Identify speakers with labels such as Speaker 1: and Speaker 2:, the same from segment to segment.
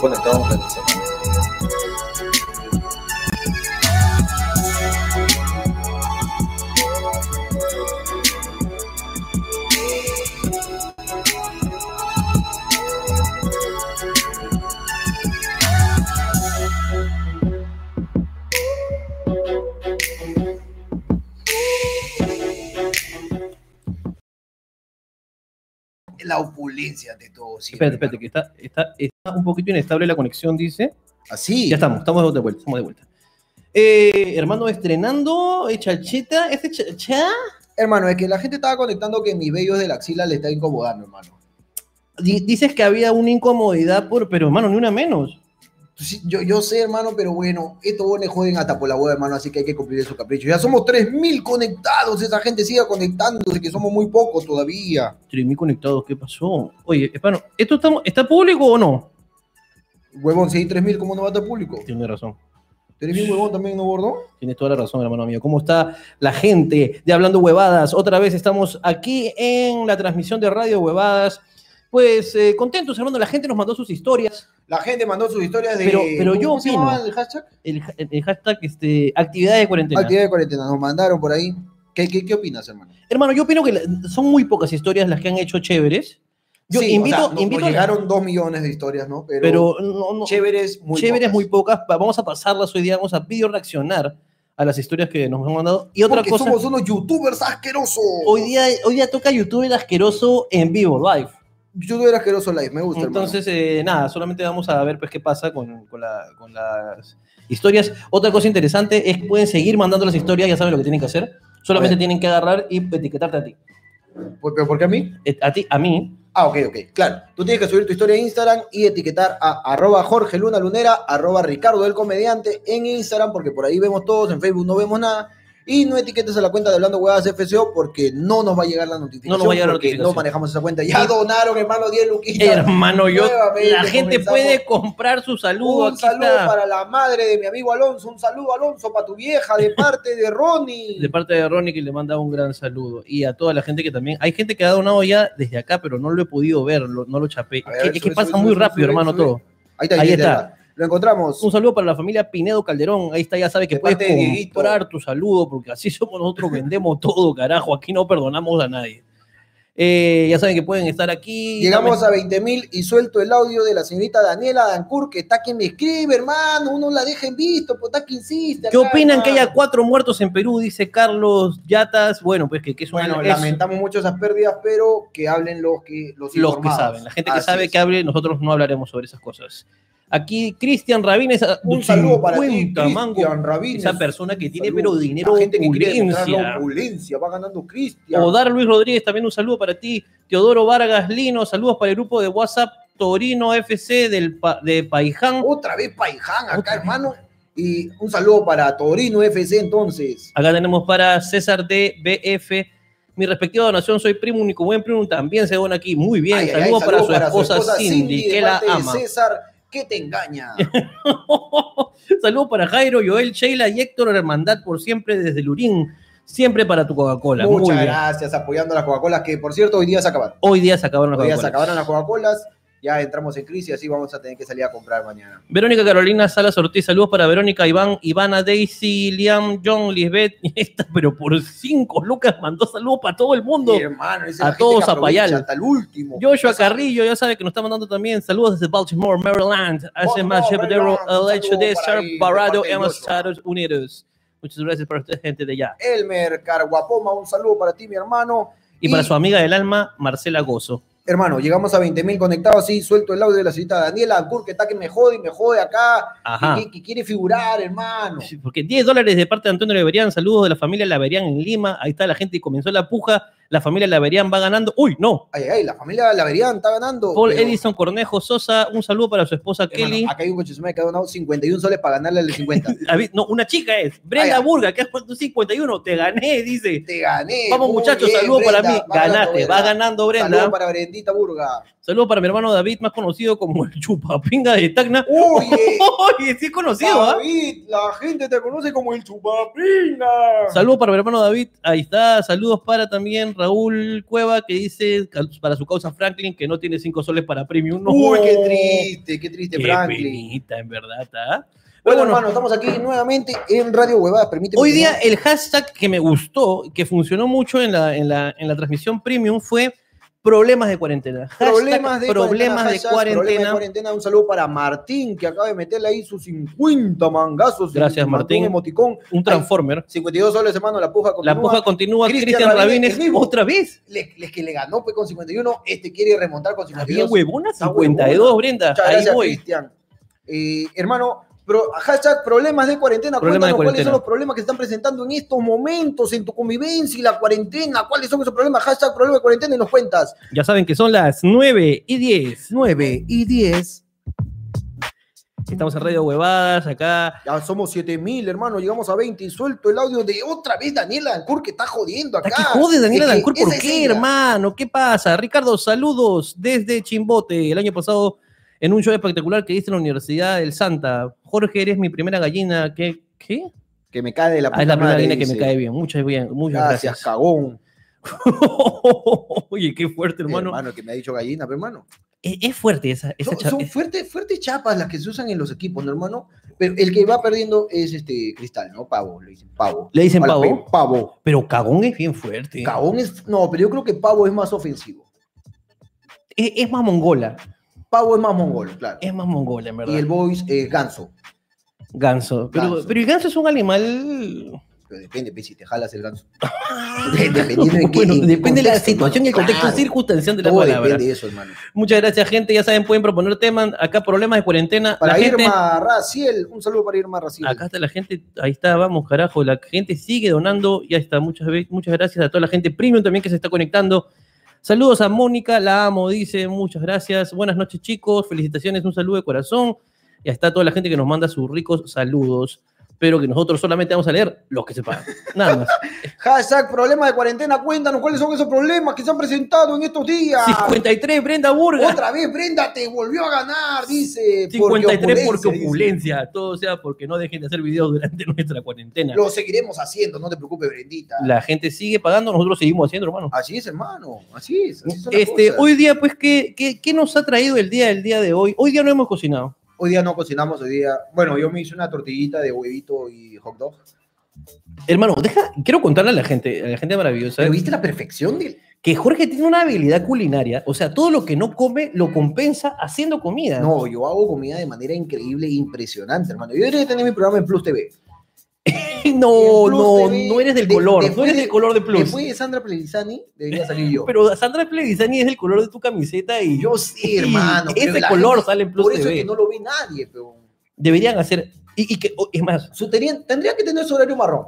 Speaker 1: conectado a un televisor.
Speaker 2: la opulencia de todo. siempre,
Speaker 3: Espérate, espérate, que está, está, está un poquito inestable la conexión, dice.
Speaker 2: Así.
Speaker 3: Ya estamos, estamos de vuelta, estamos de vuelta. Eh, hermano estrenando, eh, chachita, ese chacha.
Speaker 2: Hermano, es que la gente estaba conectando que mis vellos de la axila le está incomodando, hermano.
Speaker 3: Di- Dices que había una incomodidad por, pero hermano, ni una menos.
Speaker 2: Sí, Yo, yo sé, hermano, pero bueno, estos bones joden hasta por la hueá, hermano, así que hay que cumplir su capricho. Ya somos 3.000 conectados, esa gente siga conectándose, que somos muy pocos todavía.
Speaker 3: Streaming conectados, ¿qué pasó? Oye, hermano, ¿esto está, está público o no?
Speaker 2: Huevón, si hay 3.000, ¿cómo no va a estar público?
Speaker 3: Tienes razón.
Speaker 2: ¿Tenés bien huevón también, no gordo?
Speaker 3: Tienes toda la razón, hermano mío. ¿Cómo está la gente de Hablando Huevadas? Otra vez estamos aquí en la transmisión de Radio Huevadas. Pues eh, contentos, hermano. La gente nos mandó sus historias.
Speaker 2: La gente mandó sus historias de...
Speaker 3: Pero- pero yo
Speaker 2: ¿Cómo se
Speaker 3: opino.
Speaker 2: llamaba el hashtag?
Speaker 3: El, ha- el hashtag este, actividades de cuarentena.
Speaker 2: Actividad de cuarentena, nos mandaron por ahí. ¿Qué, qué, qué opinas, hermano?
Speaker 3: Hermano, yo opino que la- son muy pocas historias las que han hecho chéveres. Yo
Speaker 2: Sí, o
Speaker 3: invito,
Speaker 2: sea, no- nos
Speaker 3: invito a la-
Speaker 2: llegaron 2 millones de historias, ¿no? Pero,
Speaker 3: pero no, no,
Speaker 2: chéveres, muy
Speaker 3: chéveres
Speaker 2: pocas.
Speaker 3: muy pocas. Va- Vamos a pasarlas hoy día, vamos a video reaccionar a las historias que nos han mandado. Y otra
Speaker 2: Porque
Speaker 3: cosa,
Speaker 2: somos unos youtubers asquerosos.
Speaker 3: hoy día, hoy día toca YouTube el asqueroso en vivo, live.
Speaker 2: Youtuber asqueroso live, me gusta,
Speaker 3: Entonces, eh, nada, solamente vamos a ver pues, qué pasa con, con la- con las historias. Otra cosa interesante es que pueden seguir mandando las historias, ya saben lo que tienen que hacer. Solamente
Speaker 2: Bueno.
Speaker 3: tienen que agarrar y etiquetarte a ti.
Speaker 2: hermano. ¿Por, pero ¿Por qué a mí?
Speaker 3: Eh, A ti, a mí.
Speaker 2: Ah, ok, ok, claro. Tú tienes que subir tu historia a Instagram y etiquetar a arroba Jorge Luna Lunera, arroba Ricardo del Comediante en Instagram, porque por ahí vemos todos, en Facebook no vemos nada. Y no etiquetes a la cuenta de Hablando Huevadas FCO porque no nos va a llegar la notificación.
Speaker 3: No nos va a llegar la
Speaker 2: porque
Speaker 3: notificación.
Speaker 2: No manejamos esa cuenta. Ya donaron, hermano, 10 luquitas.
Speaker 3: Hermano, yo.
Speaker 2: Nuevamente
Speaker 3: La gente
Speaker 2: comenzamos.
Speaker 3: puede comprar su saludo.
Speaker 2: Un
Speaker 3: aquí
Speaker 2: saludo
Speaker 3: está,
Speaker 2: para la madre de mi amigo Alonso. Un saludo, Alonso, para tu vieja, de parte de Ronnie.
Speaker 3: De parte de Ronnie, que le manda un gran saludo. Y a toda la gente que también. Hay gente que ha donado ya desde acá, pero no lo he podido ver, lo- no lo chapé.
Speaker 2: A ver,
Speaker 3: Es que- es que
Speaker 2: sube,
Speaker 3: pasa
Speaker 2: sube,
Speaker 3: muy
Speaker 2: sube,
Speaker 3: rápido,
Speaker 2: sube,
Speaker 3: hermano,
Speaker 2: sube.
Speaker 3: todo.
Speaker 2: Ahí está,
Speaker 3: Ahí
Speaker 2: ahí
Speaker 3: está.
Speaker 2: está. Lo encontramos.
Speaker 3: Un saludo para la familia Pinedo Calderón. Ahí está, ya sabes que
Speaker 2: De
Speaker 3: puedes
Speaker 2: parte de Dieguito.
Speaker 3: comprar tu saludo, porque así somos nosotros, vendemos todo, carajo. Aquí no perdonamos a nadie. Eh, ya saben que pueden estar aquí.
Speaker 2: Llegamos a 20.000 y suelto el audio de la señorita Daniela Dancourt, que está quien me escribe, hermano. Uno la deja en visto, pues está que insiste.
Speaker 3: ¿Qué
Speaker 2: acá,
Speaker 3: opinan que haya
Speaker 2: hermano.
Speaker 3: cuatro muertos en Perú? Dice Carlos Yatas. Bueno, pues que, que es una.
Speaker 2: Bueno,
Speaker 3: es-
Speaker 2: lamentamos mucho esas pérdidas, pero que hablen los que los,
Speaker 3: los que
Speaker 2: informados.
Speaker 3: saben. La gente que
Speaker 2: Así
Speaker 3: sabe
Speaker 2: es.
Speaker 3: que hable, nosotros no hablaremos sobre esas cosas. Aquí Cristian Rabines,
Speaker 2: Un saludo para ti,
Speaker 3: 50 mango.
Speaker 2: Cristian Rabines.
Speaker 3: esa persona que tiene
Speaker 2: Saludo.
Speaker 3: pero dinero
Speaker 2: La gente que quiere demostrar la
Speaker 3: opulencia.
Speaker 2: opulencia, va ganando Cristian.
Speaker 3: Odar Luis Rodríguez, también un saludo para ti. Teodoro Vargas Lino, saludos para el grupo de WhatsApp Torino FC del Pa- de Paiján.
Speaker 2: Otra vez Paiján acá,
Speaker 3: Otra vez.
Speaker 2: hermano. Y un saludo para Torino FC, entonces.
Speaker 3: Acá tenemos para César de BF. Mi respectiva donación, soy primo único, buen primo, también se dona aquí. Muy bien,
Speaker 2: Ay, ay, ay,
Speaker 3: saludos para, su esposa, Cindy,
Speaker 2: de
Speaker 3: que la
Speaker 2: parte de
Speaker 3: ama.
Speaker 2: César, que te engaña.
Speaker 3: Saludos para Jairo, Joel, Sheila y Héctor Hermandad por siempre desde Lurín. Siempre para tu Coca-Cola. Muy
Speaker 2: Muchas
Speaker 3: bien.
Speaker 2: gracias apoyando las Coca-Colas, que por cierto, hoy día se acabaron.
Speaker 3: Hoy día se acabaron las
Speaker 2: Hoy día se
Speaker 3: Coca-Colas.
Speaker 2: acabaron las Coca-Colas, ya entramos en crisis, así vamos a tener que salir a comprar mañana.
Speaker 3: Verónica Carolina Salas Ortiz, saludos para Verónica, Iván, Ivana, Daisy, Liam, John, Lisbeth. y Esta, pero por cinco, Lucas mandó saludos para todo el mundo.
Speaker 2: Mi hermano, esa es
Speaker 3: A
Speaker 2: la gente
Speaker 3: todos
Speaker 2: que
Speaker 3: a
Speaker 2: aprovecha
Speaker 3: Payal.
Speaker 2: Hasta el último.
Speaker 3: Joshua Carrillo, ya sabe que nos está mandando también saludos desde Baltimore, Maryland. Hace
Speaker 2: Baltimore,
Speaker 3: más Chepetero,
Speaker 2: Maryland.
Speaker 3: el hecho de
Speaker 2: Saludos
Speaker 3: ser
Speaker 2: para ahí, de
Speaker 3: parado
Speaker 2: parte de
Speaker 3: en los
Speaker 2: Joshua.
Speaker 3: Estados Unidos. Muchas gracias para esta gente de allá.
Speaker 2: Elmer Carguapoma, un saludo para ti, mi hermano.
Speaker 3: Y, para su amiga del alma, Marcela Gozo.
Speaker 2: Hermano, llegamos a 20.000 conectados, sí, suelto el audio de la cita Daniela Ancur, que está que me jode y me jode acá,
Speaker 3: Ajá.
Speaker 2: que, que quiere figurar, hermano.
Speaker 3: Sí, Porque 10 dólares de parte de Antonio Laverian, saludos de la familia Laverian en Lima, ahí está la gente y comenzó la puja, la familia Laverian va ganando, uy, no,
Speaker 2: Ay, ay, la familia Laverian está ganando.
Speaker 3: Paul
Speaker 2: Oh, pero-
Speaker 3: Edison Cornejo Sosa, un saludo para su esposa
Speaker 2: hermano,
Speaker 3: Kelly,
Speaker 2: acá hay un coche que ha donado 51 soles para ganarle al 50.
Speaker 3: David- no, una chica es, Brenda
Speaker 2: Ay, ay.
Speaker 3: Burga, que es 51, te gané, dice,
Speaker 2: Te gané.
Speaker 3: vamos
Speaker 2: Muy
Speaker 3: muchachos,
Speaker 2: bien,
Speaker 3: saludos para mí,
Speaker 2: Brenda. Va
Speaker 3: ganaste,
Speaker 2: ganando,
Speaker 3: vas ganando Brenda,
Speaker 2: Saludos para Brendita, Maldita burga.
Speaker 3: Saludos para mi hermano David, más conocido como el Chupapinga de Tacna.
Speaker 2: Oye,
Speaker 3: Oye, Oh, sí es conocido, ¿ah?
Speaker 2: eh, David, la gente te conoce como el chupapinga.
Speaker 3: Saludos para mi hermano David, ahí está. Saludos para también Raúl Cueva, que dice cal- para su causa Franklin que no tiene cinco soles para premium. No.
Speaker 2: Uy, qué triste, qué triste,
Speaker 3: Qué
Speaker 2: Franklin.
Speaker 3: penita, en verdad, ¿ah?
Speaker 2: Bueno,
Speaker 3: Bueno,
Speaker 2: hermano, estamos aquí nuevamente en Radio Huevadas. Permíteme.
Speaker 3: Hoy
Speaker 2: que
Speaker 3: día
Speaker 2: no-
Speaker 3: el hashtag que me gustó, que funcionó mucho en la, en la, en la transmisión premium fue problemas de cuarentena. Hashtag
Speaker 2: Problemas de
Speaker 3: problemas
Speaker 2: cuarentena,
Speaker 3: de
Speaker 2: hashtag, problemas de
Speaker 3: cuarentena.
Speaker 2: cuarentena. Un saludo para Martín, que acaba de meterle ahí sus 50 mangazos.
Speaker 3: Gracias,
Speaker 2: Y mandó un
Speaker 3: Martín.
Speaker 2: Emoticón.
Speaker 3: Un transformer.
Speaker 2: 52 soles, hermano, la puja continúa.
Speaker 3: La puja continúa.
Speaker 2: Cristian
Speaker 3: Cristian
Speaker 2: Rabines,
Speaker 3: Rabines,
Speaker 2: el mismo.
Speaker 3: otra vez.
Speaker 2: Le- le- que le ganó pues, con 51, este quiere remontar con
Speaker 3: Había
Speaker 2: 52.
Speaker 3: huevona
Speaker 2: Está huevona.
Speaker 3: 52, Brenda.
Speaker 2: Muchas
Speaker 3: Ahí
Speaker 2: gracias,
Speaker 3: voy.
Speaker 2: Cristian. Eh, hermano, pro- hashtag problemas de cuarentena.
Speaker 3: Problemas de
Speaker 2: Cuéntanos cuáles
Speaker 3: cuarentena.
Speaker 2: son los problemas que se están presentando en estos momentos, en tu convivencia y la cuarentena. ¿Cuáles son esos problemas? Hashtag problemas de cuarentena y nos cuentas.
Speaker 3: Ya saben que son las 9 y 10.
Speaker 2: 9 y 10.
Speaker 3: Estamos en Radio Huevadas, acá.
Speaker 2: Ya somos 7000, hermano. Llegamos a 20 y suelto el audio de otra vez Daniela Ancur que está jodiendo acá.
Speaker 3: ¿Qué jode Daniela
Speaker 2: Es que
Speaker 3: Dancourt? ¿Por
Speaker 2: esa es
Speaker 3: qué,
Speaker 2: ella.
Speaker 3: hermano? ¿Qué pasa? Ricardo, saludos desde Chimbote. El año pasado, en un show espectacular que hice en la Universidad del Santa. Jorge, eres mi primera gallina. ¿Qué? ¿Qué?
Speaker 2: Que me cae de la
Speaker 3: Ah, es la primera
Speaker 2: madre,
Speaker 3: gallina que me
Speaker 2: dice.
Speaker 3: cae bien. Muchas, bien, muchas
Speaker 2: Gracias,
Speaker 3: gracias.
Speaker 2: cagón.
Speaker 3: Oye, qué fuerte, hermano.
Speaker 2: hermano, que me ha dicho gallina, pero hermano.
Speaker 3: Es, es fuerte esa, esa
Speaker 2: Son,
Speaker 3: cha-
Speaker 2: son
Speaker 3: es-
Speaker 2: fuertes, fuertes chapas las que se usan en los equipos, ¿no, hermano? Pero el que va perdiendo es este cristal, ¿no? Pavo, le dicen pavo.
Speaker 3: Le dicen
Speaker 2: A la
Speaker 3: pavo,
Speaker 2: pe- Pavo.
Speaker 3: pero cagón es bien fuerte.
Speaker 2: Cagón es. No, pero yo creo que pavo es más ofensivo.
Speaker 3: Es, es más mongola.
Speaker 2: Pavo es más mongol, claro.
Speaker 3: Es más mongola, en verdad.
Speaker 2: Y el voice es ganso.
Speaker 3: ganso. Pero,
Speaker 2: Ganso.
Speaker 3: pero el ganso es un animal.
Speaker 2: Pero depende, pues, si te jalas el ganso. De- Dependiendo de qué.
Speaker 3: Bueno,
Speaker 2: en qué
Speaker 3: depende de la
Speaker 2: contexto,
Speaker 3: situación y el
Speaker 2: hermano.
Speaker 3: contexto
Speaker 2: Claro,
Speaker 3: circunstancial de la
Speaker 2: todo
Speaker 3: palabra.
Speaker 2: depende de eso, hermano.
Speaker 3: Muchas gracias, gente. Ya saben, pueden proponer temas. Acá problemas de cuarentena.
Speaker 2: Para
Speaker 3: la gente,
Speaker 2: Irma Raciel, un saludo para Irma Raciel.
Speaker 3: acá está la gente. Ahí está, vamos, carajo. La gente sigue donando. Ya está. Muchas, ve- muchas gracias a toda la gente premium también que se está conectando. Saludos a Mónica, la amo, dice. Muchas gracias. Buenas noches, chicos. Felicitaciones, un saludo de corazón. Ya está toda la gente que nos manda sus ricos saludos. Pero que nosotros solamente vamos a leer los que se pagan. Nada más.
Speaker 2: Hashtag problema de cuarentena, cuéntanos cuáles son esos problemas que se han presentado en estos días.
Speaker 3: 53, Brenda Burga.
Speaker 2: Otra vez Brenda te volvió a ganar, dice.
Speaker 3: 53 porque
Speaker 2: dice.
Speaker 3: opulencia, todo sea porque no dejen de hacer videos durante nuestra cuarentena.
Speaker 2: Lo seguiremos haciendo, no te preocupes, Brendita.
Speaker 3: La gente sigue pagando, nosotros seguimos haciendo, hermano.
Speaker 2: Así es, hermano. Así es. así son las
Speaker 3: Este,
Speaker 2: cosas.
Speaker 3: hoy día, pues, ¿qué, qué, qué nos ha traído el día del día de hoy? Hoy día no hemos cocinado.
Speaker 2: Hoy día no cocinamos, hoy día. Bueno, yo me hice una tortillita de huevito y hot dog.
Speaker 3: Hermano, deja, quiero contarle a la gente, a la gente maravillosa,
Speaker 2: Pero viste la perfección de.
Speaker 3: que Jorge tiene una habilidad culinaria. O sea, todo lo que no come lo compensa haciendo comida.
Speaker 2: No, yo hago comida de manera increíble e impresionante, hermano. Yo debería tener mi programa en Plus TV.
Speaker 3: no,
Speaker 2: en Plus
Speaker 3: no,
Speaker 2: TV,
Speaker 3: no eres del
Speaker 2: de-
Speaker 3: color, no
Speaker 2: después
Speaker 3: eres
Speaker 2: de-
Speaker 3: del color de Plus.
Speaker 2: Después de Sandra Pelizani, debería salir yo.
Speaker 3: Pero Sandra Plebisani es del color de tu camiseta y
Speaker 2: yo sí,
Speaker 3: y
Speaker 2: hermano. pero
Speaker 3: Ese
Speaker 2: la
Speaker 3: color
Speaker 2: gente-
Speaker 3: sale en Plus
Speaker 2: Por eso
Speaker 3: TV.
Speaker 2: es que no lo ve nadie, pero.
Speaker 3: deberían hacer. Y, y que, o- es más,
Speaker 2: Su- tenían- tendría que tener su horario marrón.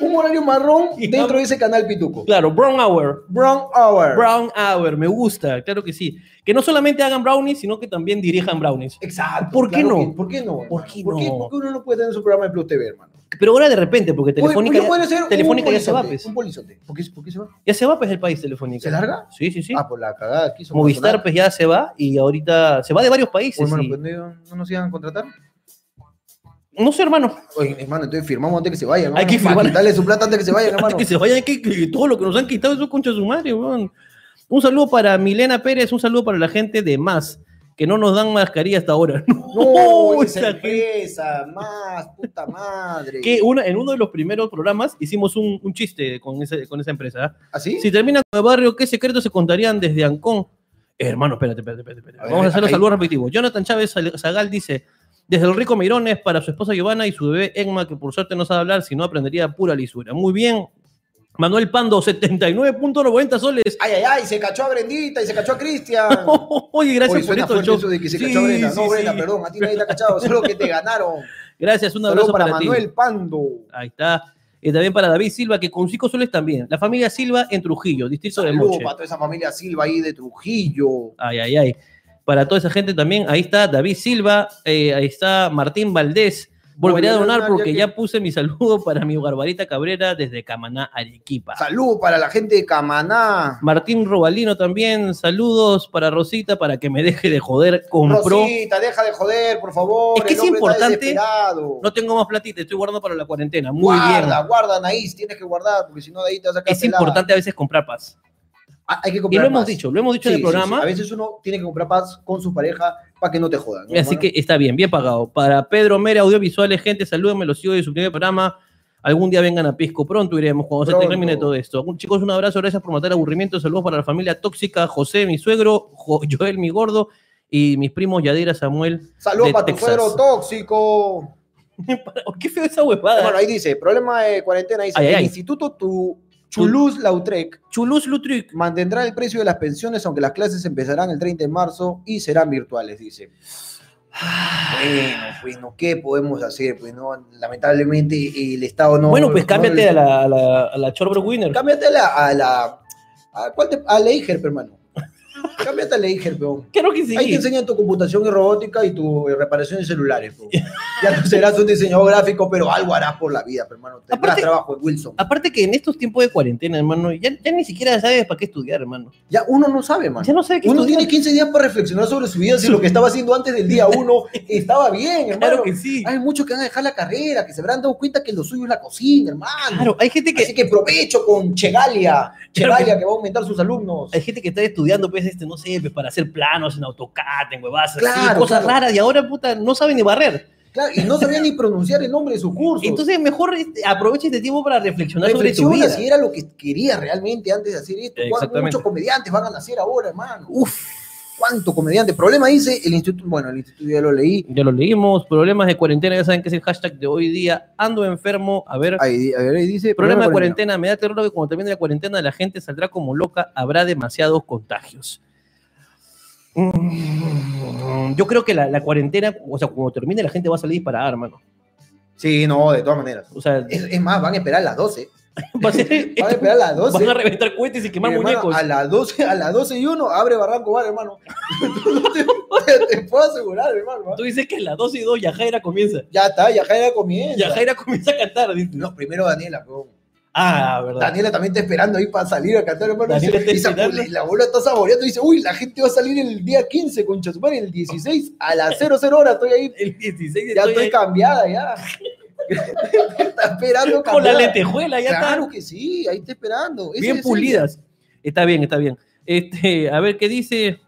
Speaker 2: Un horario marrón dentro de ese canal Pituco.
Speaker 3: claro, Brown Hour.
Speaker 2: Brown Hour.
Speaker 3: Brown Hour, me gusta, claro que sí. Que no solamente hagan brownies, sino que también dirijan brownies.
Speaker 2: Exacto.
Speaker 3: ¿Por qué no?
Speaker 2: que- ¿Por qué no? hermano?
Speaker 3: ¿Por qué
Speaker 2: ¿Por qué,
Speaker 3: no?
Speaker 2: por qué uno no puede tener su programa en Plus TV, hermano?
Speaker 3: Pero ahora de repente, porque Telefónica,
Speaker 2: Yo podría ser un
Speaker 3: telefónica ya se va,
Speaker 2: polizonte,
Speaker 3: pues.
Speaker 2: Un polizonte. ¿Por qué, por qué se va?
Speaker 3: ya se va, pues el país Telefónica.
Speaker 2: ¿Se larga?
Speaker 3: Sí, sí, sí.
Speaker 2: Ah, por la cagada que hizo.
Speaker 3: Movistar,
Speaker 2: Bolsonaro.
Speaker 3: pues ya se va y ahorita se va de varios
Speaker 2: Oye,
Speaker 3: países.
Speaker 2: hermano,
Speaker 3: y-
Speaker 2: pues, ¿no, no nos iban a contratar?
Speaker 3: No sé, hermano.
Speaker 2: Oye, hermano, entonces firmamos antes que se vayan.
Speaker 3: Hay que
Speaker 2: hermano,
Speaker 3: firmar.
Speaker 2: para quitarle su plata antes que se vayan,
Speaker 3: Antes
Speaker 2: hermano.
Speaker 3: que se vayan, hay que, que todo lo que nos han quitado, eso concha de su madre, weón. Un saludo para Milena Pérez, un saludo para la gente de Más, que no nos dan mascarilla hasta ahora.
Speaker 2: No, esa
Speaker 3: esa gente-
Speaker 2: empresa, más, puta madre.
Speaker 3: que una, en uno de los primeros programas hicimos un, un chiste con, ese- con esa empresa. ¿ah?
Speaker 2: ¿Así?
Speaker 3: Si terminan con el barrio, ¿qué secretos se contarían desde Ancón? Eh, hermano, espérate, espérate, espérate. espérate.
Speaker 2: A ver,
Speaker 3: Vamos a hacer
Speaker 2: acá
Speaker 3: los
Speaker 2: hay-
Speaker 3: saludos respectivos. Jonathan Chávez Sal- Zagal dice, desde el rico Mirones para su esposa Giovanna y su bebé Emma, que por suerte no sabe hablar, si no aprendería pura lisura. Muy bien. Manuel Pando, 79.90 soles.
Speaker 2: Ay, ay, ay, se cachó a Brendita y se cachó a Cristian.
Speaker 3: Oye, gracias
Speaker 2: Oye,
Speaker 3: por
Speaker 2: suena
Speaker 3: esto,
Speaker 2: fuerte
Speaker 3: Choc.
Speaker 2: eso de que se
Speaker 3: Sí,
Speaker 2: cachó a Brenda. No,
Speaker 3: sí,
Speaker 2: Brenda,
Speaker 3: sí.
Speaker 2: perdón, a ti nadie te ha cachado, solo que te ganaron.
Speaker 3: Gracias, un
Speaker 2: Saludos
Speaker 3: abrazo
Speaker 2: para,
Speaker 3: para, ti.
Speaker 2: Manuel Pando.
Speaker 3: Ahí está. Y también para David Silva, que con cinco soles también. La familia Silva en Trujillo, distrito de
Speaker 2: Saludos
Speaker 3: Moche.
Speaker 2: para toda esa familia Silva ahí de Trujillo.
Speaker 3: Ay, ay, ay. Para toda esa gente también, ahí está David Silva, eh, ahí está Martín Valdés, Volveré a donar porque ya puse mi saludo para mi Barbarita Cabrera desde Camaná, Arequipa.
Speaker 2: Salud para la gente de Camaná.
Speaker 3: Martín Robalino también, saludos para Rosita para que me deje de joder. Compró.
Speaker 2: Rosita, deja de joder, por favor.
Speaker 3: Es que
Speaker 2: el
Speaker 3: es
Speaker 2: hombre está
Speaker 3: importante-
Speaker 2: desesperado.
Speaker 3: No tengo más platita, estoy guardando para la cuarentena. Muy
Speaker 2: guarda,
Speaker 3: bien.
Speaker 2: guarda, Anaís, tienes que guardar, porque si no de ahí te vas a sacar
Speaker 3: Es
Speaker 2: pelada.
Speaker 3: importante a veces comprar paz.
Speaker 2: Ah, hay que
Speaker 3: Y
Speaker 2: comprar
Speaker 3: lo hemos
Speaker 2: paz.
Speaker 3: dicho, lo hemos dicho en el
Speaker 2: Sí, sí,
Speaker 3: programa.
Speaker 2: sí. A veces uno tiene que comprar paz con su pareja para que no te jodan. ¿no,
Speaker 3: Así
Speaker 2: hermano?
Speaker 3: que está bien, bien pagado. Para Pedro Mera, audiovisuales, gente, salúdenme, los sigo de su primer programa. Algún día vengan a Pisco, pronto iremos, cuando se
Speaker 2: Pronto.
Speaker 3: termine todo esto. Un- Chicos, un abrazo, gracias por matar aburrimiento. Saludos para la familia tóxica, José, mi suegro, Jo- Joel, mi gordo, y mis primos Yadira, Samuel.
Speaker 2: Saludos
Speaker 3: de
Speaker 2: para tu
Speaker 3: Texas.
Speaker 2: suegro tóxico.
Speaker 3: Oh, Qué feo esa huevada.
Speaker 2: Bueno, ahí dice, problema de cuarentena. Dice,
Speaker 3: Ay,
Speaker 2: el
Speaker 3: ay.
Speaker 2: Instituto tu Toulouse-Lautrec
Speaker 3: Chuluz Lutric.
Speaker 2: mantendrá el precio de las pensiones, aunque las clases empezarán el 30 de marzo y serán virtuales, dice. Bueno, pues no, ¿qué podemos hacer? Pues no, lamentablemente el Estado no.
Speaker 3: bueno, pues
Speaker 2: no-
Speaker 3: cámbiate a la, a la, a la Chorbro Winner.
Speaker 2: Cámbiate a la. A la a, ¿cuál te- a Leiger, pe, hermano. cámbiate a Leiger, peón.
Speaker 3: Creo que sí.
Speaker 2: Ahí te enseñan tu computación y robótica y tu eh, reparación de celulares. po. Ya no serás un diseñador gráfico, pero algo harás por la vida, pe, hermano. Tendrás
Speaker 3: Aparte-
Speaker 2: trabajo en Wilson.
Speaker 3: Aparte que en estos tiempos de cuarentena, hermano, ya, ya ni siquiera sabes para qué estudiar, hermano.
Speaker 2: Ya uno no sabe, man.
Speaker 3: Ya no sabes qué
Speaker 2: Uno
Speaker 3: estudiar.
Speaker 2: tiene 15 días para reflexionar sobre su vida, si lo que estaba haciendo antes del día uno estaba bien, hermano.
Speaker 3: Claro que sí.
Speaker 2: Hay muchos que van a dejar la carrera, que se habrán dado cuenta que lo suyo es la cocina, hermano.
Speaker 3: Claro, hay gente que
Speaker 2: Así que provecho con Chegalia, Chegalia que... va a aumentar sus alumnos.
Speaker 3: Hay gente que está estudiando, pues, este, no sé, pues, para hacer planos en AutoCAD, en huevas,
Speaker 2: Claro,
Speaker 3: cosas
Speaker 2: claro.
Speaker 3: raras, y ahora, puta, no saben ni barrer.
Speaker 2: Claro, y no sabía ni pronunciar el nombre de sus cursos.
Speaker 3: Entonces, mejor este, aprovecha este tiempo para reflexionar
Speaker 2: Reflexiona
Speaker 3: sobre tu
Speaker 2: si
Speaker 3: vida.
Speaker 2: era lo que quería realmente antes de hacer esto. ¿Cuán-
Speaker 3: Exactamente.
Speaker 2: Muchos comediantes van a nacer ahora, hermano.
Speaker 3: Uf,
Speaker 2: ¿Cuánto comediante? Problema dice el instituto. Bueno, el instituto ya lo leí.
Speaker 3: ya lo leímos, problemas de cuarentena, ya saben que es el hashtag de hoy día, ando enfermo, a ver...
Speaker 2: Ahí, a ver, ahí dice.
Speaker 3: Problema de cuarentena, me da terror que cuando termine la cuarentena la gente saldrá como loca, habrá demasiados contagios. Mm, Yo creo que la, la cuarentena, o sea, cuando termine la gente va a salir disparada, hermano.
Speaker 2: Sí, no, de todas maneras.
Speaker 3: O sea,
Speaker 2: Es, es más, van a esperar a las 12.
Speaker 3: va a ser-
Speaker 2: Van a esperar a las 12.
Speaker 3: Van a reventar cohetes y quemar
Speaker 2: Mi hermano,
Speaker 3: muñecos.
Speaker 2: a las 12, a las 12 y 1 abre Barranco Bar, hermano. te, te puedo asegurar, hermano. ¿ah?
Speaker 3: Tú dices que a las 2 y 2 Yajaira comienza.
Speaker 2: Ya está, ya Jaira comienza.
Speaker 3: Yajaira comienza a cantar. dice.
Speaker 2: No, primero Daniela, pero
Speaker 3: Ah, verdad.
Speaker 2: Daniela también está esperando ahí para salir a cantar, hermano.
Speaker 3: Daniela
Speaker 2: Dice-
Speaker 3: está
Speaker 2: y sa-
Speaker 3: esperando.
Speaker 2: y la bola está saboreando y dice, uy, la gente va a salir el día 15, con madre, el 16, a las 00 horas estoy ahí.
Speaker 3: El 16
Speaker 2: Ya estoy
Speaker 3: ahí
Speaker 2: cambiada, ya. está esperando
Speaker 3: con la
Speaker 2: cambiada.
Speaker 3: lentejuela, ya
Speaker 2: Claro
Speaker 3: está.
Speaker 2: que sí, ahí está esperando. Ese
Speaker 3: Bien
Speaker 2: es
Speaker 3: pulidas. Está bien, está bien. Este, a ver qué dice.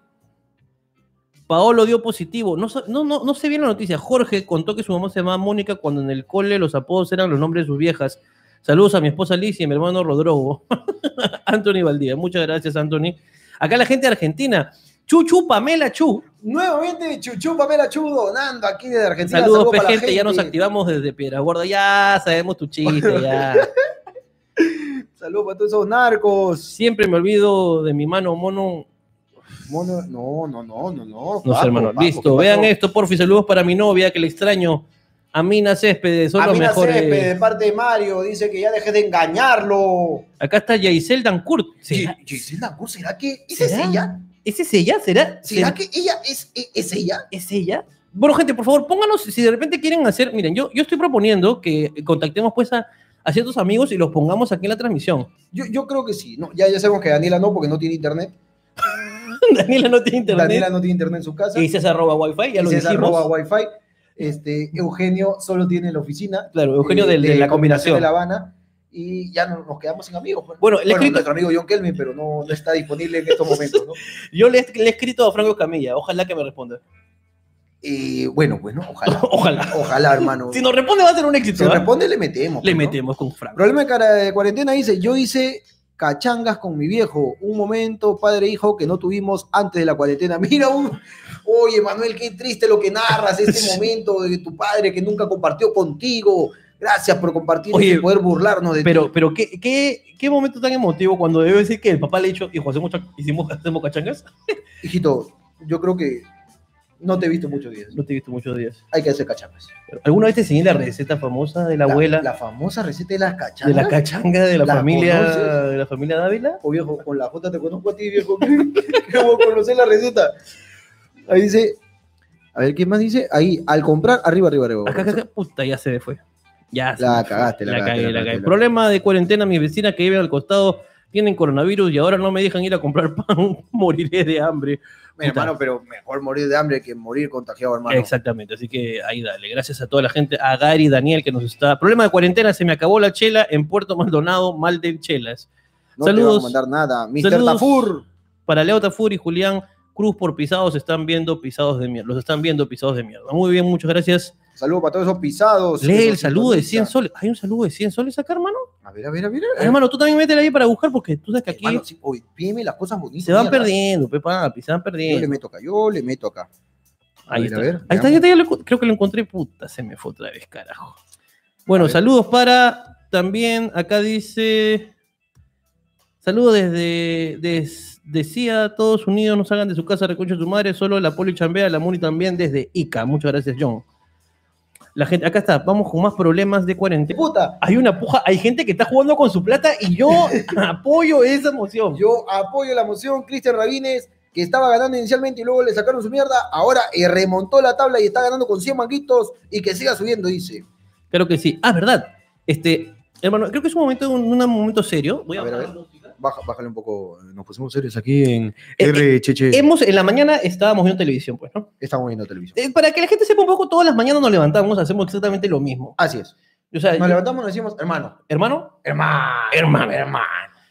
Speaker 3: Paolo dio positivo. No, sa- no, no, no sé bien la noticia. Jorge contó que su mamá se llamaba Mónica cuando en el cole los apodos eran los nombres de sus viejas. Saludos a mi esposa Liz y a mi hermano Rodrogo. Anthony Valdía. Muchas gracias, Anthony. Acá la gente de Argentina. Chu, chu, Pamela, chu.
Speaker 2: Nuevamente, Chuchu Pamela Chu donando aquí desde Argentina.
Speaker 3: Saludos,
Speaker 2: Saludo
Speaker 3: pe,
Speaker 2: para la
Speaker 3: gente, Ya nos activamos desde Piedra Gorda. Ya sabemos tu chiste, ya.
Speaker 2: Saludos para todos esos narcos.
Speaker 3: Siempre me olvido de mi mano mono.
Speaker 2: Mono- no, no, no, no, no.
Speaker 3: No sé, hermano. Listo. Vean esto, porfi. Saludos para mi novia, que le extraño. Amina Céspedes, son
Speaker 2: A
Speaker 3: los
Speaker 2: mí
Speaker 3: mejores.
Speaker 2: de parte de Mario dice que ya dejes de engañarlo.
Speaker 3: Acá está Yaisel Dancourt. ¿Será-
Speaker 2: Gi- Gisela Gur, ¿será que esa es
Speaker 3: ¿Será?
Speaker 2: ella?
Speaker 3: ¿Es ese ella? ¿Será?
Speaker 2: ¿Será
Speaker 3: será-
Speaker 2: que ella es, e- es ella?
Speaker 3: ¿Es ella? Bueno, gente, por favor, pónganos si de repente quieren hacer. Miren, yo, yo estoy proponiendo que contactemos pues a, a ciertos amigos y los pongamos aquí en la transmisión.
Speaker 2: Yo, yo creo que sí. No, ya, ya sabemos que Daniela no, porque no tiene internet.
Speaker 3: Daniela no tiene internet.
Speaker 2: Daniela no tiene internet en su casa.
Speaker 3: Y César arroba wifi, ya lo
Speaker 2: César
Speaker 3: dijimos.
Speaker 2: roba wifi. Este, Eugenio solo tiene la oficina.
Speaker 3: Claro, Eugenio
Speaker 2: eh,
Speaker 3: del- de, la combinación.
Speaker 2: de La Habana y ya no- nos quedamos sin amigos. pues.
Speaker 3: Bueno, el escrito-
Speaker 2: nuestro amigo John Kelvin, pero no, no está disponible en estos momentos. ¿no?
Speaker 3: Yo le, he- le he escrito a Franco Camilla, ojalá que me responda.
Speaker 2: Eh, bueno, pues no, ojalá.
Speaker 3: Ojalá.
Speaker 2: Ojalá, hermano.
Speaker 3: Si nos responde va a ser un éxito.
Speaker 2: Si
Speaker 3: ¿ah?
Speaker 2: responde, le metemos.
Speaker 3: Le
Speaker 2: pues, ¿no?
Speaker 3: metemos con Franco.
Speaker 2: Problema de, cara de cuarentena dice, yo hice cachangas con mi viejo, un momento padre e hijo que no tuvimos antes de la cuarentena. Mira, un... oye Manuel, qué triste lo que narras, este momento de tu padre que nunca compartió contigo. Gracias por compartir
Speaker 3: Oye,
Speaker 2: y poder burlarnos de ti.
Speaker 3: Pero, pero ¿qué, qué, qué momento tan emotivo cuando debe decir que el papá le ha dicho, hijo, hacemos, cha- hicimos, hacemos cachangas.
Speaker 2: Hijito, yo creo que no te he visto muchos días.
Speaker 3: No te he visto muchos días.
Speaker 2: Hay que hacer cachangas.
Speaker 3: ¿Alguna vez te enseñé la receta famosa de la, abuela?
Speaker 2: La famosa receta de las
Speaker 3: de
Speaker 2: cachangas.
Speaker 3: la cachanga de la,
Speaker 2: ¿La
Speaker 3: familia
Speaker 2: conoces?
Speaker 3: de la familia Dávila.
Speaker 2: O viejo, con la J te conozco a ti, viejo. que- Que vos conocés la receta. Ahí dice, A ver, ¿quién más dice? Ahí, al comprar, arriba, arriba, arriba.
Speaker 3: Acá, acá, acá, puta, ya se me fue. Ya. se
Speaker 2: La
Speaker 3: me fue.
Speaker 2: cagaste, la
Speaker 3: la
Speaker 2: cagaste,
Speaker 3: cagué,
Speaker 2: la
Speaker 3: la
Speaker 2: cagaste,
Speaker 3: cagué.
Speaker 2: la
Speaker 3: Problema de cuarentena, mis vecinas que viven al costado tienen coronavirus y ahora no me dejan ir a comprar pan, moriré de hambre.
Speaker 2: Mi
Speaker 3: Puta.
Speaker 2: hermano, pero mejor morir de hambre que morir contagiado, hermano.
Speaker 3: Exactamente, así que ahí dale. Gracias a toda la gente, a Gary, Daniel que nos está. Problema de cuarentena, se me acabó la chela en Puerto Maldonado, mal de chelas.
Speaker 2: No
Speaker 3: Saludos.
Speaker 2: te van a mandar nada. Mr.
Speaker 3: Saludos.
Speaker 2: Tafur.
Speaker 3: Para Leo Tafur y Julián Cruz por pisados están viendo pisados de mierda. Los están viendo pisados de mierda. Muy bien, muchas gracias.
Speaker 2: Saludos para todos esos pisados.
Speaker 3: Lee el
Speaker 2: Esos
Speaker 3: saludo de 100
Speaker 2: sintonistas.
Speaker 3: soles. ¿Hay un saludo de 100 soles acá, hermano?
Speaker 2: A ver, a ver, a ver.
Speaker 3: Ah, Hermano, tú también métela ahí para buscar porque tú sabes que aquí
Speaker 2: Eh. Hermano, sí, oye, pídeme las cosas bonitas.
Speaker 3: se van
Speaker 2: mierda.
Speaker 3: perdiendo, pe, papi, se van
Speaker 2: Yo le
Speaker 3: perdiendo.
Speaker 2: meto acá, yo le meto acá. A
Speaker 3: Ahí
Speaker 2: ver,
Speaker 3: está.
Speaker 2: a ver,
Speaker 3: Ahí está,
Speaker 2: veamos.
Speaker 3: ya te- ya lo encont- creo que lo encontré. Puta, se me fue otra vez, carajo. Bueno,
Speaker 2: A ver.
Speaker 3: saludos para también, acá dice. Saludos desde des- decía todos unidos, no salgan de su casa, recoche su madre, solo la poli chambea, la Muni también desde Ica. Muchas gracias, John. La gente, acá está, vamos con más problemas de cuarentena.
Speaker 2: Puta,
Speaker 3: Hay una puja, hay gente que está jugando con su plata y yo apoyo esa emoción.
Speaker 2: yo apoyo la moción. Cristian Rabines, que estaba ganando inicialmente y luego le sacaron su mierda, ahora eh, remontó la tabla y está ganando con 100 manguitos y que siga subiendo, dice.
Speaker 3: Claro que sí. Ah, verdad. Este, hermano, creo que es un momento, un, un momento serio. Voy a,
Speaker 2: A ver, a
Speaker 3: bajar
Speaker 2: ver.
Speaker 3: la música.
Speaker 2: Baja, bájale un poco. Nos pusimos serios aquí en
Speaker 3: Eh,
Speaker 2: R. Cheche.
Speaker 3: Hemos, en la mañana estábamos viendo televisión, pues, ¿no?
Speaker 2: Estamos viendo televisión.
Speaker 3: Eh, para que la gente sepa un poco, todas las mañanas nos levantamos, hacemos exactamente lo mismo.
Speaker 2: Así es.
Speaker 3: O sea,
Speaker 2: Nos
Speaker 3: yo- Ah.
Speaker 2: levantamos y nos decimos, hermano,
Speaker 3: hermano,
Speaker 2: hermano,
Speaker 3: Hermano.
Speaker 2: hermano.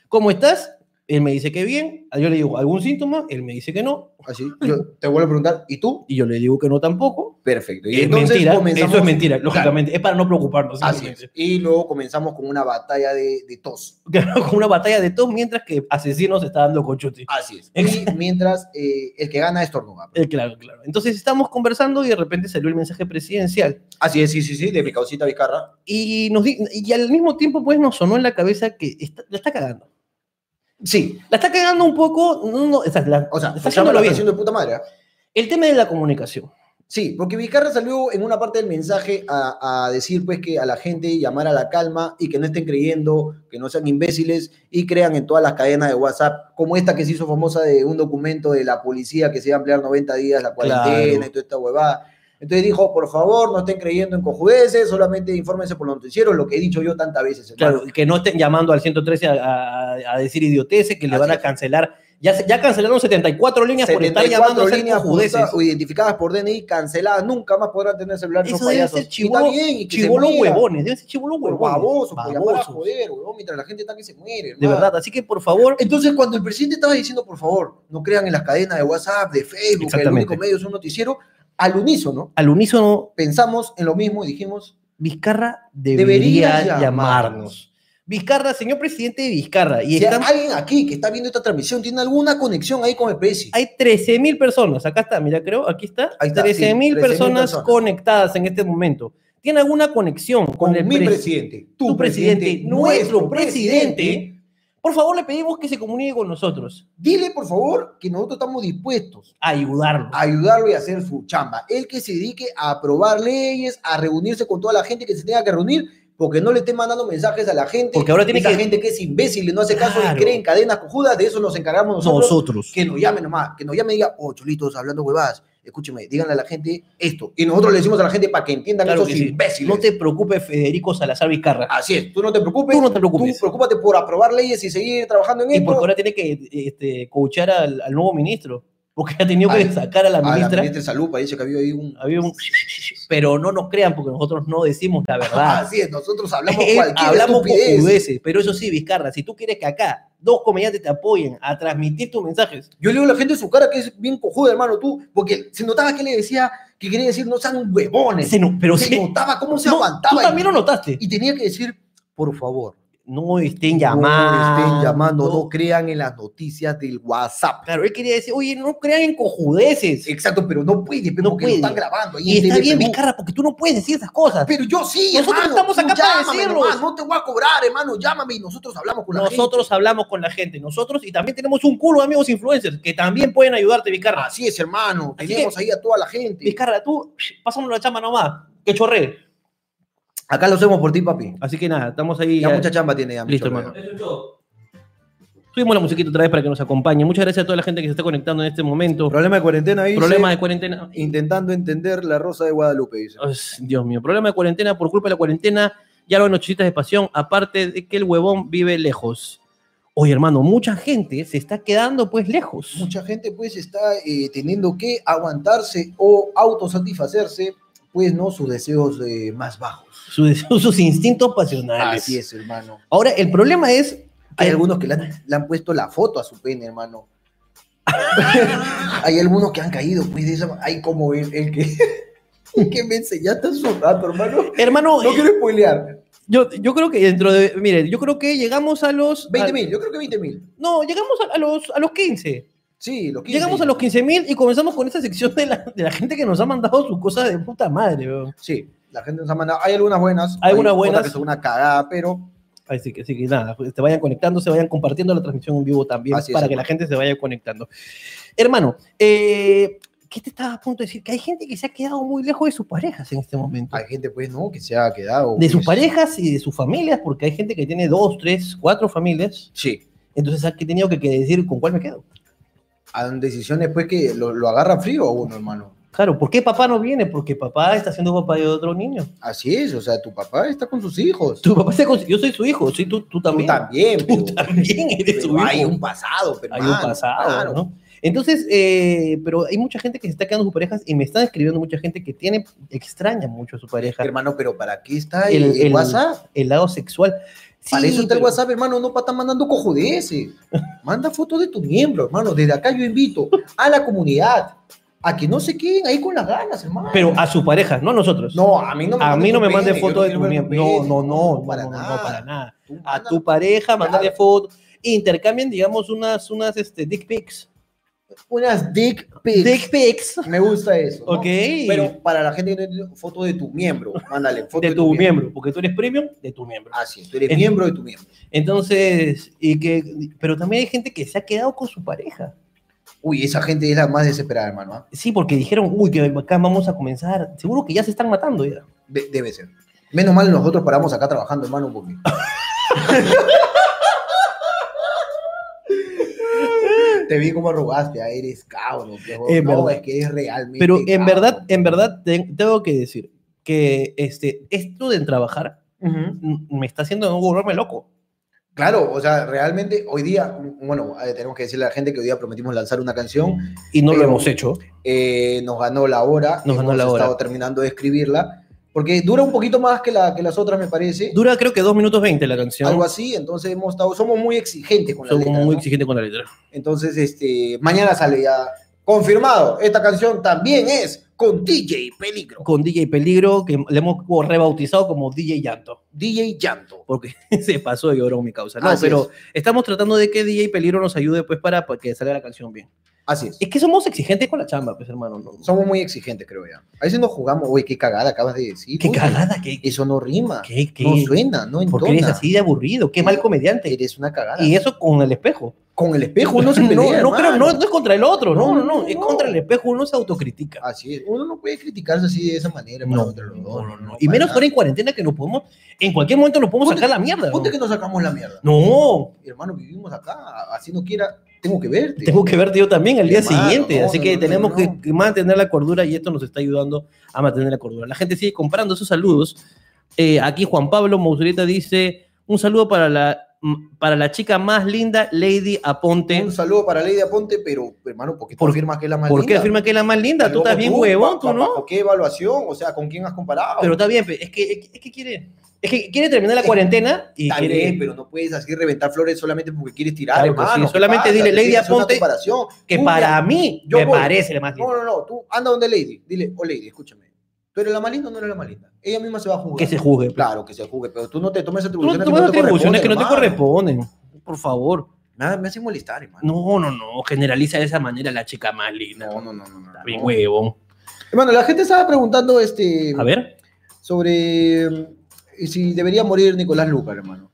Speaker 3: ¿cómo estás? Él me dice que bien, yo le digo algún síntoma, él me dice que no,
Speaker 2: Así, yo te vuelvo a preguntar, ¿y tú?
Speaker 3: y yo le digo que no tampoco.
Speaker 2: Perfecto. Y
Speaker 3: es
Speaker 2: entonces
Speaker 3: mentira,
Speaker 2: comenzamos.
Speaker 3: eso es mentira, lógicamente, es para no preocuparnos.
Speaker 2: Así
Speaker 3: simplemente.
Speaker 2: es. Y luego comenzamos con una batalla de, de tos.
Speaker 3: Ganó con una batalla de tos mientras que Asesino se está dando con Chuti.
Speaker 2: Así es. Y mientras eh, el que gana estornuda.
Speaker 3: Eh, claro, claro. Entonces estamos conversando y de repente salió el mensaje presidencial.
Speaker 2: Así es, Ah, sí, sí, sí, de mi causita Vizcarra.
Speaker 3: Y, nos di- y al mismo tiempo, pues, nos sonó en la cabeza que está- la está cagando.
Speaker 2: Sí.
Speaker 3: La está cagando un poco. No, no, está, la-
Speaker 2: O sea,
Speaker 3: está
Speaker 2: Vizcarra
Speaker 3: haciéndolo
Speaker 2: la está
Speaker 3: bien.
Speaker 2: haciendo de puta madre. ¿ah?
Speaker 3: El tema de la comunicación.
Speaker 2: Sí, porque Vizcarra salió en una parte del mensaje a, a decir pues que a la gente llamar a la calma y que no estén creyendo, que no sean imbéciles y crean en todas las cadenas de WhatsApp, como esta que se hizo famosa de un documento de la policía que se iba a ampliar 90 días la cuarentena
Speaker 3: Claro.
Speaker 2: y toda esta huevada. Entonces dijo, por favor, no estén creyendo en cojudeces, solamente infórmense por los noticieros, lo que he dicho yo tantas veces. hermano.
Speaker 3: Claro, que no estén llamando al 113 a, a- a decir idioteces, que le
Speaker 2: Así
Speaker 3: van a
Speaker 2: es.
Speaker 3: cancelar. Ya, se- ya cancelaron 74 líneas por estar
Speaker 2: 74
Speaker 3: llamando a
Speaker 2: líneas
Speaker 3: hacer
Speaker 2: judeces
Speaker 3: cojudeces.
Speaker 2: o identificadas por DNI, canceladas, nunca más podrán tener celular esos
Speaker 3: Eso debe
Speaker 2: payasos.
Speaker 3: ser
Speaker 2: Y está
Speaker 3: chivolo,
Speaker 2: bien, y que se
Speaker 3: chivolo
Speaker 2: mueran.
Speaker 3: huevones. Debe ser chivolo
Speaker 2: Por
Speaker 3: huevones.
Speaker 2: baboso, por llamar a
Speaker 3: babosos,
Speaker 2: joder, huevón, mientras la gente está que se muere.
Speaker 3: De
Speaker 2: hermano.
Speaker 3: verdad. Así que, por favor,
Speaker 2: Entonces, cuando el presidente estaba diciendo, por favor, no crean en las cadenas de WhatsApp, de Facebook, que el
Speaker 3: Exactamente.
Speaker 2: único medio es un noticiero, al unísono
Speaker 3: al unísono
Speaker 2: pensamos en lo mismo y dijimos,
Speaker 3: Vizcarra debería,
Speaker 2: Debería
Speaker 3: llamarnos. Vizcarra, señor presidente de Vizcarra, y
Speaker 2: si
Speaker 3: están-
Speaker 2: alguien aquí que está viendo esta transmisión tiene alguna conexión ahí con el presi,
Speaker 3: hay 13 mil personas, acá está, mira, creo, aquí está,
Speaker 2: Ahí está,
Speaker 3: 13 mil
Speaker 2: sí, 13.000
Speaker 3: personas,
Speaker 2: personas.
Speaker 3: conectadas en este momento. ¿Tiene alguna conexión con,
Speaker 2: con
Speaker 3: el
Speaker 2: mi
Speaker 3: pres-
Speaker 2: presidente,
Speaker 3: tu, presidente, nuestro presidente? Por favor, le pedimos que se comunique con nosotros,
Speaker 2: Dile, por favor, que nosotros estamos dispuestos
Speaker 3: a ayudarlo.
Speaker 2: a ayudarlo y hacer su chamba. El que se dedique a aprobar leyes, a reunirse con toda la gente que se tenga que reunir, porque no le estén mandando mensajes a la gente.
Speaker 3: Porque ahora tiene
Speaker 2: Esa
Speaker 3: que-
Speaker 2: gente que es imbécil y no hace caso
Speaker 3: Claro.
Speaker 2: y cree en cadenas cojudas, de eso nos encargamos nosotros.
Speaker 3: Nosotros.
Speaker 2: Que nos llame nomás, que nos llame y diga, oh, chulitos, hablando huevadas, escúcheme, díganle a la gente esto. Y nosotros le decimos a la gente para que entiendan
Speaker 3: Claro
Speaker 2: esos
Speaker 3: que sí.
Speaker 2: imbéciles.
Speaker 3: No te preocupes, Federico Salazar Vizcarra.
Speaker 2: Así es, tú no te preocupes.
Speaker 3: Tú no te preocupes.
Speaker 2: Tú preocúpate por aprobar leyes y seguir trabajando en
Speaker 3: y
Speaker 2: esto.
Speaker 3: porque ahora tiene que este, coachar al, al nuevo ministro, porque ha tenido que
Speaker 2: Al-
Speaker 3: sacar a la
Speaker 2: A la
Speaker 3: ministra.
Speaker 2: ministra de Salud parece que había ahí un...
Speaker 3: Había un- Pero no nos crean porque nosotros no decimos la verdad.
Speaker 2: Así es, nosotros hablamos
Speaker 3: Eh,
Speaker 2: cualquier
Speaker 3: Ah. Hablamos con
Speaker 2: estupidez.
Speaker 3: judeces, pero eso sí, Vizcarra, si tú quieres que acá dos comediantes te apoyen a transmitir tus mensajes,
Speaker 2: Yo le digo a la gente su cara que es bien cojuda, hermano, tú, porque se notaba que le decía que quería decir no sean huevones.
Speaker 3: se no- pero
Speaker 2: se
Speaker 3: sí-
Speaker 2: notaba cómo se
Speaker 3: no,
Speaker 2: aguantaba.
Speaker 3: Tú
Speaker 2: y-
Speaker 3: también lo notaste.
Speaker 2: y, tenía que decir, por favor,
Speaker 3: No estén
Speaker 2: no
Speaker 3: llamando.
Speaker 2: estén llamando, no crean en las noticias del WhatsApp.
Speaker 3: Claro, él quería decir, oye, no crean en cojudeces.
Speaker 2: Exacto, pero no puede, pero
Speaker 3: No
Speaker 2: porque
Speaker 3: puede.
Speaker 2: lo están grabando. ahí
Speaker 3: Y
Speaker 2: en
Speaker 3: está
Speaker 2: TV
Speaker 3: bien,
Speaker 2: Perú.
Speaker 3: Vizcarra, porque tú no puedes decir esas cosas.
Speaker 2: Pero yo sí,
Speaker 3: Nosotros
Speaker 2: hermano,
Speaker 3: estamos
Speaker 2: tú
Speaker 3: acá para
Speaker 2: llámame
Speaker 3: decirlos.
Speaker 2: nomás, no te voy a cobrar, hermano, llámame y nosotros hablamos con la gente.
Speaker 3: Nosotros hablamos con la gente, nosotros, y también tenemos un culo de amigos influencers que también pueden ayudarte, Vizcarra.
Speaker 2: Así es, hermano,
Speaker 3: Así
Speaker 2: tenemos ahí a toda la gente.
Speaker 3: Vizcarra, tú, pásame la chamba nomás, que chorre.
Speaker 2: Acá lo hacemos por ti, papi.
Speaker 3: Así que nada, estamos ahí. eh,
Speaker 2: Ya
Speaker 3: ya.
Speaker 2: Ah, mucha chamba tiene ya.
Speaker 3: Listo,
Speaker 2: mucho,
Speaker 3: hermano. Subimos la musiquita otra vez para que nos acompañe. Muchas gracias a toda la gente que se está conectando en este momento.
Speaker 2: Problema de cuarentena ahí.
Speaker 3: Problema de cuarentena.
Speaker 2: Intentando entender la rosa de Guadalupe, dice.
Speaker 3: Ay, Dios mío, problema de cuarentena por culpa de la cuarentena. Ya no hay nochecitas de pasión, aparte de que el huevón vive lejos. Oye, hermano, mucha gente se está quedando pues lejos.
Speaker 2: Mucha gente pues está eh, teniendo que aguantarse o autosatisfacerse, pues no sus deseos eh, más bajos.
Speaker 3: Sus, deseos, sus instintos pasionales.
Speaker 2: Así es, hermano.
Speaker 3: Ahora, el problema es
Speaker 2: Hay algunos que le han, le han puesto la foto a su pene, hermano. hay algunos que han caído, pues de esa ma- hay como el, el que el que me enseñaste hace un rato, hermano.
Speaker 3: Hermano,
Speaker 2: No quiero spoilear.
Speaker 3: yo, yo creo que dentro de. Mire, yo creo que llegamos a los.
Speaker 2: 20
Speaker 3: a-
Speaker 2: mil, yo creo que 20 mil.
Speaker 3: No, llegamos a, a los, a los 15.
Speaker 2: Sí, los 15.
Speaker 3: Llegamos a los 15 mil y comenzamos con esta sección de la, de la gente que nos ha mandado sus cosas de puta madre, weón.
Speaker 2: Sí, la gente nos ha mandado. Hay algunas buenas.
Speaker 3: Hay algunas
Speaker 2: otras
Speaker 3: buenas.
Speaker 2: que son una cagada, pero
Speaker 3: Así que, así que nada, pues, se vayan conectando, se vayan compartiendo la transmisión en vivo también
Speaker 2: Así es,
Speaker 3: para que
Speaker 2: hermano.
Speaker 3: la gente se vaya conectando. Hermano, eh, ¿qué te estaba a punto de decir? Que hay gente que se ha quedado muy lejos de sus parejas en este momento.
Speaker 2: hay gente, pues, ¿no? Que se ha quedado.
Speaker 3: de sus
Speaker 2: pues,
Speaker 3: parejas y de sus familias, porque hay gente que tiene dos, tres, cuatro familias.
Speaker 2: Sí.
Speaker 3: Entonces ha tenido que, que decir con cuál me quedo.
Speaker 2: Han decisiones, pues, que lo, lo agarra frío a uno, hermano.
Speaker 3: Claro, ¿por qué papá no viene? Porque papá está siendo papá de otro niño.
Speaker 2: Así es, o sea, tu papá está con sus hijos.
Speaker 3: Tu papá se cons- Yo soy su hijo, soy tú, tú
Speaker 2: Tú
Speaker 3: también.
Speaker 2: también, pero-
Speaker 3: Tú también eres su
Speaker 2: pero
Speaker 3: hijo.
Speaker 2: hay un pasado, pero
Speaker 3: Hay un
Speaker 2: hermano,
Speaker 3: pasado,
Speaker 2: claro.
Speaker 3: ¿no? Entonces, eh, pero hay mucha gente que se está quedando sus parejas y me están escribiendo mucha gente que tiene, extraña mucho a su pareja.
Speaker 2: Hermano, pero ¿para qué está el,
Speaker 3: El-
Speaker 2: el
Speaker 3: el-
Speaker 2: WhatsApp?
Speaker 3: El lado sexual.
Speaker 2: para
Speaker 3: Sí,
Speaker 2: eso está el
Speaker 3: pero-
Speaker 2: WhatsApp, hermano, no para estar mandando cojudeces. Manda fotos de tu miembro, hermano. Desde acá yo invito a la comunidad a que no se queden ahí con las ganas, hermano.
Speaker 3: Pero a su pareja, no a nosotros.
Speaker 2: No, a mí no me
Speaker 3: a mí no me mande
Speaker 2: mandes
Speaker 3: fotos de tu miembro. No, no, no, no,
Speaker 2: para
Speaker 3: no, no,
Speaker 2: nada.
Speaker 3: para nada.
Speaker 2: Tú
Speaker 3: A
Speaker 2: manda-
Speaker 3: tu pareja, mandarle fotos. Intercambien, digamos, unas, unas este, dick pics.
Speaker 2: unas dick pics.
Speaker 3: Dick pics.
Speaker 2: Me gusta eso. ¿no?
Speaker 3: Ok.
Speaker 2: Pero para la gente que no tiene foto de tu miembro, mándale foto
Speaker 3: de tu miembro, porque tú eres premium de tu miembro.
Speaker 2: Así, es, Ah, tú eres
Speaker 3: En-
Speaker 2: miembro de tu miembro.
Speaker 3: Entonces, y que, pero también hay gente que se ha quedado con su pareja.
Speaker 2: Uy, esa gente es la más desesperada, hermano. ¿ah?
Speaker 3: Sí, porque dijeron, uy, que acá vamos a comenzar. Seguro que ya se están matando ya.
Speaker 2: De- debe ser. Menos mal nosotros paramos acá trabajando, hermano, porque te vi como arrugaste, ah, eres cabrón. qué bo-
Speaker 3: Es
Speaker 2: no,
Speaker 3: verdad.
Speaker 2: es que es realmente.
Speaker 3: Pero en
Speaker 2: cabrón.
Speaker 3: verdad, en verdad, te- tengo que decir que este, esto de trabajar
Speaker 2: Ujú.
Speaker 3: mm, me está haciendo no volverme loco.
Speaker 2: Claro, o sea, realmente hoy día, bueno, eh, tenemos que decirle a la gente que hoy día prometimos lanzar una canción.
Speaker 3: Y no lo
Speaker 2: Pero-
Speaker 3: hemos hecho.
Speaker 2: eh, nos ganó la hora.
Speaker 3: Nos ganó
Speaker 2: hemos
Speaker 3: la hora.
Speaker 2: estado terminando de escribirla. Porque dura un poquito más que, la, que las otras, me parece.
Speaker 3: Dura creo que 2 minutos 20 la canción.
Speaker 2: Algo así. Entonces hemos estado, somos muy exigentes con la
Speaker 3: Soy
Speaker 2: letra.
Speaker 3: muy
Speaker 2: ¿no?
Speaker 3: exigente con la letra.
Speaker 2: Entonces, este, mañana sale ya. Confirmado, esta canción también es con DJ Peligro,
Speaker 3: Con DJ Peligro, que le hemos como rebautizado como DJ Llanto.
Speaker 2: DJ Llanto.
Speaker 3: porque se pasó de llorón mi causa. No,
Speaker 2: Así
Speaker 3: pero estamos tratando de que DJ Peligro nos ayude pues para para que salga la canción bien.
Speaker 2: Así es.
Speaker 3: Es que somos exigentes con la chamba, pues hermano. no- no.
Speaker 2: Somos muy exigentes, creo ya. A veces nos jugamos, oye, qué cagada acabas de decir.
Speaker 3: Qué
Speaker 2: Uy,
Speaker 3: cagada, qué, qué,
Speaker 2: Eso no rima,
Speaker 3: qué-
Speaker 2: no suena, no entona.
Speaker 3: ¿Por qué eres así de aburrido? Qué mal comediante.
Speaker 2: Eres una cagada.
Speaker 3: Y eso con el espejo.
Speaker 2: Con el espejo uno se
Speaker 3: no,
Speaker 2: pelea,
Speaker 3: no, creo,
Speaker 2: hermano.
Speaker 3: no, no es contra el otro, no,
Speaker 2: No,
Speaker 3: no, no,
Speaker 2: no,
Speaker 3: es
Speaker 2: no.
Speaker 3: contra el espejo, uno se autocritica.
Speaker 2: Así es. Uno no puede criticarse así de esa manera. hermano,
Speaker 3: No,
Speaker 2: entre los
Speaker 3: no,
Speaker 2: dos,
Speaker 3: no, no.
Speaker 2: no,
Speaker 3: Y
Speaker 2: para
Speaker 3: menos
Speaker 2: nada.
Speaker 3: ahora en cuarentena que nos podemos, en cualquier momento nos podemos
Speaker 2: Ponte-
Speaker 3: sacar la mierda.
Speaker 2: Ponte
Speaker 3: ¿no?
Speaker 2: que nos sacamos la mierda.
Speaker 3: No,
Speaker 2: Hermano, vivimos acá. Así no quiera, tengo que verte.
Speaker 3: Tengo que verte yo también al día
Speaker 2: Hermano,
Speaker 3: siguiente,
Speaker 2: no,
Speaker 3: así
Speaker 2: no,
Speaker 3: que
Speaker 2: no,
Speaker 3: tenemos
Speaker 2: no.
Speaker 3: que- que mantener la cordura y esto nos está ayudando a mantener la cordura. La gente sigue comprando sus saludos. Eh, aquí Juan Pablo Mausoleta dice, un saludo para la, mm, para la chica más linda, Lady Aponte.
Speaker 2: Un saludo para Lady Aponte, pero hermano, ¿por qué tú
Speaker 3: ¿Por-
Speaker 2: afirmas que es la más
Speaker 3: ¿Por qué
Speaker 2: linda?
Speaker 3: afirma que es la más linda?
Speaker 2: Y
Speaker 3: Tú
Speaker 2: luego
Speaker 3: estás bien huevón,
Speaker 2: pa-
Speaker 3: tú
Speaker 2: pa-
Speaker 3: no.
Speaker 2: ¿Bajo qué evaluación? O sea, ¿con quién has comparado?
Speaker 3: Pero está bien, pe, es que, es que- es que quiere... Es que quiere terminar la cuarentena y
Speaker 2: Está
Speaker 3: quiere-
Speaker 2: bien, pero no puedes así reventar flores solamente porque quieres tirar,
Speaker 3: Claro que
Speaker 2: hermano.
Speaker 3: sí,
Speaker 2: ¿qué
Speaker 3: solamente dile,
Speaker 2: Tienes
Speaker 3: Lady
Speaker 2: que hacer una
Speaker 3: Aponte,
Speaker 2: comparación.
Speaker 3: que
Speaker 2: Tú
Speaker 3: para
Speaker 2: ya-
Speaker 3: mí
Speaker 2: yo
Speaker 3: me
Speaker 2: voy.
Speaker 3: parece la más linda.
Speaker 2: No, no, no. Tú anda donde Lady. Dile, oh Lady, escúchame. ¿Tú eres la más linda o no eres la más linda? Ella misma se va a jugar.
Speaker 3: Que se juzgue. pe.
Speaker 2: Claro, que se jugue, pero tú no te tomes
Speaker 3: Tú
Speaker 2: atribuciones,
Speaker 3: no tomas atribuciones que no te
Speaker 2: hermano.
Speaker 3: corresponden. Por favor.
Speaker 2: Nada, me hace molestar, hermano.
Speaker 3: No, no, no. Generaliza de esa manera la chica más linda.
Speaker 2: No, no, no, no. no,
Speaker 3: Está bien,
Speaker 2: no.
Speaker 3: huevón.
Speaker 2: Hermano, la gente estaba preguntando este,
Speaker 3: A ver.
Speaker 2: sobre eh, si debería morir Nicolás Luca, hermano.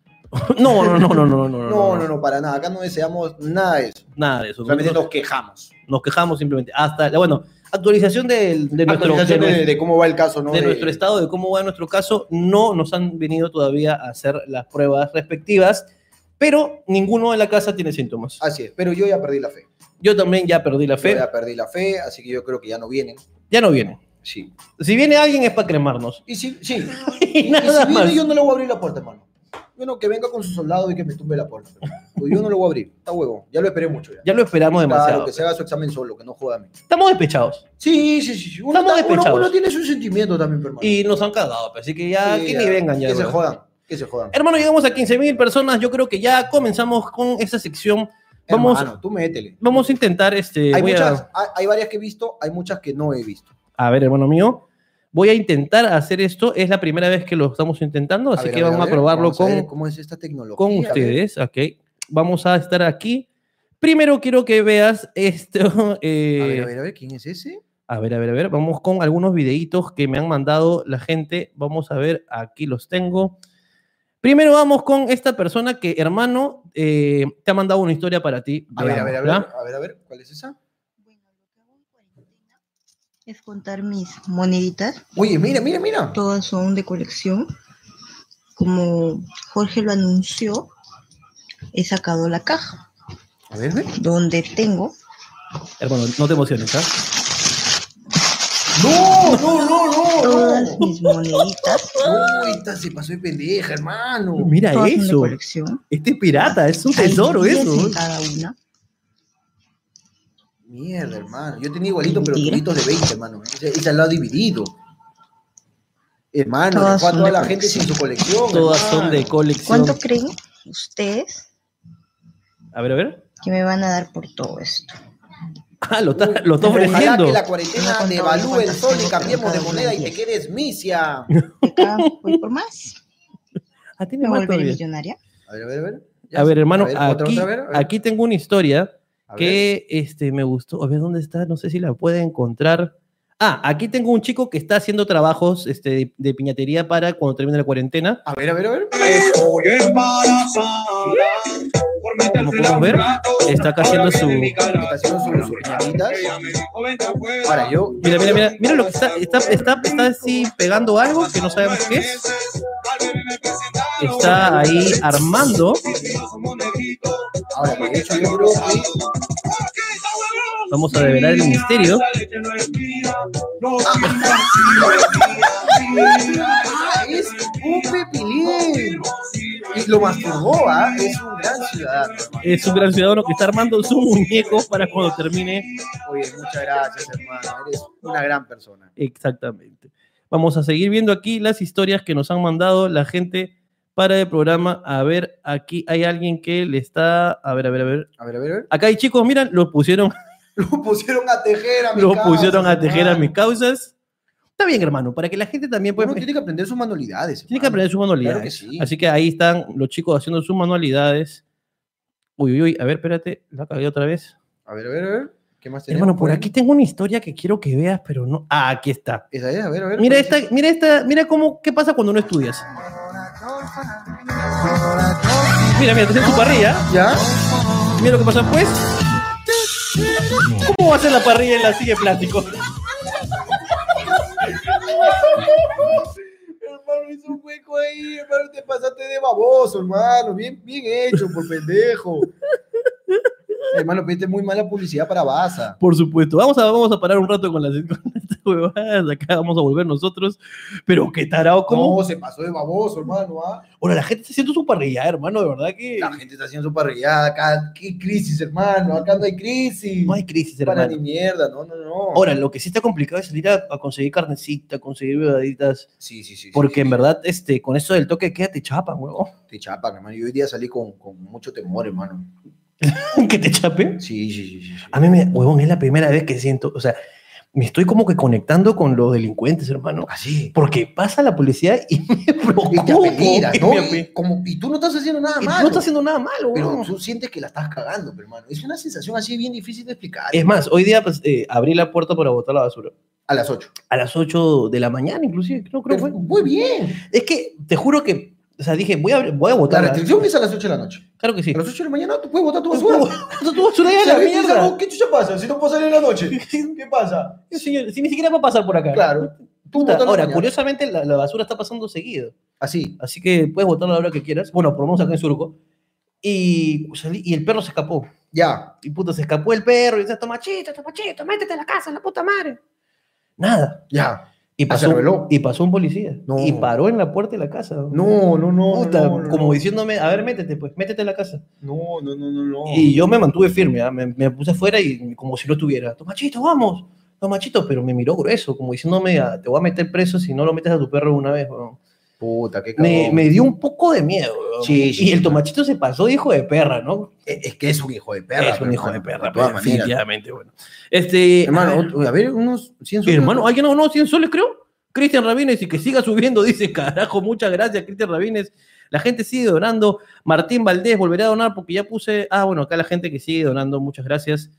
Speaker 3: No, no, no, no, no, no, no.
Speaker 2: No, no, no, para nada. Acá no deseamos nada de eso.
Speaker 3: Nada de eso.
Speaker 2: Solamente
Speaker 3: Nosotros
Speaker 2: nos quejamos.
Speaker 3: nos quejamos simplemente. Hasta, bueno, actualización del- de, nuestro, de,
Speaker 2: Actualizaciones de,
Speaker 3: nuestro-
Speaker 2: de cómo va el caso, ¿no?
Speaker 3: de
Speaker 2: De-
Speaker 3: nuestro estado, de cómo va nuestro caso. No nos han venido todavía a hacer las pruebas respectivas. Pero ninguno en la casa tiene síntomas.
Speaker 2: Así es, pero yo ya perdí la fe.
Speaker 3: Yo también ya perdí la
Speaker 2: Yo
Speaker 3: fe.
Speaker 2: ya perdí la fe, así que yo creo que ya no vienen.
Speaker 3: Ya no vienen.
Speaker 2: Sí.
Speaker 3: Si viene alguien es para cremarnos.
Speaker 2: Y sí, sí.
Speaker 3: Y
Speaker 2: Y si
Speaker 3: nada
Speaker 2: viene,
Speaker 3: más.
Speaker 2: yo no le voy a abrir la puerta, hermano. Yo no, que venga con su soldado y que me tumbe la puerta. Pues yo no le voy a abrir. Está huevo. Ya lo esperé mucho. Ya.
Speaker 3: Ya lo esperamos demasiado.
Speaker 2: Claro, que se haga su examen solo, que no joda a mí.
Speaker 3: Estamos despechados.
Speaker 2: Sí, sí, sí. sí. Uno,
Speaker 3: Estamos
Speaker 2: está- uno-
Speaker 3: despechados.
Speaker 2: uno tiene sus sentimientos también, hermano.
Speaker 3: Y nos han cagado, pues, así que ya
Speaker 2: Sí,
Speaker 3: que
Speaker 2: ya.
Speaker 3: ni vengan ya.
Speaker 2: Que se
Speaker 3: bro.
Speaker 2: jodan, que se jodan.
Speaker 3: Hermano, llegamos a 15.000 personas. Yo creo que ya comenzamos con esta sección. Vamos,
Speaker 2: Hermano, tú métele.
Speaker 3: vamos a intentar este.
Speaker 2: hay
Speaker 3: voy a-
Speaker 2: muchas, hay, hay varias que he visto, hay muchas que no he visto.
Speaker 3: A ver, hermano mío, voy a intentar hacer esto. Es la primera vez que lo estamos intentando, así
Speaker 2: ver,
Speaker 3: que
Speaker 2: ver,
Speaker 3: vamos a
Speaker 2: ver,
Speaker 3: probarlo
Speaker 2: vamos a ver
Speaker 3: con,
Speaker 2: ¿Cómo es esta tecnología?
Speaker 3: con
Speaker 2: A ver.
Speaker 3: ustedes. Ok, vamos a estar aquí. Primero quiero que veas esto.
Speaker 2: A
Speaker 3: eh,
Speaker 2: ver, a ver, a ver, ¿quién es ese?
Speaker 3: a ver, a ver, a ver, Vamos con algunos videitos que me han mandado la gente. Vamos a ver, aquí los tengo. Primero vamos con esta persona que, hermano, eh, te ha mandado una historia para ti.
Speaker 2: A ver, a ver, a ver,
Speaker 3: Veámosla.
Speaker 2: a ver, a ver, ¿cuál es esa?
Speaker 1: Bueno, lo que hago en cuarentena es contar mis moneditas.
Speaker 2: Oye, mira, mira, mira.
Speaker 1: Todas son de colección. Como Jorge lo anunció, he sacado la caja
Speaker 2: A ver, ve.
Speaker 1: donde tengo
Speaker 3: Hermano, no te emociones, ¿ah?
Speaker 2: No, no, no, no,
Speaker 1: todas
Speaker 3: Oh.
Speaker 2: no.
Speaker 1: mis moneditas.
Speaker 2: No, esta se pasó de pendeja, hermano.
Speaker 3: Mira
Speaker 1: Oh, todas son de
Speaker 3: eso.
Speaker 1: colección.
Speaker 3: Este pirata es un
Speaker 1: Hay
Speaker 3: tesoro
Speaker 1: 10
Speaker 3: eso.
Speaker 1: en cada una.
Speaker 2: Mierda, hermano. Yo tenía igualito, pero
Speaker 1: Mentira.
Speaker 2: tulitos de 20, hermano. Ese, ese lo ha dividido. Hermano,
Speaker 1: Todas
Speaker 2: dejó a
Speaker 1: son
Speaker 2: toda
Speaker 1: de
Speaker 2: la gente sin
Speaker 1: colección.
Speaker 2: su colección.
Speaker 3: Todas
Speaker 2: hermano.
Speaker 3: son de colección.
Speaker 1: ¿Cuánto creen ustedes
Speaker 3: A ver, a ver.
Speaker 1: que me van a dar por todo esto?
Speaker 3: Ah, lo
Speaker 1: Uh,
Speaker 3: está,
Speaker 2: Uy,
Speaker 3: lo está
Speaker 2: Ojalá
Speaker 3: ofreciendo.
Speaker 2: que la cuarentena
Speaker 1: No, no,
Speaker 2: devalúe
Speaker 1: no,
Speaker 2: el sol y
Speaker 1: no,
Speaker 2: cambiemos de
Speaker 1: no,
Speaker 2: moneda y
Speaker 1: no,
Speaker 2: te
Speaker 1: no.
Speaker 2: quedes misia.
Speaker 1: De acá voy por más.
Speaker 3: Ah, tiene
Speaker 1: Me
Speaker 3: más
Speaker 1: volveré
Speaker 3: todavía.
Speaker 1: millonaria.
Speaker 2: A ver, a ver, a ver. Ya
Speaker 3: A ver,
Speaker 2: sé.
Speaker 3: hermano,
Speaker 2: otra,
Speaker 3: aquí,
Speaker 2: otra, a ver, a ver.
Speaker 3: aquí tengo una historia
Speaker 2: A ver.
Speaker 3: que este, me gustó. A ver dónde está, no sé si la puede encontrar. Ah, aquí tengo un chico que está haciendo trabajos este, de, de piñatería para cuando termine la cuarentena.
Speaker 2: A ver, a ver, a ver.
Speaker 4: Estoy embarazada. Por
Speaker 3: Como
Speaker 4: meterse la
Speaker 3: podemos ver,
Speaker 4: un rato,
Speaker 3: está acá haciendo
Speaker 4: ahora viene
Speaker 3: su-
Speaker 4: mi cara.
Speaker 2: Está haciendo sus- sus piñatitas.
Speaker 4: Ella me dijo, "Vente afuera".
Speaker 2: Ahora yo.
Speaker 3: Mira, mira, mira, mira lo que está, está, está, está así pegando algo que no sabemos qué es. Está ahí armando.
Speaker 2: Ahora, de hecho, yo creo que.
Speaker 3: Vamos a develar el misterio.
Speaker 2: Ah, es un pepilín. Y lo masturbó, ¿ah? Es un gran ciudadano. hermano.
Speaker 3: Es un gran ciudadano que está armando su muñeco para cuando termine
Speaker 2: Oye, muchas gracias, hermano. Eres una gran persona.
Speaker 3: Exactamente. Vamos a seguir viendo aquí las historias que nos han mandado la gente para el programa. A ver, aquí hay alguien que le está. A ver, a ver, a ver.
Speaker 2: A ver, a ver, a ver.
Speaker 3: Acá hay chicos, miran, lo pusieron,
Speaker 2: Lo pusieron a tejer a mi
Speaker 3: lo
Speaker 2: casa,
Speaker 3: pusieron a tejer a
Speaker 2: hermano.
Speaker 3: mis causas. Está bien, hermano, para que la gente también pueda.
Speaker 2: Uno tiene que aprender sus manualidades.
Speaker 3: Tiene que
Speaker 2: hermano.
Speaker 3: aprender sus manualidades.
Speaker 2: Claro que sí.
Speaker 3: Así que ahí están los chicos haciendo sus manualidades. Uy, uy, uy. A ver, espérate, la cagué otra vez.
Speaker 2: A ver, a ver, a ver. ¿Qué más tenemos?
Speaker 3: Hermano, por
Speaker 2: ahí?
Speaker 3: aquí tengo una historia que quiero que veas, pero no. Ah, aquí está.
Speaker 2: Esa es, a ver, a ver.
Speaker 3: Mira
Speaker 2: ¿cuál
Speaker 3: esta,
Speaker 2: es?
Speaker 3: mira esta, mira cómo, qué pasa cuando no estudias. Mira, mira, está en su parrilla.
Speaker 2: ¿Ya?
Speaker 3: Mira lo que pasa pues. ¿Cómo va a ser la parrilla en la silla de plástico?
Speaker 2: Hermano, hizo un hueco ahí, hermano, te pasaste de baboso, hermano. Bien, bien hecho, por pendejo. hermano, pediste muy mala publicidad para Baza.
Speaker 3: Por supuesto. Vamos a, vamos a parar un rato con las con estas huevadas. Acá vamos a volver nosotros. Pero qué tarado, ¿cómo?
Speaker 2: No, se pasó de baboso, hermano. ¿ah?
Speaker 3: Ahora la gente está haciendo su parrilla, hermano, de verdad que.
Speaker 2: La gente está haciendo su parrillada. Acá, qué crisis, hermano. Acá no hay crisis.
Speaker 3: No hay crisis,
Speaker 2: para ni
Speaker 3: hermano.
Speaker 2: mierda, no, no, no.
Speaker 3: Ahora, lo que sí está complicado es salir a, a conseguir carnecita, conseguir bebaditas.
Speaker 2: sí, sí, sí, sí.
Speaker 3: Porque
Speaker 2: sí,
Speaker 3: en
Speaker 2: sí.
Speaker 3: verdad, este, con eso del toque de queda te chapan, huevón.
Speaker 2: Te chapan, hermano. Yo hoy día salí con, con mucho temor, hermano.
Speaker 3: ¿Que te chapen?
Speaker 2: Sí, sí, sí. sí, sí.
Speaker 3: A mí, me, huevón, es la primera vez que siento, o sea, me estoy como que conectando con los delincuentes, hermano.
Speaker 2: Así.
Speaker 3: Porque pasa la policía y me preocupa.
Speaker 2: Y te apelidas,
Speaker 3: y
Speaker 2: ¿no?
Speaker 3: me
Speaker 2: Y,
Speaker 3: ape-
Speaker 2: como, y tú no estás haciendo nada
Speaker 3: y
Speaker 2: malo.
Speaker 3: no está haciendo nada malo,
Speaker 2: pero
Speaker 3: huevón.
Speaker 2: tú sientes que la estás cagando, pero, hermano. Es una sensación así bien difícil de explicar.
Speaker 3: Es más, hoy día pues, eh, abrí la puerta para botar la basura.
Speaker 2: a las 8.
Speaker 3: A las 8 de la mañana, inclusive, creo, creo que fue.
Speaker 2: muy bien.
Speaker 3: Es que te juro que, o sea, dije, voy a, abrir- voy a
Speaker 2: La
Speaker 3: botar.
Speaker 2: restricción es a las 8 de la noche.
Speaker 3: Claro que sí.
Speaker 2: A las 8 de la mañana tú puedes votar tu basura.
Speaker 3: Tú basura ya
Speaker 2: Si
Speaker 3: a la
Speaker 2: alguien dice,
Speaker 3: mierda.
Speaker 2: "No, ¿Qué chucha pasa? Si no puedo salir en la noche. ¿Qué pasa?
Speaker 3: Señor, si ni siquiera va a pasar por acá.
Speaker 2: Claro. Tú
Speaker 3: Puta,
Speaker 2: votas la
Speaker 3: Ahora,
Speaker 2: mañana.
Speaker 3: curiosamente, la, la basura está pasando seguido.
Speaker 2: Así.
Speaker 3: Así que puedes votarla a la hora que quieras. Bueno, por lo menos acá en Surco. y, salí- y el perro se escapó.
Speaker 2: Ya.
Speaker 3: Y puta, se escapó el perro y dice, Tomachito, Tomachito, métete a la casa, la puta madre. Nada.
Speaker 2: Ya.
Speaker 3: Y
Speaker 2: Ah, se
Speaker 3: pasó,
Speaker 2: rebeló.
Speaker 3: y pasó un policía.
Speaker 2: No.
Speaker 3: Y paró en la puerta de la casa.
Speaker 2: No, no, no.
Speaker 3: Puta,
Speaker 2: no, no, no,
Speaker 3: como
Speaker 2: no.
Speaker 3: diciéndome, a ver, métete, pues, métete a la casa.
Speaker 2: No, no, no, no, no.
Speaker 3: Y yo me mantuve firme, ¿ah? me, me puse afuera y como si no estuviera. Tomachito, vamos. Tomachito, pero me miró grueso, como diciéndome, "Ah, te voy a meter preso si no lo metes a tu perro una vez. weón".
Speaker 2: Puta, qué cabrón.
Speaker 3: Me, me dio un poco de miedo. weón.
Speaker 2: Sí, sí,
Speaker 3: y el
Speaker 2: sí.
Speaker 3: tomachito se pasó de hijo de perra, ¿no?
Speaker 2: E, Es es que es un hijo de perra.
Speaker 3: es un
Speaker 2: pero,
Speaker 3: hijo de
Speaker 2: hermano,
Speaker 3: perra,
Speaker 2: De todas
Speaker 3: pues,
Speaker 2: maneras.
Speaker 3: definitivamente, bueno. Este, a ver,
Speaker 2: Hermano, ot- a ver, unos 100 soles.
Speaker 3: Hermano, ¿alguien no, no, 100 soles creo? Cristian Rabines y que siga subiendo, dice, carajo, muchas gracias, Cristian Rabines. La gente sigue donando. Martín Valdés volverá a donar porque ya puse, ah, bueno, acá la gente que sigue donando, muchas gracias,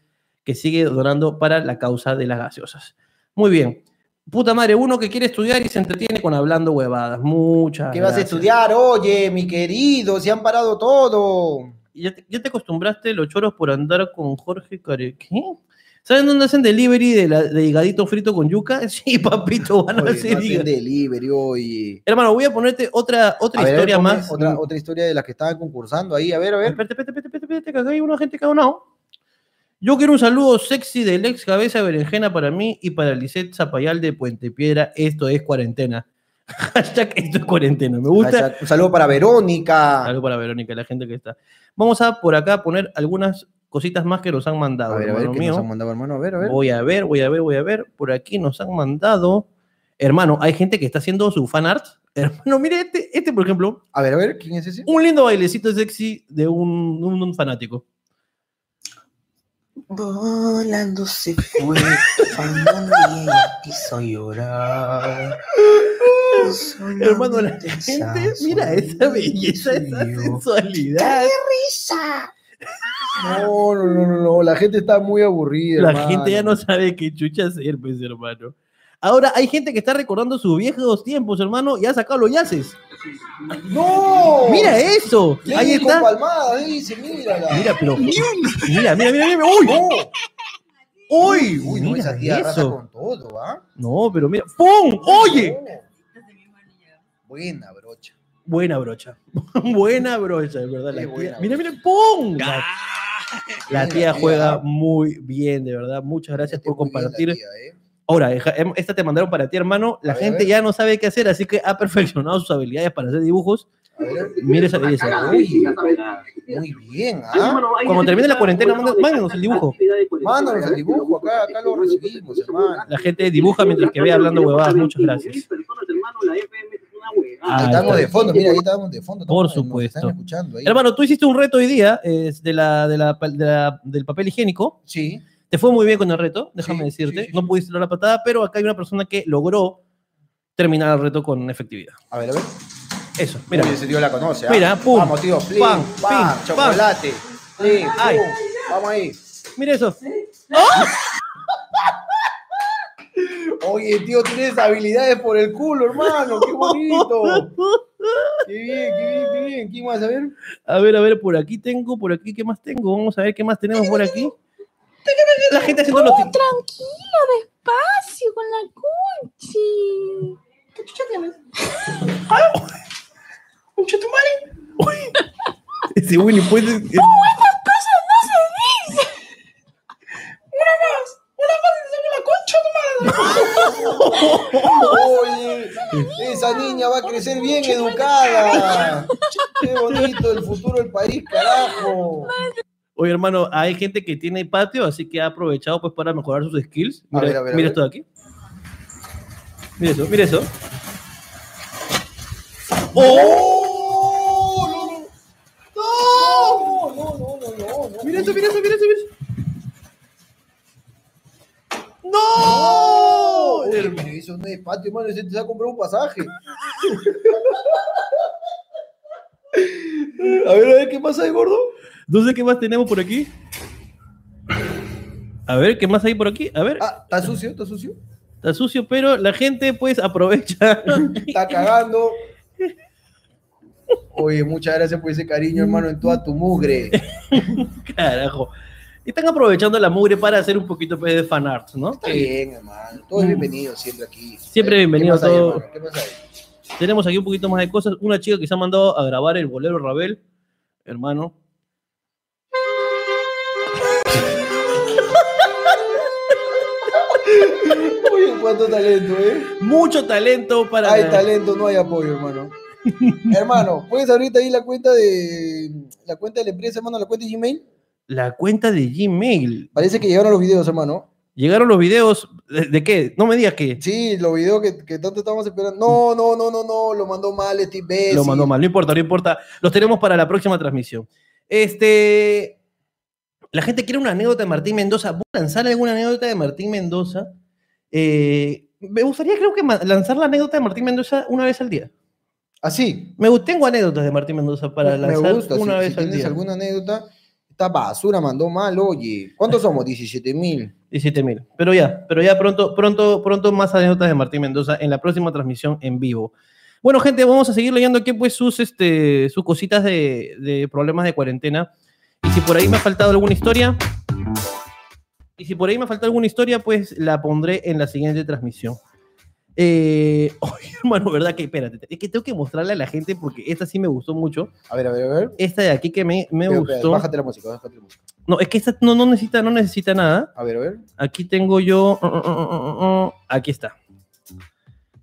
Speaker 3: que sigue donando para la causa de las gaseosas. Muy bien. Puta madre, uno que quiere estudiar y se entretiene con hablando huevadas. Muchas
Speaker 2: ¿Qué vas a
Speaker 3: gracias.
Speaker 2: estudiar? Oye, mi querido, se han parado todo.
Speaker 3: ¿Ya te, ya te acostumbraste los choros por andar con Jorge Care... ¿Qué? ¿Saben dónde hacen delivery de, la, de higadito frito con yuca? Sí, papito, van a
Speaker 2: Oye,
Speaker 3: hacer
Speaker 2: no hacen
Speaker 3: higa-
Speaker 2: delivery, oye.
Speaker 3: Hermano, voy a ponerte otra, otra
Speaker 2: A ver,
Speaker 3: historia
Speaker 2: ponme
Speaker 3: más.
Speaker 2: Otra, otra historia de las que estaban concursando ahí. A ver, a ver.
Speaker 3: Espérate, espérate, espérate, espérate, espérate, que acá hay una gente que ha donado. Yo quiero un saludo sexy del ex cabeza de berenjena para mí y para Lisette Zapayal de Puente Piedra. Esto es cuarentena. Hashtag esto es cuarentena. Me gusta.
Speaker 2: Un saludo para Verónica.
Speaker 3: Saludo para Verónica, la gente que está. Vamos a por acá poner algunas cositas más que nos han mandado.
Speaker 2: A ver, a ver,
Speaker 3: hermano
Speaker 2: ¿qué
Speaker 3: mío.
Speaker 2: nos han mandado, hermano? A ver, a ver.
Speaker 3: Voy a ver, voy a ver, voy a ver. Por aquí nos han mandado. Hermano, hay gente que está haciendo su fan art. Hermano, mire este, este por ejemplo.
Speaker 2: A ver, a ver, ¿quién es ese?
Speaker 3: un lindo bailecito sexy de un, un- un fanático.
Speaker 1: Volando se fue, andando y ella quiso llorar.
Speaker 3: Hermano, la gente, mira esa belleza, esa sensualidad.
Speaker 1: risa.
Speaker 2: No, no, no, no, no, La gente está muy aburrida.
Speaker 3: La
Speaker 2: hermano.
Speaker 3: gente ya no sabe qué chucha hacer, pues, hermano. Ahora hay gente que está recordando sus viejos tiempos, hermano, y ha sacado los yaces.
Speaker 2: ¡No!
Speaker 3: Mira eso.
Speaker 2: Sí,
Speaker 3: Ahí
Speaker 2: con
Speaker 3: está.
Speaker 2: palmada, dice, mírala.
Speaker 3: Mira, pero. Mira, mira, mira, mira. Uy, uy,
Speaker 2: Oh. Uy, no,
Speaker 3: mira
Speaker 2: esa tía arrasa
Speaker 3: eso.
Speaker 2: con todo, ¿ah?
Speaker 3: No, pero mira. ¡Pum! ¡Oye!
Speaker 2: Buena brocha.
Speaker 3: Buena brocha. buena brocha, es verdad.
Speaker 2: Qué
Speaker 3: La tía.
Speaker 2: buena
Speaker 3: Mira, mira, ¡pum! La, la
Speaker 2: Bien,
Speaker 3: tía
Speaker 2: la tía.
Speaker 3: juega muy bien, de verdad. Muchas gracias por
Speaker 2: Muy bien la
Speaker 3: compartir.
Speaker 2: tía, ¿eh?
Speaker 3: Ahora, eja- em- esta te mandaron para ti, hermano. La
Speaker 2: A ver, a
Speaker 3: gente
Speaker 2: ver.
Speaker 3: ya no sabe qué hacer, así que ha perfeccionado sus habilidades para hacer dibujos.
Speaker 2: A ver,
Speaker 3: Mira esa belleza.
Speaker 2: Uy, muy bien, ¿ah?
Speaker 3: Cuando termine la cuarentena, manda- mándenos el dibujo.
Speaker 2: Mándanos el dibujo, acá, acá lo recibimos, hermano.
Speaker 3: La gente dibuja mientras que ve hablando huevadas. Muchas gracias.
Speaker 2: Ahí
Speaker 3: Ah,
Speaker 2: estamos
Speaker 3: está.
Speaker 2: de fondo, mira, ahí estamos de fondo. estamos-
Speaker 3: Por
Speaker 2: nos
Speaker 3: supuesto.
Speaker 2: están escuchando ahí.
Speaker 3: Hermano, tú hiciste un reto hoy día es de la, de la, de la- del papel higiénico.
Speaker 2: Sí,
Speaker 3: Te fue muy bien con el reto, déjame
Speaker 2: Sí,
Speaker 3: decirte.
Speaker 2: sí, sí,
Speaker 3: No pudiste lograr la patada, pero acá hay una persona que logró terminar el reto con efectividad.
Speaker 2: a ver, a ver.
Speaker 3: Eso, mira.
Speaker 2: Uy, ese tío la conoce. ¿ah?
Speaker 3: Mira, pum,
Speaker 2: Vamos, tío, plim,
Speaker 3: pam,
Speaker 2: pam,
Speaker 3: pim,
Speaker 2: chocolate. plim, pum.
Speaker 3: Ay.
Speaker 2: Vamos ahí.
Speaker 3: Mira eso.
Speaker 2: Oye, tío, tienes habilidades por el culo, hermano. Qué bonito. Qué bien, qué bien, qué bien. ¿Quién más? A ver.
Speaker 3: A ver, a ver, por aquí tengo, por aquí, ¿qué más tengo? Vamos a ver qué más tenemos por aquí. La gente haciendo los... ti-
Speaker 5: Tranquilo, despacio, con la cuchi. ¿Qué chucha tienes?
Speaker 3: Ese Winnie pues... es-
Speaker 2: Oye, esa niña va a crecer bien educada. Qué bonito el futuro del país, carajo.
Speaker 3: Oye, hermano, hay gente que tiene patio, así que ha aprovechado pues para mejorar sus skills.
Speaker 2: A
Speaker 3: Mira,
Speaker 2: ver, a ver, a
Speaker 3: mira
Speaker 2: ver.
Speaker 3: esto de aquí. Mira eso, mira eso.
Speaker 2: ¡Oh! No, no. No, no, no, no, no.
Speaker 3: Mira eso, mira eso, mira eso, mira eso.
Speaker 2: ¡No! Oye, pero eso no es patio, hermano. Ese te va a comprar un pasaje. A ver, a ver, ¿qué pasa ahí, gordo?
Speaker 3: No sé qué más tenemos por aquí. A ver, ¿qué más hay por aquí? A ver,
Speaker 2: Ah, está sucio, está sucio.
Speaker 3: está sucio, pero la gente pues aprovecha.
Speaker 2: Está cagando. Oye, muchas gracias por ese
Speaker 3: Mm.
Speaker 2: cariño, hermano, en toda tu mugre.
Speaker 3: Carajo. Están aprovechando la mugre para hacer un poquito pues, de fan art, ¿no?
Speaker 2: Está bien, hermano. Todo es bienvenido siempre aquí.
Speaker 3: Mm. Siempre bienvenido
Speaker 2: ¿Qué más hay,
Speaker 3: todo.
Speaker 2: hermano? ¿Qué más hay?
Speaker 3: Tenemos aquí un poquito más de cosas. Una chica que se ha mandado a grabar el bolero Rabel, hermano.
Speaker 2: cuánto talento, ¿eh?
Speaker 3: Mucho talento para.
Speaker 2: Hay talento, no hay apoyo, hermano. hermano, ¿puedes abrirte ahí la cuenta de la cuenta de la empresa, hermano, la cuenta de Gmail?
Speaker 3: La cuenta de Gmail.
Speaker 2: Parece que llegaron los videos, hermano.
Speaker 3: Llegaron los videos. ¿De, de qué? No me digas que.
Speaker 2: Sí, los videos que, que tanto estábamos esperando. No, no, no, no, no, lo mandó mal este imbécil.
Speaker 3: Lo mandó mal, no importa, no importa. Los tenemos para la próxima transmisión. Este. La gente quiere una anécdota de Martín Mendoza. ¿Vos lanzar alguna anécdota de Martín Mendoza? Eh, me gustaría, creo que, ma- lanzar la anécdota de Martín Mendoza una vez al día.
Speaker 2: Así.
Speaker 3: Me gu- tengo anécdotas de Martín Mendoza para
Speaker 2: me
Speaker 3: lanzar
Speaker 2: gusta.
Speaker 3: una
Speaker 2: si,
Speaker 3: vez
Speaker 2: si
Speaker 3: al
Speaker 2: tienes
Speaker 3: día.
Speaker 2: alguna anécdota, esta basura mandó mal, oye. ¿Cuántos somos? 17 mil.
Speaker 3: 17.000. Pero ya, pero ya pronto, pronto, pronto más anécdotas de Martín Mendoza en la próxima transmisión en vivo. Bueno, gente, vamos a seguir leyendo aquí pues sus, este, sus cositas de, de problemas de cuarentena. Y si por ahí me ha faltado alguna historia, y si por ahí me ha faltado alguna historia, pues la pondré en la siguiente transmisión. Eh, oye, hermano, ¿verdad que? Espérate, es que tengo que mostrarle a la gente porque esta sí me gustó mucho.
Speaker 2: A ver, a ver, a ver.
Speaker 3: Esta de aquí que me,
Speaker 2: Espera,
Speaker 3: me
Speaker 2: espera,
Speaker 3: gustó.
Speaker 2: Bájate la música, bájate la música.
Speaker 3: No, es que esta no, no necesita, no necesita nada.
Speaker 2: A ver, a ver.
Speaker 3: Aquí tengo yo. uh, uh, uh, uh, uh, Aquí está.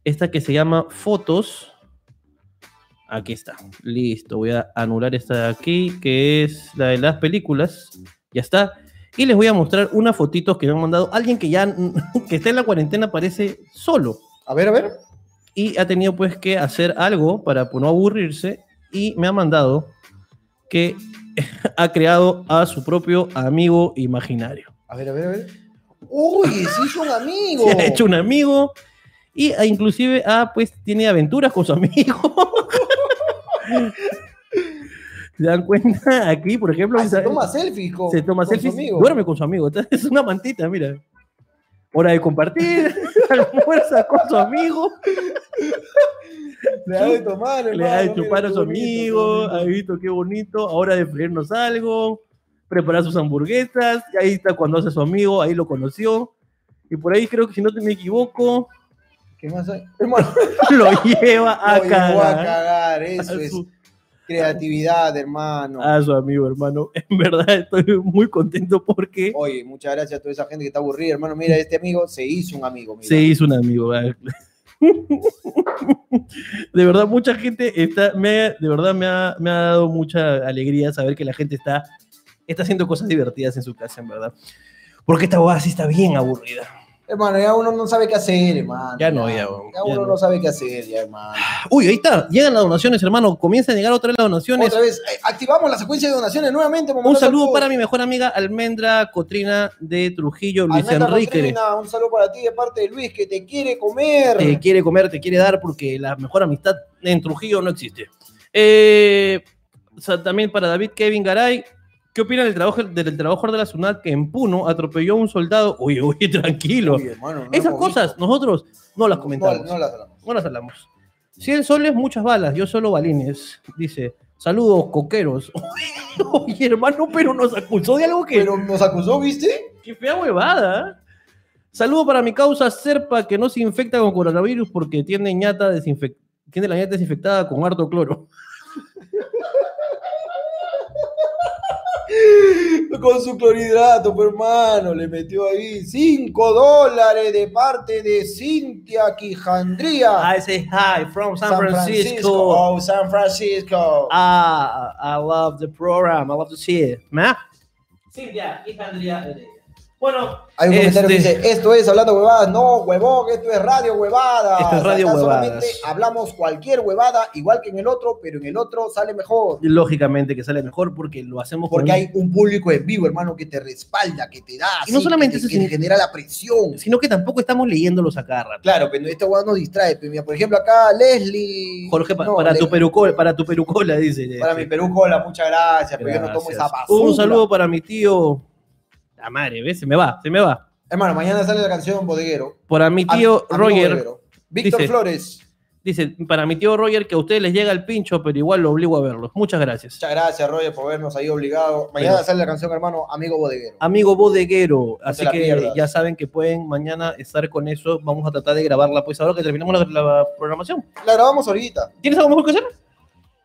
Speaker 3: Esta que se llama Fotos. Aquí está. Listo. Voy a anular esta de aquí, que es la de las películas. Ya está. Y les voy a mostrar unas fotitos que me han mandado alguien que ya que está en la cuarentena parece solo
Speaker 2: A ver, a ver.
Speaker 3: y ha tenido pues que hacer algo para pues, no aburrirse y me ha mandado que ha creado a su propio amigo imaginario.
Speaker 2: A ver, a ver, a ver. Uy, se hizo un amigo.
Speaker 3: se ha hecho
Speaker 2: Oh.
Speaker 3: un amigo y ah, inclusive ah, pues tiene aventuras con su amigo. ¿Se dan cuenta? Aquí, por ejemplo,
Speaker 2: Ah, se
Speaker 3: Isabel
Speaker 2: toma selfie con,
Speaker 3: se toma
Speaker 2: con su
Speaker 3: selfies,
Speaker 2: amigo.
Speaker 3: duerme con su amigo. Es una mantita, mira. Hora de compartir, almuerza con su amigo,
Speaker 2: Le ha de tomar,
Speaker 3: le da de chupar a su amigo, ahí visto qué bonito, ahora de freírnos algo, preparar sus hamburguesas, y ahí está cuando hace a su amigo, ahí lo conoció, y por ahí creo que si no te me equivoco,
Speaker 2: ¿Qué más hay? Hermano,
Speaker 3: lo lleva a
Speaker 2: lo llevó a
Speaker 3: cagar.
Speaker 2: cagar,
Speaker 3: a
Speaker 2: eso es
Speaker 3: su,
Speaker 2: creatividad, hermano.
Speaker 3: a su amigo, hermano. En verdad estoy muy contento porque
Speaker 2: Oye, muchas gracias a toda esa gente que está aburrida, hermano. Mira, este amigo se hizo un amigo. mira.
Speaker 3: se hizo un amigo. ¿verdad? De verdad, mucha gente está, me, de verdad me ha, me ha dado mucha alegría saber que la gente está, está haciendo cosas divertidas en su casa, en verdad. Porque esta boda sí está bien aburrida.
Speaker 2: Hermano, ya uno no sabe qué hacer, hermano.
Speaker 3: Ya no, ya, weón,
Speaker 2: Ya
Speaker 3: ya
Speaker 2: uno
Speaker 3: no.
Speaker 2: no sabe qué hacer, ya, hermano.
Speaker 3: Uy, ahí está. Llegan las donaciones, hermano. Comienzan a llegar otra vez las donaciones.
Speaker 2: Otra vez, eh, activamos la secuencia de donaciones nuevamente.
Speaker 3: Un saludo para mi mejor amiga Almendra Cotrina de Trujillo, Luis Enrique.
Speaker 2: Un saludo para ti de parte de Luis, que te quiere comer.
Speaker 3: te quiere comer, te quiere dar, porque la mejor amistad en Trujillo no existe. Eh, o sea, también para David Kevin Garay, ¿qué opinan del, trabajo, del trabajador de la SUNAT que en Puno atropelló a un soldado? Uy, uy, tranquilo.
Speaker 2: Uy, hermano, no
Speaker 3: Esas
Speaker 2: lo
Speaker 3: cosas nosotros no las comentamos,
Speaker 2: No,
Speaker 3: no,
Speaker 2: no las hablamos.
Speaker 3: las hablamos. 100 soles, muchas balas, yo solo balines, dice. Saludos, coqueros. Oye, hermano, pero nos acusó de algo que...
Speaker 2: Pero nos acusó, ¿viste?
Speaker 3: Qué fea huevada. ¿eh? Saludo para mi causa Serpa, que no se infecta con coronavirus porque tiene, ñata desinfec- tiene la ñata desinfectada con harto cloro.
Speaker 2: Con su clorhidrato, pues, hermano, le metió ahí 5 dólares de parte de Cintia Quijandría.
Speaker 3: Ah, I say hi from San, Francisco.
Speaker 2: Oh, San Francisco.
Speaker 3: Ah, I love the program. I love to see it. ¿Ma? Silvia, hija Bueno,
Speaker 2: Hay un comentario que
Speaker 3: este-
Speaker 2: dice, esto es hablando huevadas. No, huevón, esto es radio huevada.
Speaker 3: Esto es radio huevadas.
Speaker 2: Solamente hablamos cualquier huevada, igual que en el otro, pero en el otro sale mejor.
Speaker 3: lógicamente que sale mejor porque lo hacemos con-
Speaker 2: Porque hay un público en vivo, hermano, que te respalda, que te da,
Speaker 3: Y no
Speaker 2: así,
Speaker 3: solamente
Speaker 2: que, te-
Speaker 3: eso,
Speaker 2: que te
Speaker 3: sino-
Speaker 2: genera la presión.
Speaker 3: Sino que tampoco estamos leyéndolos acá, rato.
Speaker 2: Claro, pero esta huevada nos distrae. pero mira, por ejemplo, acá Leslie.
Speaker 3: Jorge, pa-
Speaker 2: no,
Speaker 3: para,
Speaker 2: Le-
Speaker 3: tu perucola, para tu perucola, dice.
Speaker 2: Para mi Perú Cola, muchas gracias, pero yo no tomo esa
Speaker 3: Gracias.
Speaker 2: basura.
Speaker 3: Un saludo para mi tío. La madre, ¿ves? Se me va, se me va.
Speaker 2: Hermano, mañana sale la canción Bodeguero.
Speaker 3: Para mi tío
Speaker 2: Am- amigo
Speaker 3: Roger,
Speaker 2: Bodeguero. Víctor
Speaker 3: dice-
Speaker 2: Flores.
Speaker 3: dice, para mi tío Roger que a ustedes les llega el pincho, pero igual lo obligo a verlos. Muchas gracias.
Speaker 2: Muchas gracias, Roger, por vernos ahí obligado. Mañana
Speaker 3: Bueno.
Speaker 2: sale la canción, hermano, Amigo Bodeguero.
Speaker 3: Amigo bodeguero, así
Speaker 2: la
Speaker 3: que
Speaker 2: pierdas.
Speaker 3: ya saben que pueden mañana estar con eso. Vamos a tratar de grabarla, pues ahora que terminamos la, la programación.
Speaker 2: La grabamos ahorita.
Speaker 3: ¿Tienes algo mejor que hacer?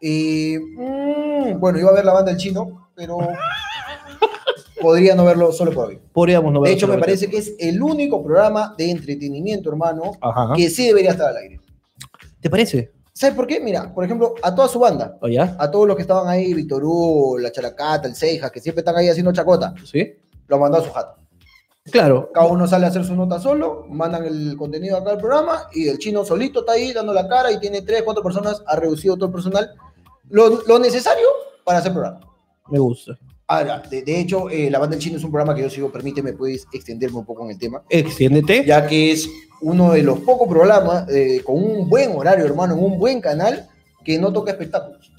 Speaker 2: Y, mm, bueno, iba a ver la banda del chino, pero podrían verlo solo por hoy.
Speaker 3: Podríamos no
Speaker 2: De
Speaker 3: verlo
Speaker 2: hecho, me
Speaker 3: solamente.
Speaker 2: parece que es el único programa de entretenimiento, hermano,
Speaker 3: Ajá.
Speaker 2: que sí debería estar al aire.
Speaker 3: ¿Te parece?
Speaker 2: ¿Sabes por qué? Mira, por ejemplo, a toda su banda,
Speaker 3: ¿O ya?
Speaker 2: a todos los que estaban ahí, Víctor Hugo, la Characata, el Cejas, que siempre están ahí haciendo chacota,
Speaker 3: ¿Sí?
Speaker 2: los mandó a su jato.
Speaker 3: Claro.
Speaker 2: Cada uno sale a hacer su nota solo, mandan el contenido acá al programa y el chino solito está ahí dando la cara y tiene tres, cuatro personas, ha reducido todo el personal, lo, lo necesario para hacer programa.
Speaker 3: Me gusta.
Speaker 2: Ahora, de, de hecho, eh, La Banda del Chino es un programa que yo sigo, permíteme, puedes extenderme un poco en el tema,
Speaker 3: Extiéndete.
Speaker 2: ya que es uno de los pocos programas eh, con un buen horario, hermano, en un buen canal que no toca espectáculos.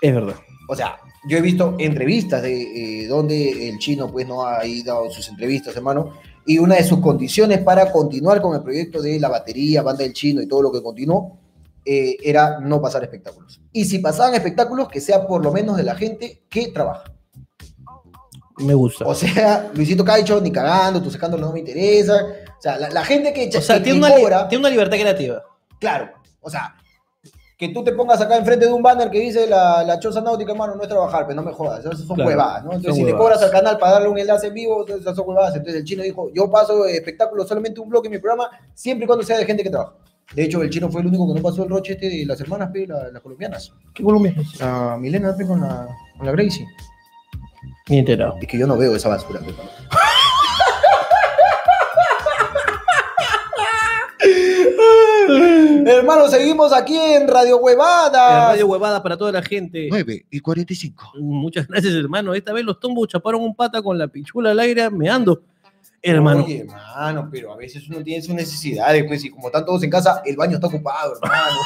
Speaker 3: Es verdad.
Speaker 2: O sea, yo he visto entrevistas de eh, donde el chino pues no ha ido a sus entrevistas, hermano. Y una de sus condiciones para continuar con el proyecto de la batería, banda del chino y todo lo que continuó, eh, era no pasar espectáculos. Y si pasaban espectáculos, que sea por lo menos de la gente que trabaja.
Speaker 3: Me gusta.
Speaker 2: O sea, Luisito Caicho, ni cagando, tú sacándolo no me interesa. O sea, la, la gente que,
Speaker 3: O sea,
Speaker 2: que-
Speaker 3: tiene
Speaker 2: que
Speaker 3: una, li-
Speaker 2: cobra-
Speaker 3: tiene una libertad creativa.
Speaker 2: Claro, o sea, que tú te pongas acá enfrente de un banner que dice la, la choza náutica, hermano, no es trabajar, pero no me jodas, esas son
Speaker 3: Claro,
Speaker 2: huevadas, ¿no? Entonces,
Speaker 3: son
Speaker 2: si te
Speaker 3: huevadas.
Speaker 2: cobras al canal para darle un enlace en vivo, esas son huevadas. Entonces, el chino dijo, yo paso espectáculos, solamente un bloque en mi programa, siempre y cuando sea de gente que trabaja. De hecho, el chino fue el único que no pasó el roche este de las hermanas, pe, la- las colombianas.
Speaker 3: ¿Qué colombiano es?
Speaker 2: La Milena, pe, con la, con la Gracie.
Speaker 3: Ni enterado.
Speaker 2: Es que yo no veo esa basura, pe, hermano. Hermano, seguimos aquí en Radio
Speaker 3: La
Speaker 2: Huevadas.
Speaker 3: radio huevada para toda la gente.
Speaker 6: 9 y 45.
Speaker 3: Muchas gracias, hermano. Esta vez los tombos chaparon un pata con la pichula al aire meando. Hermano.
Speaker 2: Oye, hermano, pero a veces uno tiene sus necesidades, pues, y como están todos en casa, el baño está ocupado, hermano.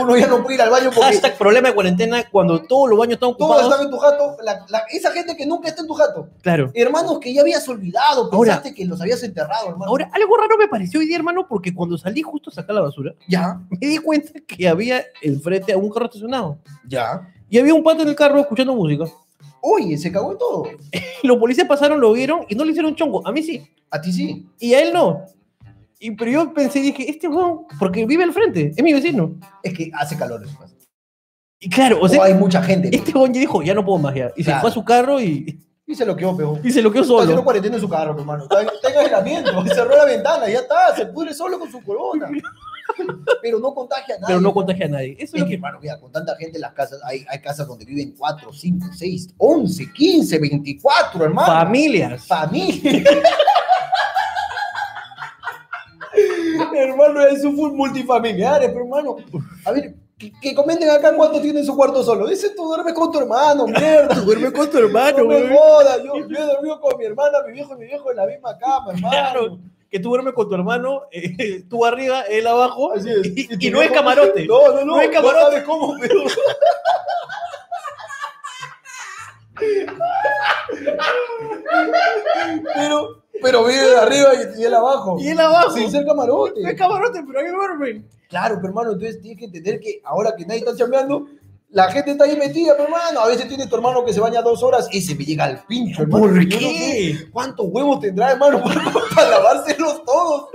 Speaker 2: Uno ya no puede ir al baño porque
Speaker 3: Hashtag problema de cuarentena cuando todos los baños están
Speaker 2: todos
Speaker 3: ocupados.
Speaker 2: están en tu jato. La- la- esa gente que nunca está en tu jato.
Speaker 3: Claro.
Speaker 2: Hermanos que ya habías olvidado,
Speaker 3: Ahora-
Speaker 2: pensaste que los habías enterrado, hermano.
Speaker 3: Ahora, algo raro me pareció hoy día, hermano, porque cuando salí justo a sacar la basura,
Speaker 2: ya,
Speaker 3: me di cuenta que había enfrente a un carro estacionado.
Speaker 2: ya.
Speaker 3: Y había un pata en el carro escuchando música.
Speaker 2: Oye, se cagó en todo.
Speaker 3: Y los policías pasaron, lo vieron y no le hicieron chongo. A mí sí.
Speaker 2: A ti sí.
Speaker 3: Y a él no. Y, pero yo pensé, dije, este huevón, porque vive al frente, es mi vecino.
Speaker 2: Es que hace calor en su casa.
Speaker 3: Y claro, o
Speaker 2: O
Speaker 3: sea,
Speaker 2: hay mucha gente.
Speaker 3: este huevón ya dijo, ya no puedo más ya. Y se
Speaker 2: Claro.
Speaker 3: fue a su carro y,
Speaker 2: Y se lo quedó peor.
Speaker 3: y se lo quedó
Speaker 2: Está haciendo
Speaker 3: solo.
Speaker 2: cuarentena en su carro, hermano. Está, está en aislamiento. Cerró la ventana, ya está. Se pudre solo con su corona. Pero no contagia a nadie.
Speaker 3: Pero no contagia a nadie. Eso es
Speaker 2: Es
Speaker 3: lo
Speaker 2: que,
Speaker 3: que...
Speaker 2: hermano, mira, con tanta gente en las casas, hay, hay casas donde viven 4, 5, 6, 11, 15, 24, hermano.
Speaker 3: Familias.
Speaker 2: Familia. hermano, es un full multifamiliares, pero hermano, a ver, que, que comenten acá cuánto tienen su cuarto solo. Dice, tú duermes con tu hermano, mierda.
Speaker 3: Duerme con tu
Speaker 2: No
Speaker 3: hermano,
Speaker 2: me
Speaker 3: güey.
Speaker 2: jodas, yo, yo he dormido con mi hermana, mi viejo y mi viejo en la misma cama, hermano.
Speaker 3: Claro, que tú duermes con tu hermano, eh, tú arriba, él abajo,
Speaker 2: Así es.
Speaker 3: y,
Speaker 2: tu
Speaker 3: y no es
Speaker 2: viejo-
Speaker 3: camarote.
Speaker 2: No, no, no.
Speaker 3: No es camarote.
Speaker 2: sabes cómo, pero. pero, pero vive de arriba y, y él abajo.
Speaker 3: Y él abajo.
Speaker 2: Sin ser camarote.
Speaker 3: No es camarote, pero ahí duermen.
Speaker 2: Claro, pero hermano, entonces tienes que entender que ahora que nadie está chambeando, la gente está ahí metida, pero hermano. A veces tiene tu hermano que se baña dos horas y se me llega al pincho, hermano. Yo no sé ¿Cuántos huevos tendrá, hermano, para, para lavárselos todos?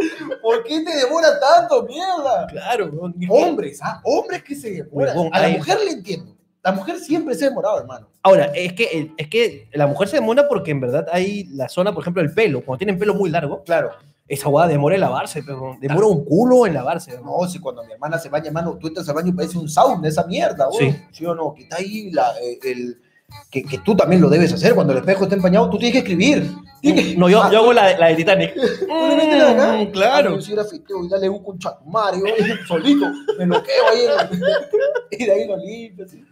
Speaker 2: ¿Por qué te demora tanto, mierda?
Speaker 3: Claro, güey.
Speaker 2: Hombres, ¿ah? Hombres que se demoran.
Speaker 3: Huevón,
Speaker 2: A la
Speaker 3: ahí.
Speaker 2: mujer le entiendo. La mujer siempre se ha demorado, hermano.
Speaker 3: Ahora, es que, es que la mujer se demora porque en verdad hay la zona, por ejemplo, del pelo. Cuando tienen pelo muy largo,
Speaker 2: Claro.
Speaker 3: esa guada demora en lavarse, pero demora un culo en lavarse. ¿no?
Speaker 2: No, si cuando mi hermana se baña, hermano, tú entras al baño y parece un sauna esa mierda, güey.
Speaker 3: Sí.
Speaker 2: Sí. o no, que está ahí la, eh, el... Que, que tú también lo debes hacer. Cuando el espejo está empañado, tú tienes que escribir. Tienes que...
Speaker 3: No, yo, yo hago la, la de Titanic.
Speaker 2: Tú le metes la gana.
Speaker 3: Mm, claro.
Speaker 2: Ah, Yo soy grafiteo y dale un conchatumario solito. Me bloqueo ahí. en el- y de ahí lo limpio. así.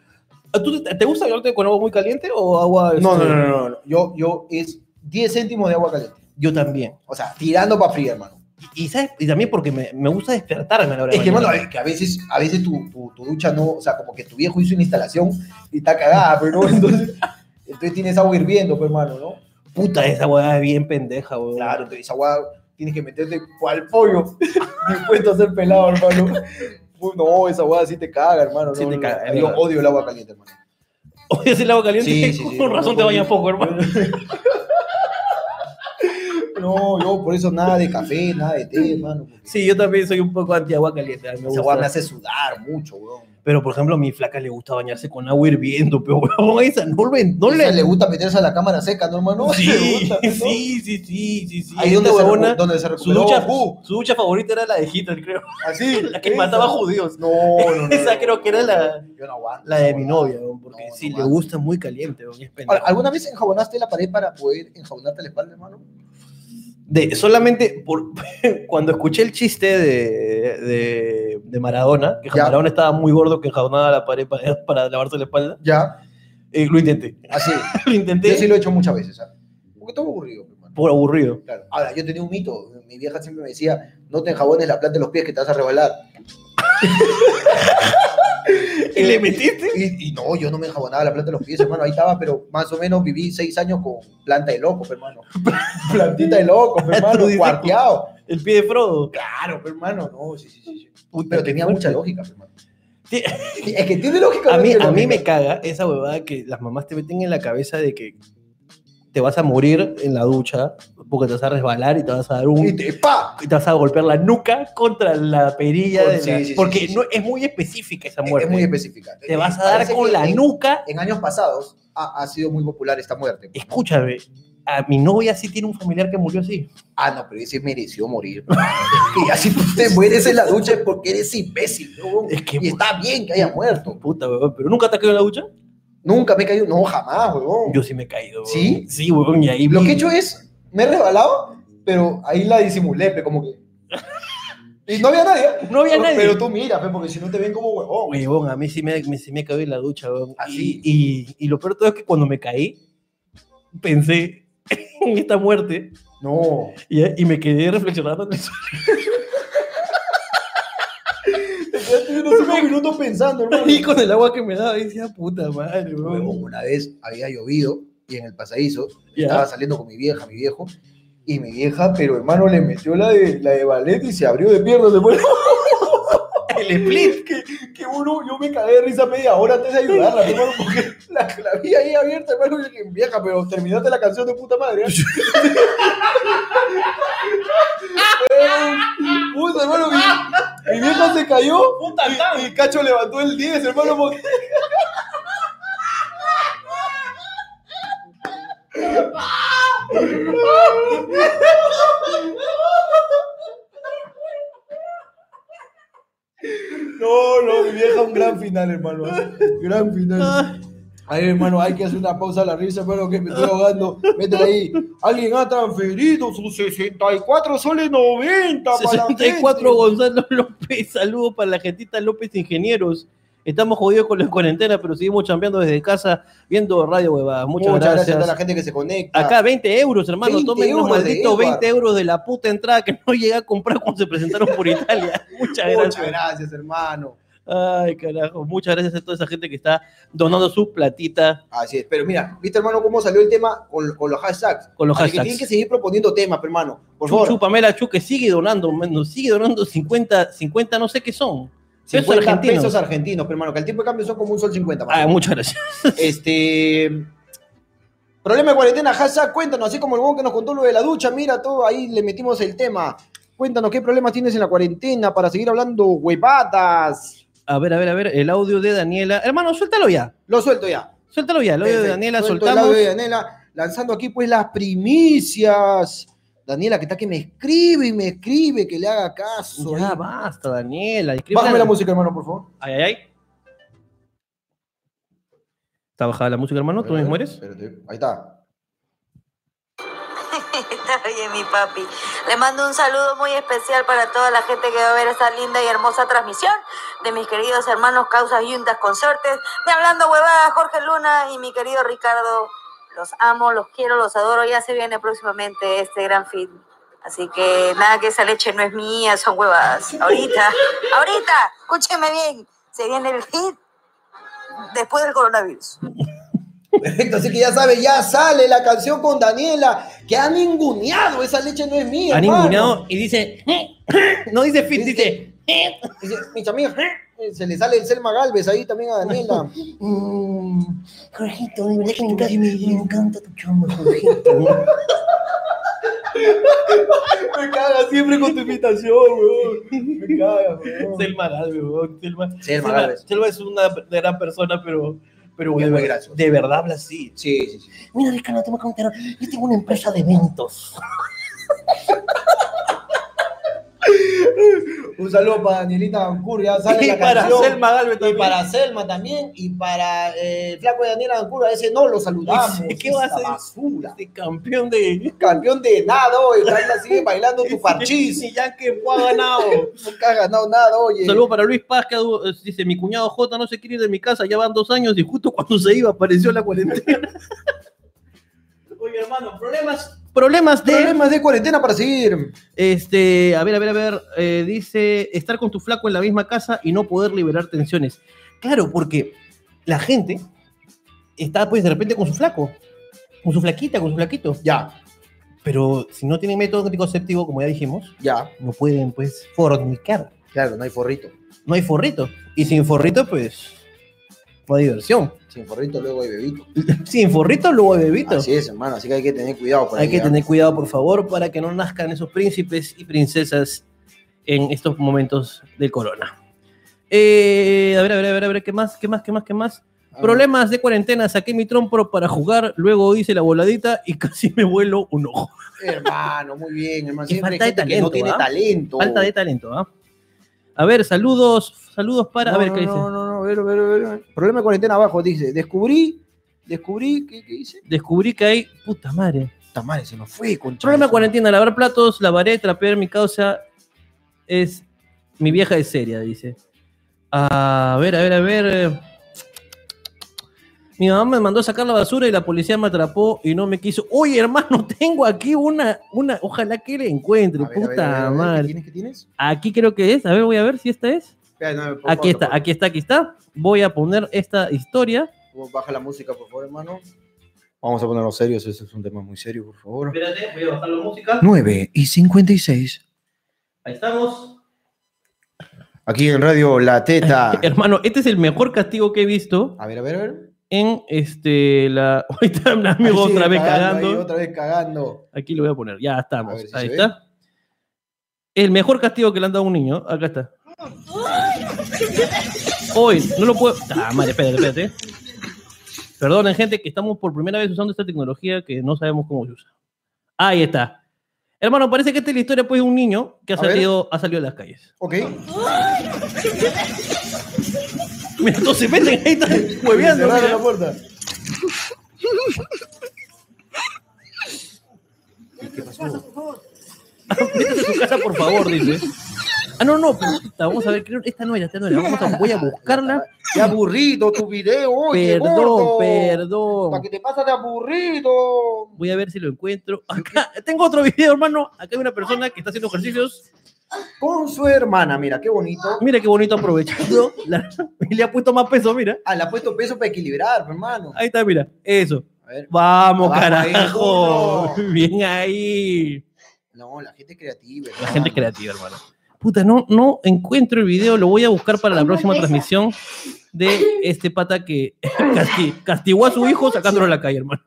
Speaker 3: Ah, ¿Tú, te, te gusta bañarte con agua muy caliente o agua.?
Speaker 2: No, no,
Speaker 3: este,
Speaker 2: no, no, no. Yo, yo es 10 céntimos de agua caliente.
Speaker 3: Yo también.
Speaker 2: O sea, tirando para fría, hermano.
Speaker 3: Y, y ¿sabes? y también porque me, me gusta despertarme a la hora de
Speaker 2: Es que, hermano,
Speaker 3: bañarme.
Speaker 2: es que a veces, a veces tu, tu, tu ducha no, o sea, como que tu viejo hizo una instalación y está cagada, pero no, entonces, entonces tienes agua hirviendo, pues, hermano, ¿no?
Speaker 3: Puta, esa guada es bien pendeja, weón.
Speaker 2: Claro, entonces agua tienes que meterte cual pollo, dispuesto a ser pelado, hermano. Uy, No, esa agua sí te caga, hermano.
Speaker 3: Sí
Speaker 2: no,
Speaker 3: te
Speaker 2: no,
Speaker 3: caga,
Speaker 2: no.
Speaker 3: es
Speaker 2: Yo
Speaker 3: verdad.
Speaker 2: odio el agua caliente, hermano.
Speaker 3: Oye, si el agua caliente,
Speaker 2: Sí, sí, sí,
Speaker 3: con
Speaker 2: no,
Speaker 3: razón
Speaker 2: no,
Speaker 3: te
Speaker 2: no,
Speaker 3: bañas
Speaker 2: no.
Speaker 3: poco, hermano.
Speaker 2: No, yo por eso nada de café, nada de té, mano. porque
Speaker 3: Sí, yo también soy un poco anti agua caliente. a mí me
Speaker 2: Esa
Speaker 3: gusta.
Speaker 2: weá me hace sudar mucho, weón.
Speaker 3: Pero, por ejemplo, a mi flaca le gusta bañarse con agua hirviendo, pero huevón, esa no, le- no
Speaker 2: Esa
Speaker 3: le...
Speaker 2: le gusta meterse a la cámara seca, ¿no, hermano? Le
Speaker 3: Sí,
Speaker 2: gusta, ¿no?
Speaker 3: sí, sí, sí, sí, sí.
Speaker 2: Ahí donde
Speaker 3: Esta
Speaker 2: se,
Speaker 3: huevona,
Speaker 2: recu- donde se
Speaker 3: su
Speaker 2: recuperó.
Speaker 3: ducha,
Speaker 2: Goku,
Speaker 3: su ducha favorita era la de Hitler, creo.
Speaker 2: así.
Speaker 3: La que
Speaker 2: esa.
Speaker 3: mataba judíos.
Speaker 2: No, no, no, no.
Speaker 3: Esa creo que era la-
Speaker 2: Yo no aguanto.
Speaker 3: La de mi
Speaker 2: weón.
Speaker 3: novia, huevón, porque
Speaker 2: No,
Speaker 3: sí,
Speaker 2: no
Speaker 3: le
Speaker 2: más.
Speaker 3: gusta muy caliente, huevón, es pendejo.
Speaker 2: Ahora, ¿Alguna vez enjabonaste la pared para poder enjabonarte la espalda, hermano?
Speaker 3: De, solamente por, cuando escuché el chiste de, de, de Maradona, que
Speaker 2: Ya.
Speaker 3: Maradona estaba muy gordo que enjabonaba la pared para, para lavarse la espalda,
Speaker 2: Ya,
Speaker 3: eh, lo intenté.
Speaker 2: así.
Speaker 3: Lo
Speaker 2: Yo
Speaker 3: intenté
Speaker 2: sí lo he hecho muchas veces, ¿sabes? Porque todo aburrido, hermano.
Speaker 3: por aburrido.
Speaker 2: Claro. Ahora, yo tenía un mito. Mi vieja siempre me decía, no te enjabones la planta de los pies que te vas a rebalar.
Speaker 3: ¿Y le metiste?
Speaker 2: Y, y no, yo no me enjabonaba la planta de los pies, hermano. Ahí estaba, pero más o menos viví seis años con planta de loco, pe, hermano. Plantita de loco, pe,
Speaker 3: Tú
Speaker 2: hermano.
Speaker 3: dices-
Speaker 2: Cuarteado.
Speaker 3: El pie de Frodo.
Speaker 2: Claro, pe, hermano. No, sí, sí, sí. sí.
Speaker 3: Puta,
Speaker 2: Pero
Speaker 3: qué
Speaker 2: tenía
Speaker 3: fuerte.
Speaker 2: mucha lógica, pe, hermano.
Speaker 3: Sí.
Speaker 2: Es que tiene lógica.
Speaker 3: A
Speaker 2: no
Speaker 3: mí,
Speaker 2: tiene
Speaker 3: a mí
Speaker 2: lógica.
Speaker 3: me caga esa huevada que las mamás te meten en la cabeza de que te vas a morir en la ducha porque te vas a resbalar y te vas a dar un...
Speaker 2: Y te- ¡pa!
Speaker 3: y te vas a golpear la nuca contra la perilla
Speaker 2: Con-
Speaker 3: de
Speaker 2: Oh, sí,
Speaker 3: la-
Speaker 2: sí, sí,
Speaker 3: porque
Speaker 2: sí, sí.
Speaker 3: no, es muy específica esa
Speaker 2: Es-
Speaker 3: muerte
Speaker 2: Es muy específica.
Speaker 3: te vas a dar
Speaker 2: Parece
Speaker 3: con
Speaker 2: que
Speaker 3: la
Speaker 2: en-
Speaker 3: nuca
Speaker 2: En años pasados ha, ha sido muy popular esta muerte.
Speaker 3: escúchame a mi novia sí tiene un familiar que murió así
Speaker 2: Ah, no, pero ese mereció morir. y así tú te mueres en la ducha es porque eres imbécil. ¿no?
Speaker 3: es que
Speaker 2: Y está bien que haya muerto.
Speaker 3: puta huevón, pero nunca te has caído en la ducha
Speaker 2: Nunca me he caído. No, jamás, huevón.
Speaker 3: yo sí me he caído huevón.
Speaker 2: ¿Sí?
Speaker 3: sí huevón y ahí
Speaker 2: Lo
Speaker 3: vi-
Speaker 2: que he hecho es, me he resbalado, pero ahí la disimulé, pe, como que. Y no había nadie.
Speaker 3: no había
Speaker 2: Pero-
Speaker 3: nadie
Speaker 2: Pero tú mira, pe, porque si no te ven como huevón.
Speaker 3: Huevón, a mí sí me, me- sí me caí en la ducha huevón.
Speaker 2: ¿Ah,
Speaker 3: y,
Speaker 2: sí?
Speaker 3: y, y lo peor de todo es que cuando me caí pensé en esta muerte
Speaker 2: No.
Speaker 3: y, y me quedé reflexionando en eso.
Speaker 2: Te quedaste unos cinco minutos pensando, hermano.
Speaker 3: y con el agua que me daba y decía puta madre huevón.
Speaker 2: Huevón, Una vez había llovido y en el pasadizo
Speaker 3: Ya.
Speaker 2: estaba saliendo con mi vieja, mi viejo. Y mi vieja, pero hermano, le metió la de, la de ballet y se abrió de piernas. Se fue.
Speaker 3: El split.
Speaker 2: que, que uno, yo me cagué de risa media hora antes de ayudarla, pe, hermano, porque la, la vi ahí abierta, hermano, y dije, vieja, pero terminaste la canción de puta madre. ¿eh?" Pero, Puta, hermano, mi, mi vieja se cayó y, y Cacho levantó el 10, hermano, porque... No, no, mi vieja, un gran final, hermano. Gran final.
Speaker 3: Ah,
Speaker 2: Ahí, hermano, hay que hacer una pausa a la risa, hermano, que me estoy ahogando. Métele ahí. Alguien ha transferido sus 64 soles 90 para la
Speaker 3: 64
Speaker 2: gente.
Speaker 3: Gonzalo López, saludos para la gentita López Ingenieros. Estamos jodidos con la cuarentena, pero seguimos chambeando desde casa, viendo Radio Huevada. Muchas, gracias.
Speaker 2: a la gente que se conecta.
Speaker 3: Acá 20 euros, hermano.
Speaker 2: 20
Speaker 3: Tomen unos
Speaker 2: euros de
Speaker 3: malditos
Speaker 2: Edward.
Speaker 3: 20 euros de la puta entrada que no llegué a comprar cuando se presentaron por Italia. Muchas
Speaker 2: Muchas
Speaker 3: gracias.
Speaker 2: gracias, hermano.
Speaker 3: Ay, carajo. Muchas gracias a toda esa gente que está donando su platita
Speaker 2: Así es. Pero mira, ¿viste, hermano, cómo salió el tema con, con los hashtags?
Speaker 3: con los
Speaker 2: Así que tienen que
Speaker 3: hashtags.
Speaker 2: seguir proponiendo temas, pero, hermano. Por
Speaker 3: Chu,
Speaker 2: favor,
Speaker 3: Chu, Pamela Chu, que sigue donando, nos sigue donando 50, 50 no sé qué son. Pesos
Speaker 2: 50 pesos
Speaker 3: argentinos.
Speaker 2: argentinos, pero, hermano, que el tipo de cambio son como un sol 50. más o
Speaker 3: Ah, muchas gracias.
Speaker 2: Este. Problema de cuarentena, hashtag, cuéntanos, así como el huevón que nos contó lo de la ducha, mira, todo ahí le metimos el tema. Cuéntanos qué problemas tienes en la cuarentena para seguir hablando huevadas.
Speaker 3: A ver, a ver, a ver, el audio de Daniela. Hermano, suéltalo ya.
Speaker 2: Lo suelto ya.
Speaker 3: Suéltalo ya, el audio de
Speaker 2: Perfecto.
Speaker 3: Daniela,
Speaker 2: Suelto el
Speaker 3: soltamos.
Speaker 2: audio de Daniela, lanzando aquí pues las primicias. Daniela que está que me escribe y me escribe, que le haga caso.
Speaker 3: Ya,
Speaker 2: ahí.
Speaker 3: basta, Daniela. escribe-
Speaker 2: Bájame la música, hermano, por favor.
Speaker 3: Ay, ay, ay. ¿Está bajada la música, hermano? ¿Tú mismo eres?
Speaker 2: Espérate, Ahí está.
Speaker 6: Oye, mi papi, le mando un saludo muy especial para toda la gente que va a ver esta linda y hermosa transmisión de mis queridos hermanos Causas Yuntas Consortes, de Hablando Huevadas, Jorge Luna y mi querido Ricardo. Los amo, los quiero, los adoro. Ya se viene próximamente este gran film. Así que nada, que esa leche no es mía, son huevadas. Ahorita, ahorita, escúcheme bien, se viene el hit después del coronavirus.
Speaker 2: Perfecto, así que ya sabes, ya sale la canción con Daniela, que ha ninguneado, esa leche no es mía.
Speaker 3: Ha
Speaker 2: hermano.
Speaker 3: ninguneado y dice. "Eh". No dice fit,
Speaker 2: Dice-
Speaker 3: dice.
Speaker 2: Dice, mis amigos, ¿eh? se le sale el Selma Galvez ahí también a Daniela.
Speaker 3: Mm,
Speaker 7: Jorgito, de verdad que me encanta, me encanta tu chamba, Jorgito.
Speaker 2: Me caga siempre con tu invitación, weón. Me caga, weón.
Speaker 3: Selma Galvez, weón. Selma,
Speaker 2: Selma
Speaker 3: Selma-
Speaker 2: Galvez.
Speaker 3: Selma es una gran persona, pero, pero
Speaker 2: Es
Speaker 3: de,
Speaker 2: muy
Speaker 3: ver-
Speaker 2: graciosa.
Speaker 3: de verdad habla así.
Speaker 2: Sí, sí, sí.
Speaker 3: Mira, Ricardo, te voy a contar. Yo tengo una empresa de eventos.
Speaker 2: Un saludo para Danielita Ancur, ya sale
Speaker 3: Y
Speaker 2: la
Speaker 3: para
Speaker 2: canción.
Speaker 3: Selma Galvez
Speaker 2: Y
Speaker 3: también.
Speaker 2: para Selma también, y para eh, el flaco de Daniela Ancur, a ese no lo saludamos.
Speaker 3: Dice, ¿qué va a
Speaker 2: esa
Speaker 3: hacer?
Speaker 2: basura.
Speaker 3: Este campeón de...
Speaker 2: Campeón de nado, y Carla sigue bailando tu parchís.
Speaker 3: Y ya que fue ganado.
Speaker 2: Nunca has ganado nada, oye.
Speaker 3: Saludos para Luis Paz, que eh, dice, mi cuñado J no se quiere ir de mi casa, ya van dos años y justo cuando se iba apareció la cuarentena. Oye, hermano, problemas... Problemas de...
Speaker 2: Problemas de cuarentena para seguir.
Speaker 3: Este, a ver, a ver, a ver, eh, dice estar con tu flaco en la misma casa y no poder liberar tensiones. Claro, porque la gente está pues de repente con su flaco, con su flaquita, con su flaquito,
Speaker 2: Ya,
Speaker 3: pero si no tienen método anticonceptivo, como ya dijimos,
Speaker 2: ya.
Speaker 3: no pueden pues fornicar,
Speaker 2: Claro, no hay forrito.
Speaker 3: no hay forrito, y sin forrito pues no hay diversión.
Speaker 2: Sin forrito luego hay bebito.
Speaker 3: Sin forrito luego hay bebito.
Speaker 2: Así es, hermano. Así que hay que tener cuidado. por
Speaker 3: Hay
Speaker 2: ahí,
Speaker 3: que
Speaker 2: ¿ah?
Speaker 3: tener cuidado, por favor, para que no nazcan esos príncipes y princesas en estos momentos del corona. Eh, a ver, a ver, a ver, a ver, ¿qué más? ¿Qué más? ¿Qué más? ¿Qué más?
Speaker 2: Ah,
Speaker 3: Problemas de cuarentena, saqué mi trompo para jugar, luego hice la voladita y casi me vuelo un ojo.
Speaker 2: Hermano, muy bien, hermano.
Speaker 3: Qué
Speaker 2: Siempre hay
Speaker 3: falta de
Speaker 2: gente que no tiene
Speaker 3: talento, ¿ah?
Speaker 2: talento.
Speaker 3: Falta de talento, ¿ah? A ver, saludos, saludos para... a ver,
Speaker 2: no,
Speaker 3: ¿qué dice?
Speaker 2: no, no, no, a ver, a ver, a ver, a ver. Problema de cuarentena abajo, dice. Descubrí, descubrí, ¿qué, qué dice?
Speaker 3: Descubrí que hay... Puta madre.
Speaker 2: Puta madre, se nos fue, con
Speaker 3: Problema de cuarentena, lavar platos, lavaré, trapear mi causa es mi vieja es seria, dice. A ver, a ver, a ver. eh. Mi mamá me mandó a sacar la basura y la policía me atrapó y no me quiso. Oye, hermano, tengo aquí una, una, ojalá que le encuentre, puta
Speaker 2: ¿Qué
Speaker 3: madre.
Speaker 2: tienes? ¿Qué tienes?
Speaker 3: Aquí creo que es, a ver, voy a ver si esta es.
Speaker 2: Espera, no, por favor,
Speaker 3: Aquí está,
Speaker 2: por
Speaker 3: aquí está, aquí está. Voy a poner esta historia.
Speaker 2: favor. Baja la música, por favor, hermano. Vamos a ponerlo serios, ese es un tema muy serio, por favor.
Speaker 3: Espérate, voy a bajar la música.
Speaker 2: 9 y 56.
Speaker 3: Ahí estamos.
Speaker 2: Aquí en Radio La Teta.
Speaker 3: Hermano, este es el mejor castigo que he visto.
Speaker 2: A ver, a ver, a ver.
Speaker 3: en este la ahí está mi
Speaker 2: Ahí
Speaker 3: amigo
Speaker 2: sigue
Speaker 3: otra vez
Speaker 2: ahí
Speaker 3: cagando.
Speaker 2: Otra vez cagando.
Speaker 3: Aquí lo voy a poner. Ya
Speaker 2: A
Speaker 3: estamos.
Speaker 2: ver si
Speaker 3: ahí
Speaker 2: se ve.
Speaker 3: está. El mejor castigo que le han dado a un niño. Acá está. Hoy no lo puedo. Ah, madre, espérate, espérate. Perdonen, gente, que estamos por primera vez usando esta tecnología que no sabemos cómo se usa. Ahí está. Hermano, parece que esta es la historia pues, de un niño que ha
Speaker 2: A ver.
Speaker 3: salido, ha salido a las calles.
Speaker 2: Ok.
Speaker 3: Mira, todos se meten ahí, están hueveando.
Speaker 2: Cerraron
Speaker 3: mira.
Speaker 2: la puerta.
Speaker 3: Métete a su casa, por favor, dice. Ah, no, no, puta, vamos a ver, creo, esta no era, esta no era. Vamos a, voy a buscarla.
Speaker 2: Qué aburrido tu video, oye,
Speaker 3: Perdón,
Speaker 2: gordo. Para
Speaker 3: perdón.
Speaker 2: que te pasas de aburrido.
Speaker 3: Voy a ver si lo encuentro. Acá, tengo otro video, hermano. Acá hay una persona que está haciendo ejercicios.
Speaker 2: Con su hermana, mira, qué bonito.
Speaker 3: Mira qué bonito aprovechando. la- y le ha puesto más peso, mira.
Speaker 2: Ah, le ha puesto peso para equilibrar, hermano.
Speaker 3: Ahí está, mira. Eso.
Speaker 2: A ver.
Speaker 3: Vamos,
Speaker 2: Vamos,
Speaker 3: carajo.
Speaker 2: hijo.
Speaker 3: Bien ahí.
Speaker 2: No, la gente es creativa.
Speaker 3: La
Speaker 2: hermano.
Speaker 3: gente es creativa, hermano. Puta, no, no encuentro el video, lo voy a buscar para la próxima transmisión de este pata que casti- castigó a su hijo sacándolo a la calle, hermano,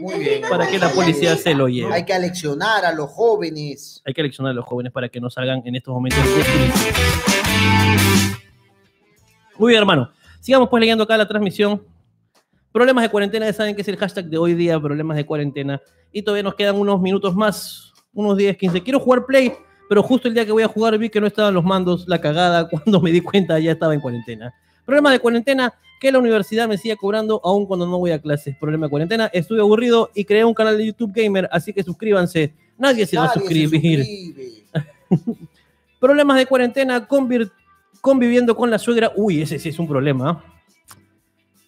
Speaker 2: Muy bien.
Speaker 3: para que la policía se lo lleve.
Speaker 2: Hay que aleccionar a los jóvenes.
Speaker 3: Hay que eleccionar a los jóvenes para que no salgan en estos momentos. de crisis. Muy bien, hermano. Sigamos pues leyendo acá la transmisión. Problemas de cuarentena, ya saben que es el hashtag de hoy día, problemas de cuarentena. Y todavía nos quedan unos minutos más, unos 10, 15. Quiero jugar play, pero justo el día que voy a jugar vi que no estaban los mandos, la cagada, cuando me di cuenta ya estaba en cuarentena. Problemas de cuarentena, que la universidad me sigue cobrando aún cuando no voy a clases. Problema de cuarentena, estuve aburrido y creé un canal de YouTube Gamer, así que suscríbanse. Nadie se va a
Speaker 2: Nadie se
Speaker 3: suscribir.
Speaker 2: suscribe.
Speaker 3: Problemas de cuarentena, convir- conviviendo con la suegra. Uy, ese sí es un problema. ¿ah?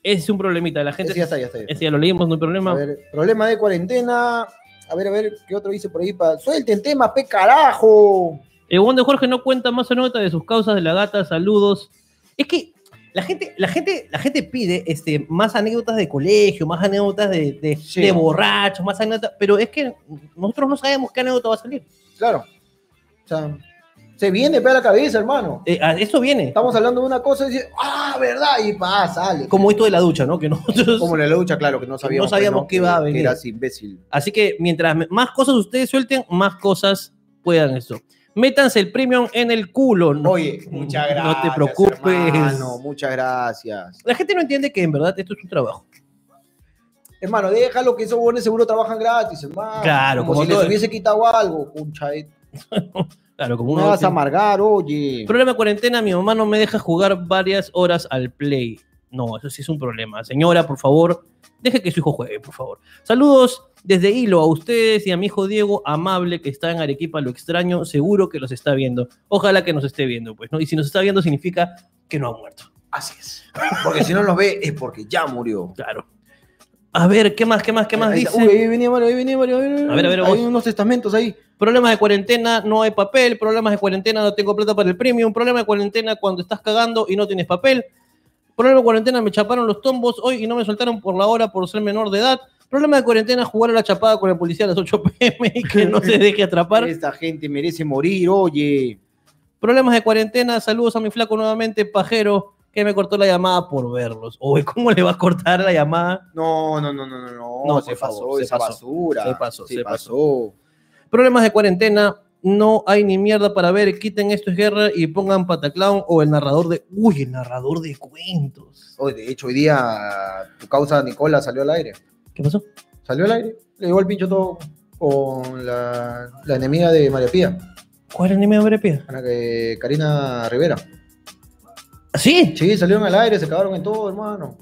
Speaker 3: Ese es un problemita. La gente.
Speaker 2: Ese ya está, ya está. ya está.
Speaker 3: ese ya lo leímos, no hay problema.
Speaker 2: A ver, problema de cuarentena. A ver, a ver, ¿qué otro dice por ahí? Pa- Suelten temas, pe carajo.
Speaker 3: El buen de Eh, Jorge no cuenta más nota de sus causas de la gata. Saludos. Es que la gente, la gente, la gente pide este, más anécdotas de colegio, más anécdotas de, de,
Speaker 2: Sí.
Speaker 3: de borrachos, más anécdotas. Pero es que nosotros no sabemos qué anécdota va a salir.
Speaker 2: Claro. O sea, se viene pe a la cabeza, hermano.
Speaker 3: Eh, a- eso viene.
Speaker 2: Estamos hablando de una cosa y dice, ah, la verdad, y pa, sale.
Speaker 3: Como esto de la ducha, ¿no? Que nosotros...
Speaker 2: Como la lucha, claro, que no sabíamos.
Speaker 3: No sabíamos qué
Speaker 2: que
Speaker 3: va a venir.
Speaker 2: eras imbécil.
Speaker 3: Así que mientras me- más cosas ustedes suelten, más cosas puedan eso. Métanse el premium en el culo. ¿no?
Speaker 2: Oye, muchas gracias.
Speaker 3: No te preocupes.
Speaker 2: Hermano, muchas gracias.
Speaker 3: La gente no entiende que en verdad esto es un trabajo.
Speaker 2: Hermano, déjalo que esos buenos seguro trabajan gratis, hermano.
Speaker 3: Claro,
Speaker 2: como,
Speaker 3: como
Speaker 2: si les
Speaker 3: todo.
Speaker 2: hubiese quitado algo, concha. eh.
Speaker 3: Claro, como
Speaker 2: Me
Speaker 3: uno.
Speaker 2: vas a
Speaker 3: dice,
Speaker 2: amargar, oye.
Speaker 3: Problema de cuarentena, mi mamá no me deja jugar varias horas al play. No, eso sí es un problema. Señora, por favor, deje que su hijo juegue, por favor. Saludos desde Hilo a ustedes y a mi hijo Diego Amable, que está en Arequipa, lo extraño, seguro que los está viendo. Ojalá que nos esté viendo, pues, ¿no? Y si nos está viendo, significa que no ha muerto.
Speaker 2: Así es. Porque si no nos ve, es porque ya murió.
Speaker 3: Claro. A ver, ¿qué más, qué más, qué más
Speaker 2: Ahí está.
Speaker 3: dice?
Speaker 2: Uy, ahí venía Mario, ahí venía Mario. ahí venía.
Speaker 3: A ver, a ver,
Speaker 2: Hay
Speaker 3: vos.
Speaker 2: unos testamentos ahí.
Speaker 3: Problemas de cuarentena, no hay papel. Problemas de cuarentena, no tengo plata para el premium. Problema de cuarentena, cuando estás cagando y no tienes papel. Problema de cuarentena, me chaparon los tombos hoy y no me soltaron por la hora por ser menor de edad. Problema de cuarentena, jugar a la chapada con el policía a las 8 pm y que no se deje atrapar.
Speaker 2: Esta gente merece morir, oye.
Speaker 3: Problemas de cuarentena, saludos a mi flaco nuevamente, pajero, que me cortó la llamada por verlos. Oye, ¿cómo le va a cortar la llamada?
Speaker 2: No, no, no, no, no, no.
Speaker 3: No,
Speaker 2: se
Speaker 3: por
Speaker 2: pasó
Speaker 3: favor, se
Speaker 2: esa
Speaker 3: pasó.
Speaker 2: basura.
Speaker 3: Se pasó, se
Speaker 2: pasó.
Speaker 3: Problemas de cuarentena, no hay ni mierda para ver, quiten esto es guerra y pongan Pataclown o el narrador de... Uy, el narrador de cuentos.
Speaker 2: Oye, de hecho, hoy día tu causa Nicola salió al aire.
Speaker 3: ¿Qué pasó?
Speaker 2: Salió al aire. Le llegó el pincho todo con la, la enemiga de María Pía,
Speaker 3: ¿Cuál anime de pie?
Speaker 2: Ana- eh, Karina Rivera.
Speaker 3: Ah, ¿Sí?
Speaker 2: Sí, salieron al aire, se cagaron en todo, hermano.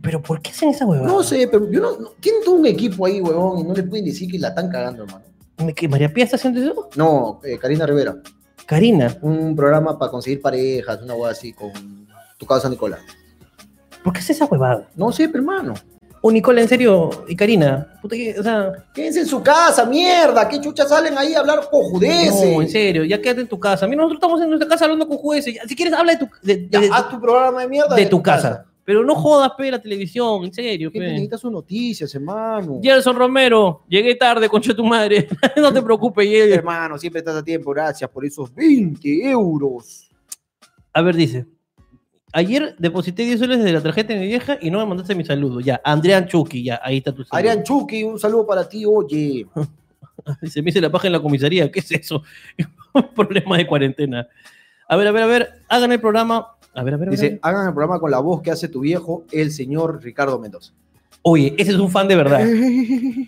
Speaker 3: ¿Pero por qué hacen esa huevada?
Speaker 2: No sé, pero yo no, no- tienen todo un equipo ahí, huevón, y no le pueden decir que la están cagando, hermano.
Speaker 3: ¿Me- que ¿María Pía está haciendo eso?
Speaker 2: No, eh, Karina Rivera.
Speaker 3: Karina,
Speaker 2: Un programa para conseguir parejas, una hueá así con tu causa Nicola.
Speaker 3: ¿por qué hace esa huevada?
Speaker 2: No sé, pero, hermano.
Speaker 3: O Nicola, en serio, y Karina, puta que, o sea...
Speaker 2: Quédense en su casa, mierda. ¿Qué chuchas salen ahí a hablar cojudeces?
Speaker 3: No, en serio, ya quédate en tu casa. Mira, nosotros estamos en nuestra casa hablando con jueces. Si quieres, habla de tu, de, de-
Speaker 2: Ya,
Speaker 3: de-
Speaker 2: haz tu programa de mierda.
Speaker 3: de tu casa. Pero no jodas, pe, la televisión, en serio.
Speaker 2: ¿Qué
Speaker 3: pe.
Speaker 2: necesitas sus noticias, hermano?
Speaker 3: Gerson Romero, llegué tarde, concha tu madre. no te preocupes, Gerson.
Speaker 2: Hermano, siempre estás a tiempo. Gracias por esos 20 euros.
Speaker 3: A ver, dice. Ayer deposité 10 soles de la tarjeta de mi vieja y no me mandaste mi saludo. Ya, Andrián Chucky, ya, ahí está tu saludo.
Speaker 2: Adrián Chucky, un saludo para ti, oye.
Speaker 3: Se me hice la paja en la comisaría, ¿qué es eso? Problema de cuarentena. A ver, a ver, a ver, hagan el programa. A ver, a ver, a ver, a
Speaker 2: Dice,
Speaker 3: ver.
Speaker 2: hagan el programa con la voz que hace tu viejo, el señor Ricardo Mendoza.
Speaker 3: Oye, ese es un fan de verdad.
Speaker 7: Eh,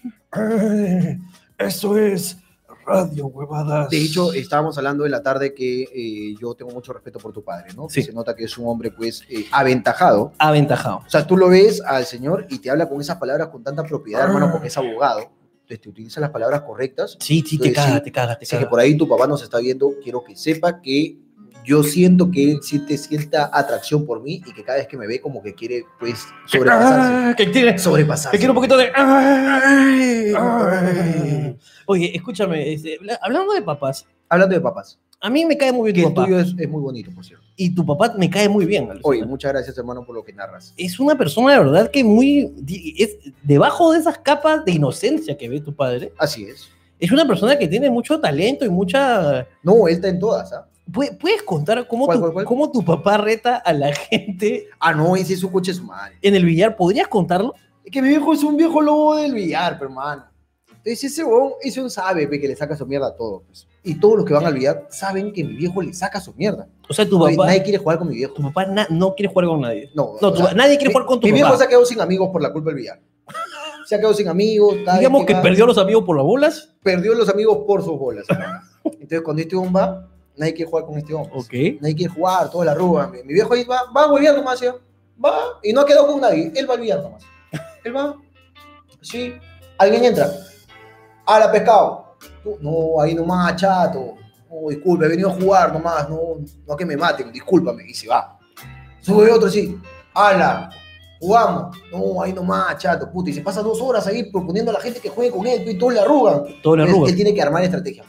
Speaker 7: Eso es radio huevadas.
Speaker 2: De hecho, estábamos hablando de la tarde que eh, yo tengo mucho respeto por tu padre, ¿no?
Speaker 3: Sí.
Speaker 2: Se nota que es un hombre, pues, eh, aventajado.
Speaker 3: Aventajado.
Speaker 2: O sea, tú lo ves al señor y te habla con esas palabras con tanta propiedad, hermano, porque es abogado. Entonces, te utiliza las palabras correctas.
Speaker 3: Sí, sí, te
Speaker 2: Sí,
Speaker 3: caga,
Speaker 2: sí.
Speaker 3: te caga, te
Speaker 2: Si es que
Speaker 3: caga.
Speaker 2: por ahí tu papá nos está viendo, quiero que sepa que yo siento que él sí te sienta atracción por mí y que cada vez que me ve como que quiere, pues, sobrepasarse.
Speaker 7: Ah, que tiene-
Speaker 2: Sobrepasarse.
Speaker 7: que quiero un poquito de. Ay, ay.
Speaker 3: Oye, escúchame, este, habla- hablando de papás,
Speaker 2: Hablando de papás,
Speaker 3: a mí me cae muy
Speaker 2: que
Speaker 3: bien
Speaker 2: el
Speaker 3: tu papá.
Speaker 2: tuyo es, es muy bonito, por cierto.
Speaker 3: Y tu papá me cae muy bien. alucina.
Speaker 2: Oye, muchas gracias, hermano, por lo que narras.
Speaker 3: es una persona de verdad que muy di- es debajo de esas capas de inocencia que ve tu padre
Speaker 2: Así es.
Speaker 3: es una persona que tiene mucho talento y mucha
Speaker 2: No, él está en todas, ¿ah?
Speaker 3: Pue- puedes contar cómo,
Speaker 2: ¿Cuál,
Speaker 3: tu,
Speaker 2: cuál, cuál?
Speaker 3: cómo tu papá reta a la gente
Speaker 2: Ah, no, ese es su coche su madre.
Speaker 3: en el billar podrías contarlo
Speaker 2: Es que mi viejo es un viejo lobo del billar, pero, hermano. Entonces ese huevón, ese un sabe pe, que le saca su mierda a todo. pues. Y todos los que van al billar saben que mi viejo le saca su mierda.
Speaker 3: o sea tu
Speaker 2: Oye,
Speaker 3: papá
Speaker 2: Nadie quiere jugar con mi viejo.
Speaker 3: tu papá na- no quiere jugar con nadie
Speaker 2: No,
Speaker 3: no
Speaker 2: o
Speaker 3: tu
Speaker 2: sea,
Speaker 3: pa- nadie quiere
Speaker 2: mi-
Speaker 3: jugar con tu
Speaker 2: Mi viejo se
Speaker 3: papá
Speaker 2: ha quedado sin amigos por la culpa del billar. Se ha quedado sin amigos. cada vez
Speaker 3: digamos que
Speaker 2: va-
Speaker 3: perdió a los amigos por las bolas
Speaker 2: perdió los amigos por sus bolas. hermano. Entonces, cuando este hombre va, nadie quiere jugar con este hombre.
Speaker 3: ok
Speaker 2: Nadie quiere jugar, toda la arruga. Mi, mi viejo ahí va, va a huevear nomás, ya. Va y no ha quedado con nadie. Él va al billar nomás. Él va. Sí. Alguien entra. A la pescado. Tú, No, ahí nomás, chato. No, disculpe, he venido a jugar nomás. No, no que me maten, discúlpame. Y se va. Sube otro así. Ala. Jugamos. No, ahí nomás, chato, puta. Y se pasa dos horas ahí proponiendo a la gente que juegue con él. Y todos le arrugan.
Speaker 3: todo la
Speaker 2: Él-
Speaker 3: arruga
Speaker 2: Él tiene que armar estrategia.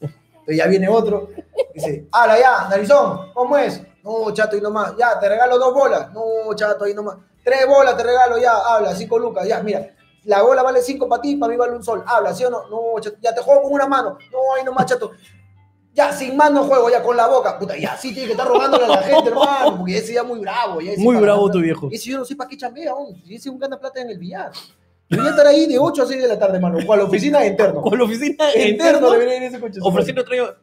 Speaker 2: Entonces ya viene otro, dice, ala ya, narizón, ¿cómo es? No, chato, ahí nomás, ya, te regalo dos bolas. No, chato, ahí nomás. Tres bolas te regalo, ya, habla, cinco lucas, ya, mira. La bola vale cinco para ti, para mí vale un sol. Habla, ¿sí o no? No, chato, ya te juego con una mano. No, ahí nomás, chato. Ya, sin más no juego, ya con la boca. Puta, ya sí tiene que estar rogándole a la gente, hermano. Porque ese ya muy bravo. ya ese
Speaker 3: Muy
Speaker 2: para
Speaker 3: bravo
Speaker 2: ganar-
Speaker 3: tu viejo.
Speaker 2: Ese yo no sé para qué chambea, hombre. Si ese un gana plata en el billar. Debería estar ahí de 8 a 6 de la tarde, hermano. O a la oficina de interno.
Speaker 3: Con la oficina
Speaker 2: Interno
Speaker 3: interno
Speaker 2: debería ir ese coche.
Speaker 3: ofreciendo otro-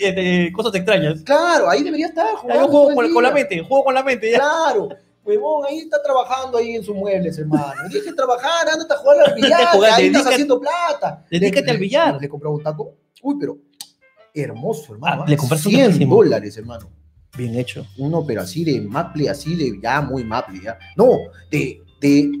Speaker 3: eh, cosas extrañas.
Speaker 2: Claro, pues ahí debería estar
Speaker 3: Hay
Speaker 2: jugando.
Speaker 3: un juego
Speaker 2: todo el
Speaker 3: con, con la
Speaker 2: día.
Speaker 3: mente, juego con la mente. ya.
Speaker 2: Claro. Huevón, ahí está trabajando ahí en sus muebles, hermano. Tienes que trabajar, ándate a jugar al billar,
Speaker 3: Ándate a jugar,
Speaker 2: ahí estás
Speaker 3: dedícate-
Speaker 2: haciendo plata.
Speaker 3: dedícate
Speaker 2: Le-
Speaker 3: al billar.
Speaker 2: Le, le compró un taco. Uy, pero hermoso, hermano.
Speaker 3: Ah, le compraste un
Speaker 2: 100
Speaker 3: taquísimo.
Speaker 2: dólares, hermano.
Speaker 3: Bien hecho.
Speaker 2: Uno, pero así de maple, así de ya muy maple, ya. No, de, de...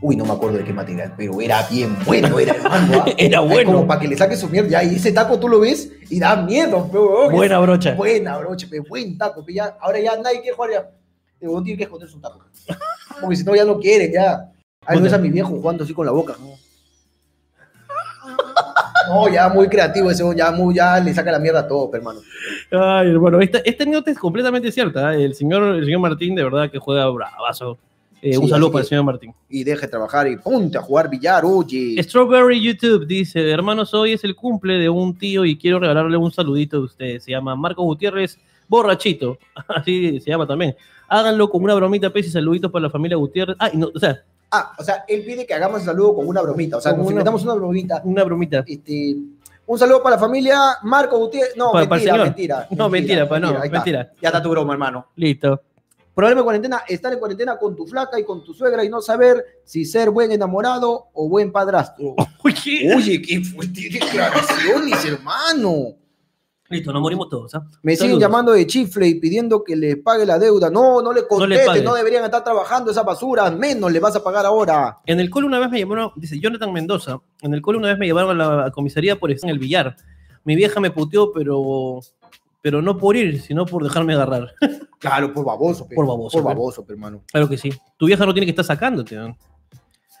Speaker 2: Uy, no me acuerdo de qué material, pero era bien bueno, era hermano. ¿ah?
Speaker 3: Era
Speaker 2: Ay, Como
Speaker 3: bueno.
Speaker 2: para que le saque su mierda. ya, Y ese taco tú lo ves y da miedo, pe, huevón.
Speaker 3: Buena brocha.
Speaker 2: Buena, broche, pe, buen taco. pe, ya. ahora ya nadie quiere jugar ya. El huevón tiene que esconder su taco. Porque si no, ya no quieren, ya. Ahí no es a mi viejo jugando así con la boca. No, No, ya muy creativo ese, huevón, ya, muy, ya le saca la mierda a todo, pe, hermano.
Speaker 3: Ay, hermano, esta, esta anécdota es completamente cierta. ¿eh? El, señor, el señor Martín, de verdad, que juega bravazo. Eh,
Speaker 2: Sí,
Speaker 3: un saludo
Speaker 2: así
Speaker 3: para
Speaker 2: que-
Speaker 3: el señor Martín.
Speaker 2: Y deje de trabajar y ponte a jugar billar, oye.
Speaker 3: Strawberry YouTube dice, hermanos, hoy es el cumple de un tío y quiero regalarle un saludito a ustedes. Se llama Marco Gutiérrez Borrachito. Así se llama también. Háganlo con una bromita, pez y saluditos para la familia Gutiérrez. Ah, y no, o sea,
Speaker 2: Ah, o sea, él pide que hagamos el saludo con una bromita. O sea,
Speaker 3: Con
Speaker 2: nos
Speaker 3: una-
Speaker 2: inventamos una bromita.
Speaker 3: una bromita.
Speaker 2: Este, un saludo para la familia Marco Gutiérrez. No,
Speaker 3: Pa- para el
Speaker 2: mentira,
Speaker 3: señor.
Speaker 2: mentira,
Speaker 3: No, mentira, pa- no,
Speaker 2: ahí está.
Speaker 3: mentira.
Speaker 2: Ya está tu broma, hermano.
Speaker 3: Listo.
Speaker 2: Problema de cuarentena, estar en cuarentena con tu flaca y con tu suegra y no saber si ser buen enamorado o buen padrastro.
Speaker 3: Uy, ¿qué?
Speaker 2: Oye, qué fuerte declaraciones, hermano.
Speaker 3: Listo, nos morimos todos. ¿ah?
Speaker 2: Me siguen
Speaker 3: Saludos.
Speaker 2: llamando de chifle y pidiendo que les pague la deuda. No, no le
Speaker 3: les
Speaker 2: conteste,
Speaker 3: pagues.
Speaker 2: no, deberían estar trabajando esa basura. Menos le vas a pagar ahora.
Speaker 3: En el cole una vez me llamaron, dice Jonathan Mendoza, en el cole una vez me llevaron a la comisaría por estar en el billar. Mi vieja me puteó, pero, pero no por ir, sino por dejarme agarrar.
Speaker 2: Claro, por baboso. pe.
Speaker 3: Por baboso,
Speaker 2: Por
Speaker 3: pe.
Speaker 2: baboso, pe, hermano.
Speaker 3: Claro que sí. Tu vieja no tiene que estar sacándote. ¿no?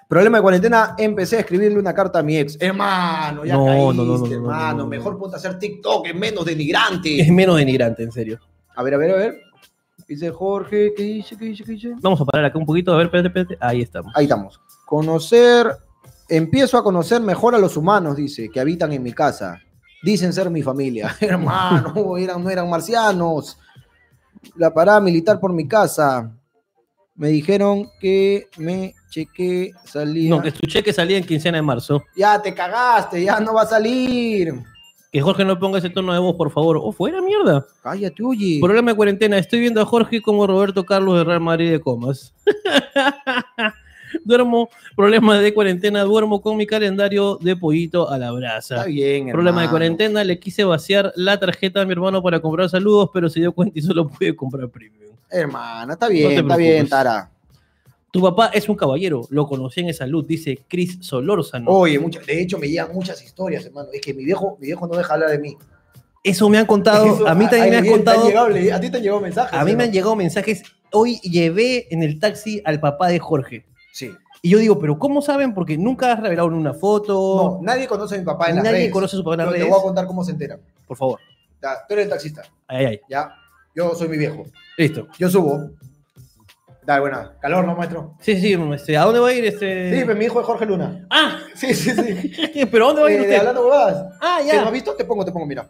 Speaker 2: Problema de cuarentena, empecé a escribirle una carta a mi ex. Hermano, ya
Speaker 3: No,
Speaker 2: caíste,
Speaker 3: no, no, no, no,
Speaker 2: hermano.
Speaker 3: no, no, no.
Speaker 2: Mejor ponte a hacer TikTok, es menos denigrante.
Speaker 3: Es menos denigrante, en serio.
Speaker 2: A ver, a ver, a ver. Dice Jorge, ¿qué dice? ¿Qué dice? ¿Qué dice?
Speaker 3: Vamos a parar acá un poquito, a ver, espérate, espérate. Ahí estamos.
Speaker 2: Ahí estamos. Conocer, empiezo a conocer mejor a los humanos, dice, que habitan en mi casa. Dicen ser mi familia. Hermano, eran, no eran marcianos. La parada militar por mi casa. Me dijeron que me chequé, salí.
Speaker 3: No, que tu cheque salía en quincena de marzo.
Speaker 2: Ya te cagaste, ya no va a salir.
Speaker 3: Que Jorge no ponga ese tono de voz, por favor. Oh, fuera mierda.
Speaker 2: Cállate, oye.
Speaker 3: Programa de cuarentena. Estoy viendo a Jorge como Roberto Carlos de Real Madrid de comas. duermo, problema de cuarentena, duermo con mi calendario de pollito a la brasa.
Speaker 2: Está bien,
Speaker 3: Problema de
Speaker 2: hermano.
Speaker 3: cuarentena, le quise vaciar la tarjeta a mi hermano para comprar saludos, pero se dio cuenta y solo pude comprar premium.
Speaker 2: Hermana, está bien, está
Speaker 3: preocupes.
Speaker 2: bien, Tara.
Speaker 3: Tu papá es un caballero, lo conocí en esa luz, dice Chris Solórzano.
Speaker 2: Oye, mucha- de hecho me llegan muchas historias, hermano. Es que mi viejo, mi viejo no deja hablar de mí.
Speaker 3: Eso me han contado,
Speaker 2: Eso,
Speaker 3: a mí también me han
Speaker 2: bien, te
Speaker 3: contado,
Speaker 2: llegado- le- a ti te han llegado mensajes.
Speaker 3: a mí me han
Speaker 2: hermano.
Speaker 3: llegado mensajes. Hoy llevé en el taxi al papá de Jorge.
Speaker 2: Sí.
Speaker 3: Y yo digo, pero ¿cómo saben? Porque nunca has revelado una
Speaker 2: No,
Speaker 3: foto.
Speaker 2: nadie conoce a mi papá en las
Speaker 3: nadie
Speaker 2: redes.
Speaker 3: conoce a su papá en las
Speaker 2: Pero
Speaker 3: redes.
Speaker 2: Te voy a contar cómo se entera.
Speaker 3: Por favor.
Speaker 2: Ya, tú eres el taxista,
Speaker 3: Ahí, ahí.
Speaker 2: ya. Yo soy mi viejo.
Speaker 3: Listo.
Speaker 2: Yo subo. Dale, buena. Calor, ¿no, maestro?
Speaker 3: Sí, sí, este, ¿a dónde va a ir este?
Speaker 2: Sí, pues, mi hijo es Jorge Luna.
Speaker 3: Ah,
Speaker 2: Sí, sí, sí.
Speaker 3: pero ¿a dónde va a ir
Speaker 2: Eh,
Speaker 3: usted?
Speaker 2: hablando huevadas.
Speaker 3: Ah,
Speaker 2: ¿Te ¿No has
Speaker 3: ya.
Speaker 2: visto? Te pongo, te pongo, mira.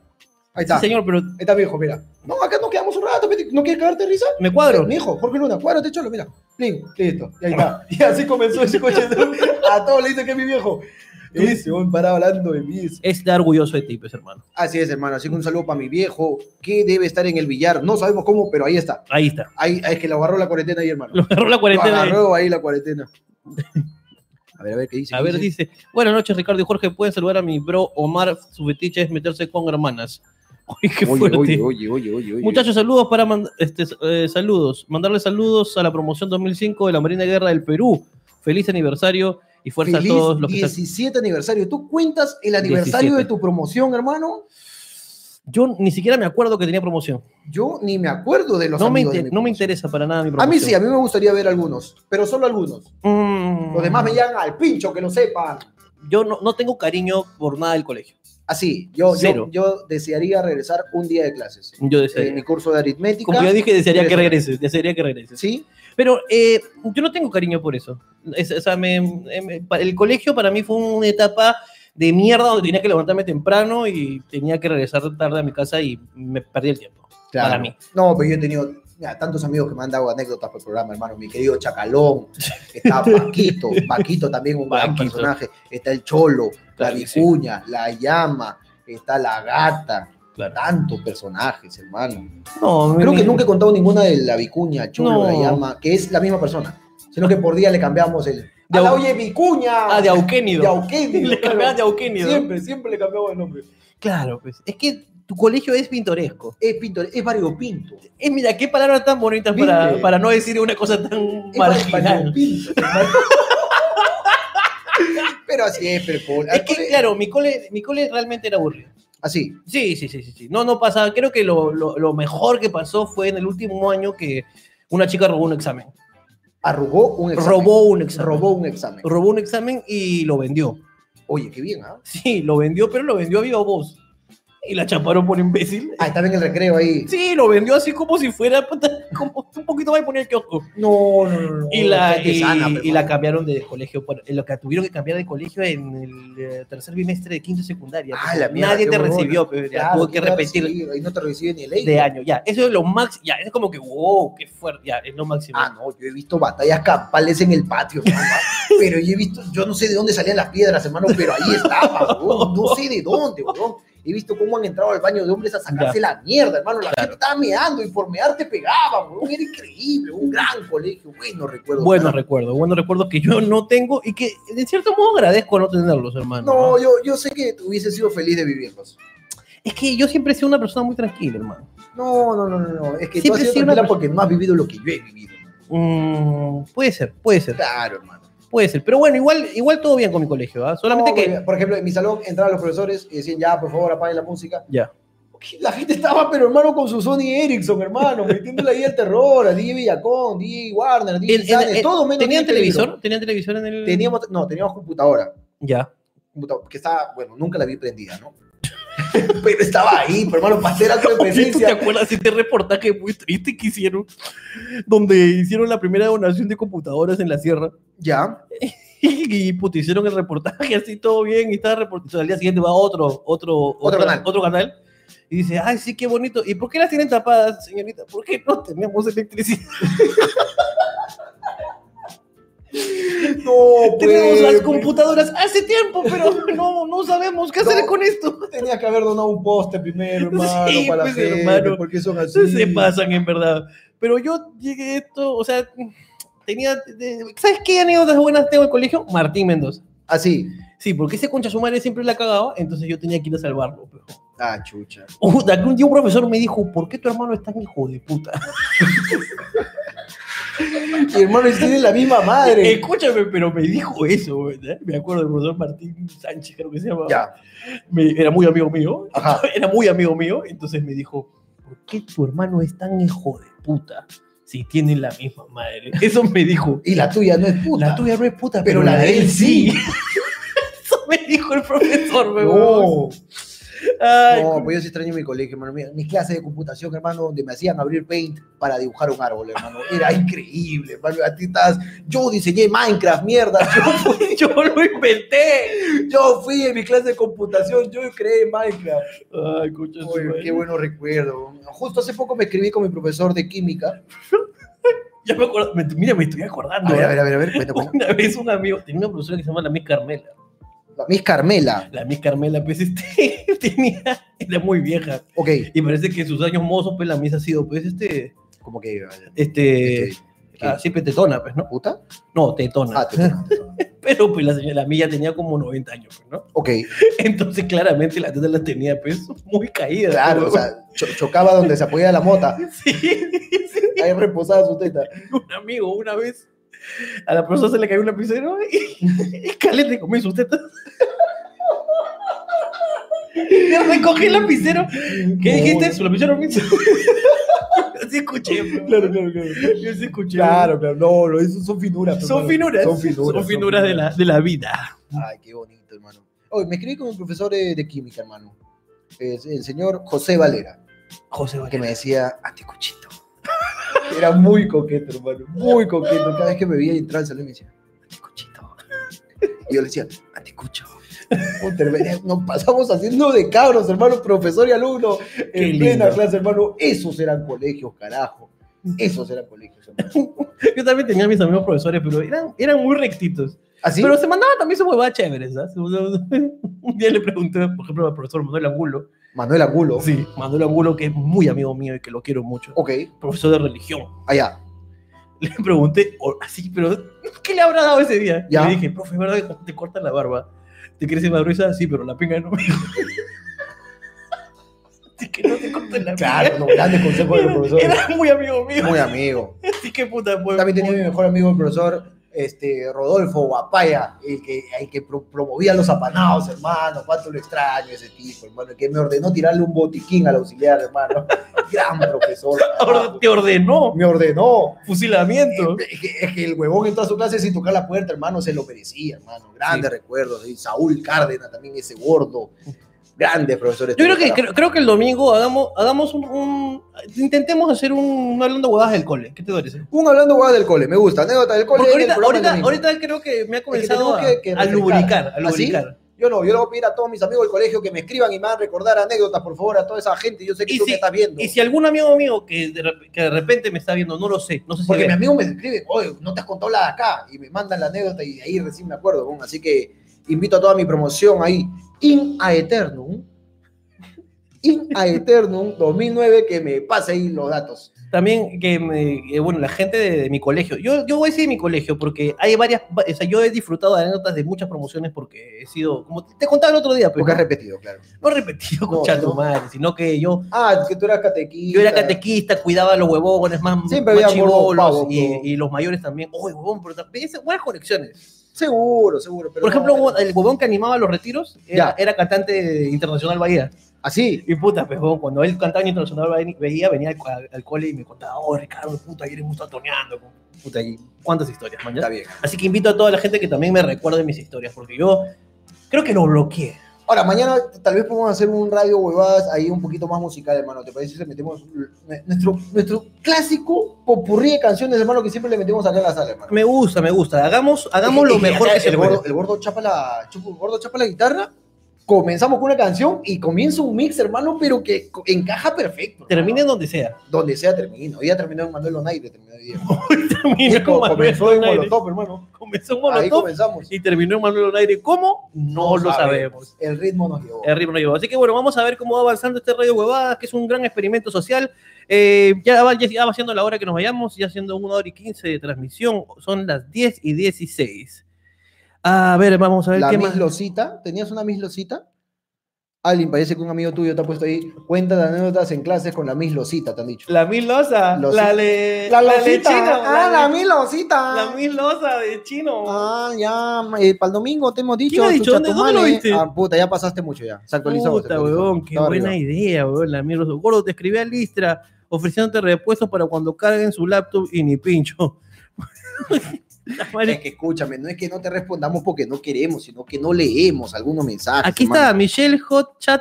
Speaker 2: Ahí
Speaker 3: Sí,
Speaker 2: está. Ahí
Speaker 3: señor, pero
Speaker 2: está mi hijo, mira. No, acá nos quedamos un rato. vete. ¿No quieres cagarte de risa?
Speaker 3: me cuadro.
Speaker 2: Mi hijo, Jorge Luna, cuádrate, cholo, mira. Plin, listo. Y ahí está. Y así comenzó ese coche. A todos le dicen que es mi viejo. Ese, voy parado hablando de mí.
Speaker 3: Es de orgulloso de ti, pues, hermano.
Speaker 2: Así es, hermano. Así que un saludo para mi viejo, que debe estar en el billar. No sabemos cómo, pero ahí está.
Speaker 3: Ahí está.
Speaker 2: Ahí, ahí es que lo agarró la cuarentena ahí, hermano.
Speaker 3: Lo agarró la
Speaker 2: Lo
Speaker 3: cuarentena.
Speaker 2: agarró ahí la cuarentena. A ver, a ver qué dice.
Speaker 3: A
Speaker 2: qué
Speaker 3: ver, dice. Buenas noches, Ricardo y Jorge. Pueden saludar a mi bro Omar. Su fetiche es meterse con hermanas. Uy, qué
Speaker 2: Oye,
Speaker 3: fuerte.
Speaker 2: oye, oye, oye, oye, oye.
Speaker 3: Muchachos, saludos para mand- este, eh, saludos. Mandarle saludos a la promoción 2005 de la Marina de Guerra del Perú. Feliz aniversario y fuerza
Speaker 2: Feliz
Speaker 3: a todos los que están.
Speaker 2: 17 aniversario. ¿Tú cuentas el aniversario
Speaker 3: 17.
Speaker 2: de tu promoción, hermano?
Speaker 3: Yo ni siquiera me acuerdo que tenía promoción.
Speaker 2: Yo ni me acuerdo de los
Speaker 3: No me,
Speaker 2: amigos de
Speaker 3: inter-
Speaker 2: mi
Speaker 3: no me
Speaker 2: promoción.
Speaker 3: interesa para nada mi
Speaker 2: A
Speaker 3: promoción.
Speaker 2: mí sí, a mí me gustaría ver algunos, pero solo algunos.
Speaker 3: Mm,
Speaker 2: Los demás me llegan al pincho, que lo sepan.
Speaker 3: Yo no, no tengo cariño por nada del colegio.
Speaker 2: Así, yo, yo,
Speaker 3: Cero.
Speaker 2: yo desearía regresar un día de clases.
Speaker 3: Yo
Speaker 2: En
Speaker 3: desearía.
Speaker 2: Eh, mi curso de aritmética.
Speaker 3: Como ya dije, desearía que
Speaker 2: Regresa.
Speaker 3: regrese. Desearía que regrese.
Speaker 2: Sí,
Speaker 3: Pero eh, em, yo no tengo cariño por eso. Es- o sea, me- em- pa- el colegio para mí fue una etapa de mierda donde tenía que levantarme temprano y tenía que regresar tarde a mi casa y me perdí el tiempo.
Speaker 2: Claro.
Speaker 3: Para mí.
Speaker 2: No, pero yo he tenido mira, tantos amigos que me han dado anécdotas por el programa, hermano. Mi querido Chacalón, está Paquito, Paquito también un gran
Speaker 3: Paquito.
Speaker 2: personaje. Está el Cholo, la
Speaker 3: Claro que sí.
Speaker 2: Vicuña, la Llama, está la Gata.
Speaker 3: Claro.
Speaker 2: Tantos personajes, hermano.
Speaker 3: No,
Speaker 2: Creo
Speaker 3: mi-
Speaker 2: que nunca he contado ninguna de la Vicuña, Cholo,
Speaker 3: No.
Speaker 2: la Llama, que es la misma persona. Sino que por día le cambiamos el.
Speaker 3: De
Speaker 2: ¡A la
Speaker 3: au-
Speaker 2: oye Vicuña!
Speaker 3: Ah, de Auquénido.
Speaker 2: De Auquénido,
Speaker 3: Le
Speaker 2: claro.
Speaker 3: cambiaban de Auquénido.
Speaker 2: Siempre, siempre le cambiamos el nombre.
Speaker 3: Claro, pues. Es que tu colegio es pintoresco.
Speaker 2: Es pintor, es variopinto.
Speaker 3: Eh, mira, qué palabras tan bonitas
Speaker 2: ¿Viste?
Speaker 3: para, para no decir una cosa tan
Speaker 2: Es
Speaker 3: marginal.
Speaker 2: variopinto, hermano. Pero siempre, Paul.
Speaker 3: Es que, claro, mi cole, mi cole realmente era aburrido.
Speaker 2: Así.
Speaker 3: Sí, sí, sí, sí, sí. No, no pasaba. Creo que lo, lo- lo mejor que pasó fue en el último año que una chica robó un examen.
Speaker 2: Arrugó un examen.
Speaker 3: Robó un examen.
Speaker 2: Robó un examen.
Speaker 3: Robó un examen y lo vendió.
Speaker 2: Oye, qué bien, ¿ah?
Speaker 3: Sí, lo vendió, pero lo vendió a viva voz. Y la chaparon por imbécil.
Speaker 2: Ah, estaba en el recreo ahí.
Speaker 3: Sí, lo vendió así como si fuera puta, como un poquito más y ponía el kiosco.
Speaker 2: No, no, no, no.
Speaker 3: Y la,
Speaker 2: Gente
Speaker 3: y,
Speaker 2: sana, pues, pero
Speaker 3: y la
Speaker 2: no.
Speaker 3: cambiaron de colegio. por- eh, lo que tuvieron que cambiar de colegio en el eh, tercer bimestre de quinto de secundaria.
Speaker 2: Ah,
Speaker 3: pues,
Speaker 2: la mierda,
Speaker 3: Nadie
Speaker 2: qué
Speaker 3: te
Speaker 2: huevona.
Speaker 3: recibió, pero ya
Speaker 2: Claro,
Speaker 3: tuvo que
Speaker 2: ¿quién te va a
Speaker 3: repetir
Speaker 2: recibir? Ahí no te recibe ni el
Speaker 3: de año. Ya, eso es lo máximo. Ya, es como que, wow, qué fuerte. Ya, es lo máximo.
Speaker 2: Ah, no, yo he visto batallas campales en el patio, hermano. pero yo he visto, yo no sé de dónde salían las piedras, hermano, pero ahí estaba, huevón, no sé de dónde, huevón. He visto cómo han entrado al baño de hombres a sacarse la mierda, hermano. La gente estaba meando y por mear te pegaban, huevón. Era increíble, un gran colegio, bueno, recuerdo.
Speaker 3: buenos recuerdos, buenos recuerdos que yo no tengo y que, de cierto modo, agradezco no tenerlos, hermano.
Speaker 2: No,
Speaker 3: ¿no?
Speaker 2: yo, yo sé que hubiese sido feliz de vivirlos.
Speaker 3: Es que yo siempre he sido una persona muy tranquila, hermano.
Speaker 2: No, no, no, no, no. Es que tú has
Speaker 3: Siempre he
Speaker 2: sido
Speaker 3: sido una
Speaker 2: tranquila
Speaker 3: persona-
Speaker 2: porque no has vivido lo que yo he vivido.
Speaker 3: Mm, puede ser, puede ser,
Speaker 2: Claro, hermano.
Speaker 3: puede ser. Pero bueno, igual, igual todo bien con mi colegio, ¿ah? Solamente
Speaker 2: No,
Speaker 3: que.
Speaker 2: porque, Por ejemplo, en mi salón entraban los profesores y decían, ya, por favor, apaguen la música.
Speaker 3: Ya.
Speaker 2: La gente estaba, pero hermano, con su Sony Ericsson, hermano, metiéndole ahí el terror, a DJ Villacón, DJ Warner,
Speaker 3: En-
Speaker 2: DJ
Speaker 3: en-
Speaker 2: Sanes,
Speaker 3: en-
Speaker 2: todo menos
Speaker 3: ¿Tenían
Speaker 2: DJ Peligro.
Speaker 3: televisor? ¿Tenían televisor en el.?
Speaker 2: Teníamos, no, teníamos computadora,
Speaker 3: Ya.
Speaker 2: computadora, que estaba, bueno, nunca la vi prendida, ¿no? pero estaba ahí, pero, hermano, pastel alto de
Speaker 3: Oye, ¿tú te
Speaker 2: presencia.
Speaker 3: acuerdas de este reportaje muy triste que hicieron? Donde hicieron la primera donación de computadoras en la sierra.
Speaker 2: Ya,
Speaker 3: Y, puta, hicieron el reportaje así todo bien. Y estaba reportando. Al día siguiente va otro, otro, otra-
Speaker 2: canal.
Speaker 3: otro canal. Y dice, ay, sí, qué bonito. ¿Y por qué las tienen tapadas, señorita? ¿Por qué no tenemos electricidad?
Speaker 2: no,
Speaker 3: tenemos las
Speaker 2: pues,
Speaker 3: computadoras hace tiempo, pero no, no sabemos qué hacer
Speaker 2: No.
Speaker 3: con esto.
Speaker 2: Tenías que haber donado un poste primero, hermano,
Speaker 3: Sí,
Speaker 2: para la
Speaker 3: pues,
Speaker 2: gente,
Speaker 3: hermano.
Speaker 2: porque son así.
Speaker 3: Se, se pasan, en verdad. Pero yo llegué a esto, o sea, tenía. de- ¿Sabes qué anécdotas buenas tengo del colegio? Martín Mendoza.
Speaker 2: Así.
Speaker 3: Sí, porque ese concha su madre siempre la cagaba, entonces yo tenía que ir a salvarlo. pero-
Speaker 2: Ah, chucha.
Speaker 3: Puta, que un día un profesor me dijo, ¿por qué tu hermano es tan hijo de puta?
Speaker 2: Y hermano, tiene la misma madre.
Speaker 3: Escúchame, pero me dijo eso, ¿verdad? Me acuerdo del profesor Martín Sánchez, creo que se llamaba.
Speaker 2: Ya,
Speaker 3: Me- era muy amigo mío,
Speaker 2: ajá.
Speaker 3: era muy amigo mío, entonces me dijo, ¿por qué tu hermano es tan hijo de puta si tiene la misma madre? Eso me dijo.
Speaker 2: Y la tuya no es puta.
Speaker 3: La tuya no es puta,
Speaker 2: pero la de él sí.
Speaker 3: Eso me dijo el profesor, me huevón.
Speaker 2: No,
Speaker 3: Ay,
Speaker 2: no, pues yo sí extraño mi colegio, hermano. Mira, Mis clases de computación, hermano, donde me hacían abrir paint para dibujar un árbol, hermano. Era increíble, hermano. A ti estás, yo diseñé Minecraft, mierda. Yo fui,
Speaker 3: Yo lo inventé.
Speaker 2: yo fui en mi clase de computación, yo creé Minecraft.
Speaker 3: Ay, escucha su
Speaker 2: Oye,
Speaker 3: madre.
Speaker 2: qué bueno recuerdo. Justo hace poco me escribí con mi profesor de química.
Speaker 3: Ya me acuerdo. me- mira, me estoy
Speaker 2: A
Speaker 3: acordando.
Speaker 2: ver, a
Speaker 3: ¿eh?
Speaker 2: ver, a ver, a ver, cuenta, cuenta.
Speaker 3: Una vez un amigo tenía una profesora que se llama la Miss Carmela.
Speaker 2: Miss Carmela.
Speaker 3: La Miss Carmela, pues, este, tenía, era muy vieja.
Speaker 2: Ok,
Speaker 3: Y parece que en sus años mozos, pues, la Miss ha sido, pues, este,
Speaker 2: como que.
Speaker 3: este,
Speaker 2: este,
Speaker 3: ah, siempre tetona, pues, ¿no?
Speaker 2: ¿Puta?
Speaker 3: No, tetona.
Speaker 2: Ah, te-
Speaker 3: Pero, pues, la señora, la mía tenía como 90 años, pues, ¿no?
Speaker 2: Ok,
Speaker 3: Entonces, claramente, la teta la tenía, pues, muy caída.
Speaker 2: claro, o sea, cho- chocaba donde se apoyaba la mota.
Speaker 3: Sí,
Speaker 2: Ahí reposaba su teta.
Speaker 3: un amigo una vez a la persona se le cayó un lapicero y, y Calete comió sus tetas. Le recogí el lapicero. ¿Qué dijiste? Su lapicero mismo. Así escuché. bro.
Speaker 2: Claro, claro, claro.
Speaker 3: Yo sí escuché.
Speaker 2: Claro, claro. No, lo hizo, son finuras. pero
Speaker 3: Son
Speaker 2: bueno,
Speaker 3: finuras.
Speaker 2: Son finuras.
Speaker 3: Son finuras de la, de la vida.
Speaker 2: Ay, qué bonito, hermano. Oye, me escribí con un profesor de, de química, hermano. Es el señor José Valera,
Speaker 3: José
Speaker 2: que
Speaker 3: Vaquero.
Speaker 2: me decía, anticuchito. Era muy coqueto, hermano. Muy coqueto. Cada vez que me veía entrar al salón me decía, anticuchito. Y yo le decía, anticucho. Puta, hermano, Nos pasamos haciendo de cabros, hermano, profesor y alumno, en
Speaker 3: Qué
Speaker 2: plena
Speaker 3: lindo.
Speaker 2: clase, hermano. Esos eran colegios, carajo. Esos eran colegios, hermano.
Speaker 3: Yo también tenía mis amigos profesores, pero eran, eran muy rectitos.
Speaker 2: ¿Así?
Speaker 3: Pero se mandaban también sus huevadas chéveres, ¿sabes? Un día le pregunté, por ejemplo, al profesor Manuel Angulo.
Speaker 2: Manuel Angulo.
Speaker 3: Sí, Manuel Angulo, que es muy amigo mío y que lo quiero mucho.
Speaker 2: Ok,
Speaker 3: Profesor de religión.
Speaker 2: allá.
Speaker 3: Le pregunté, o- así, pero ¿qué le habrá dado ese día?
Speaker 2: Ya.
Speaker 3: Le dije, profe, ¿es verdad que cuando te cortan la barba? ¿Te quieres ir más gruesa? Sí, pero la pinga no me Así que no te corten la
Speaker 2: Claro,
Speaker 3: pinga.
Speaker 2: los grandes consejos de los profesores.
Speaker 3: Era muy amigo mío.
Speaker 2: Muy amigo.
Speaker 3: Así que puta, pues.
Speaker 2: También tenía mi mejor amigo, el profesor este, Rodolfo Guapaya, el que, el que pro- promovía los apanados, hermano. Cuánto lo extraño ese tipo, hermano. El que me ordenó tirarle un botiquín al auxiliar, hermano. Gran profesor. carajo.
Speaker 3: Orde- Te ordenó
Speaker 2: Me ordenó.
Speaker 3: fusilamiento.
Speaker 2: Es que, es que el huevón entró a su clase sin tocar la puerta, hermano, se lo merecía, hermano. Grandes recuerdos. Y Saúl Cárdenas también, ese gordo. Grandes profesores.
Speaker 3: Yo creo que,
Speaker 2: Carajo.
Speaker 3: creo, creo que el domingo hagamos, hagamos un, un- Intentemos hacer un, un hablando huevadas del cole. ¿Qué te parece?
Speaker 2: Un hablando huevón del cole, me gusta. Anécdota del cole.
Speaker 3: Porque
Speaker 2: del
Speaker 3: ahorita,
Speaker 2: programa del
Speaker 3: ahorita,
Speaker 2: domingo.
Speaker 3: ahorita creo que me ha comenzado
Speaker 2: tenemos que-
Speaker 3: a-
Speaker 2: que
Speaker 3: a,
Speaker 2: refrescar.
Speaker 3: lubricar. A
Speaker 2: ¿Ah, sí?
Speaker 3: lubricar.
Speaker 2: Yo no, yo le voy a pedir a todos mis amigos del colegio que me escriban y me van a recordar anécdotas, por favor, a toda esa gente. Yo sé que
Speaker 3: Y
Speaker 2: tú
Speaker 3: si-
Speaker 2: me estás viendo.
Speaker 3: Y si algún amigo mío que de, rep- que de repente me está viendo, no lo sé, no sé si
Speaker 2: Porque
Speaker 3: ve.
Speaker 2: mi amigo me escribe, oye, no te has contado la de acá. Y me mandan la anécdota y de ahí recién me acuerdo. bon. Así que invito a toda mi promoción ahí. In a Eternum. In a Eternum 2009, que me pase ahí los datos.
Speaker 3: también que, me- que, bueno, la gente de, de mi colegio. Yo, yo voy a decir de mi colegio porque hay varias, va- o sea, yo he disfrutado de anécdotas de muchas promociones porque he sido, como te contaba el otro día, pero
Speaker 2: Porque has repetido, claro.
Speaker 3: no he repetido
Speaker 2: No,
Speaker 3: con Chato
Speaker 2: no.
Speaker 3: madre, sino que yo,
Speaker 2: Ah, que tú eras catequista.
Speaker 3: yo era catequista, cuidaba a los huevones más,
Speaker 2: Siempre
Speaker 3: más
Speaker 2: había gordos
Speaker 3: chibolos
Speaker 2: pavos,
Speaker 3: y,
Speaker 2: ¿no?
Speaker 3: y los mayores también. Oye, huevón, pero también hice buenas conexiones.
Speaker 2: Seguro, seguro. pero
Speaker 3: Por
Speaker 2: no,
Speaker 3: ejemplo,
Speaker 2: pero-
Speaker 3: el huevón que animaba los retiros era, era cantante de internacional Bahía.
Speaker 2: Así.
Speaker 3: Y puta, pues, huevón, cuando él cantaba en Internacional Bahía- veía, venía al, al- al cole y me contaba, oh, Ricardo, puta, ayer hemos estado toneando. Puta, y cuántas historias, man.
Speaker 2: Está
Speaker 3: ya?
Speaker 2: bien.
Speaker 3: Así que invito a toda la gente que también me recuerde mis historias, porque yo creo que lo bloqueé.
Speaker 2: Ahora, mañana tal vez podemos hacer un radio huevadas ahí un poquito más musical, hermano. ¿Te parece si le metemos n- nuestro, nuestro clásico popurrí de canciones, hermano, que siempre le metemos acá en la sala, hermano?
Speaker 3: Me gusta, me gusta. Hagamos, hagamos lo
Speaker 2: Y- y
Speaker 3: mejor
Speaker 2: acá
Speaker 3: que se
Speaker 2: el
Speaker 3: pueda.
Speaker 2: gordo, el gordo chapa la, chupa- el gordo chapa la guitarra, comenzamos con una canción y comienza un mix, hermano, pero que co- encaja perfecto. hermano.
Speaker 3: Termine donde sea.
Speaker 2: Donde sea, termine. Hoy ya terminó en Manuel Donaire, terminó hoy día.
Speaker 3: Terminó
Speaker 2: Y co-
Speaker 3: Manuel
Speaker 2: comenzó en
Speaker 3: Donaire.
Speaker 2: Molotov, hermano.
Speaker 3: Comenzó en
Speaker 2: Ahí
Speaker 3: Molotov
Speaker 2: comenzamos.
Speaker 3: y terminó en Manuel Donaire. ¿Cómo? No, lo sabemos.
Speaker 2: El ritmo nos llevó.
Speaker 3: El ritmo no llegó. Así que bueno, vamos a ver cómo va avanzando este Radio Huevadas, que es un gran experimento social. Eh, ya, va, ya va siendo la hora que nos vayamos, ya siendo una hora y 15 de transmisión. Son las 10 y 16. A ver, vamos a ver
Speaker 2: la
Speaker 3: qué
Speaker 2: Miss
Speaker 3: más.
Speaker 2: Losita, ¿tenías una Miss Losita? Alguien parece que un amigo tuyo te ha puesto ahí, cuenta de anécdotas en clases con la Miss Losita, te han dicho.
Speaker 3: La milosa.
Speaker 2: Losita.
Speaker 3: La, le,
Speaker 2: Losita,
Speaker 3: lechina,
Speaker 2: ah,
Speaker 3: la,
Speaker 2: la,
Speaker 3: le-
Speaker 2: Miss Losita.
Speaker 3: la milosa de chino.
Speaker 2: Ah, ya, para el domingo te hemos dicho.
Speaker 3: ¿Quién ha
Speaker 2: tu
Speaker 3: dicho? ¿Dónde- dónde lo
Speaker 2: chatumane.
Speaker 3: viste?
Speaker 2: Ah, puta, ya pasaste mucho ya. Se actualizó. se
Speaker 3: Puta,
Speaker 2: actualizó.
Speaker 3: weón, qué
Speaker 2: Estaba
Speaker 3: buena
Speaker 2: arriba.
Speaker 3: idea, weón. La mierda. Gordo, te escribí a Listra ofreciéndote repuestos para cuando carguen su laptop y ni pincho. La madre
Speaker 2: Es que escúchame, no es que no te respondamos porque no queremos, sino que no leemos algunos mensajes.
Speaker 3: Aquí está Michelle Hotchat.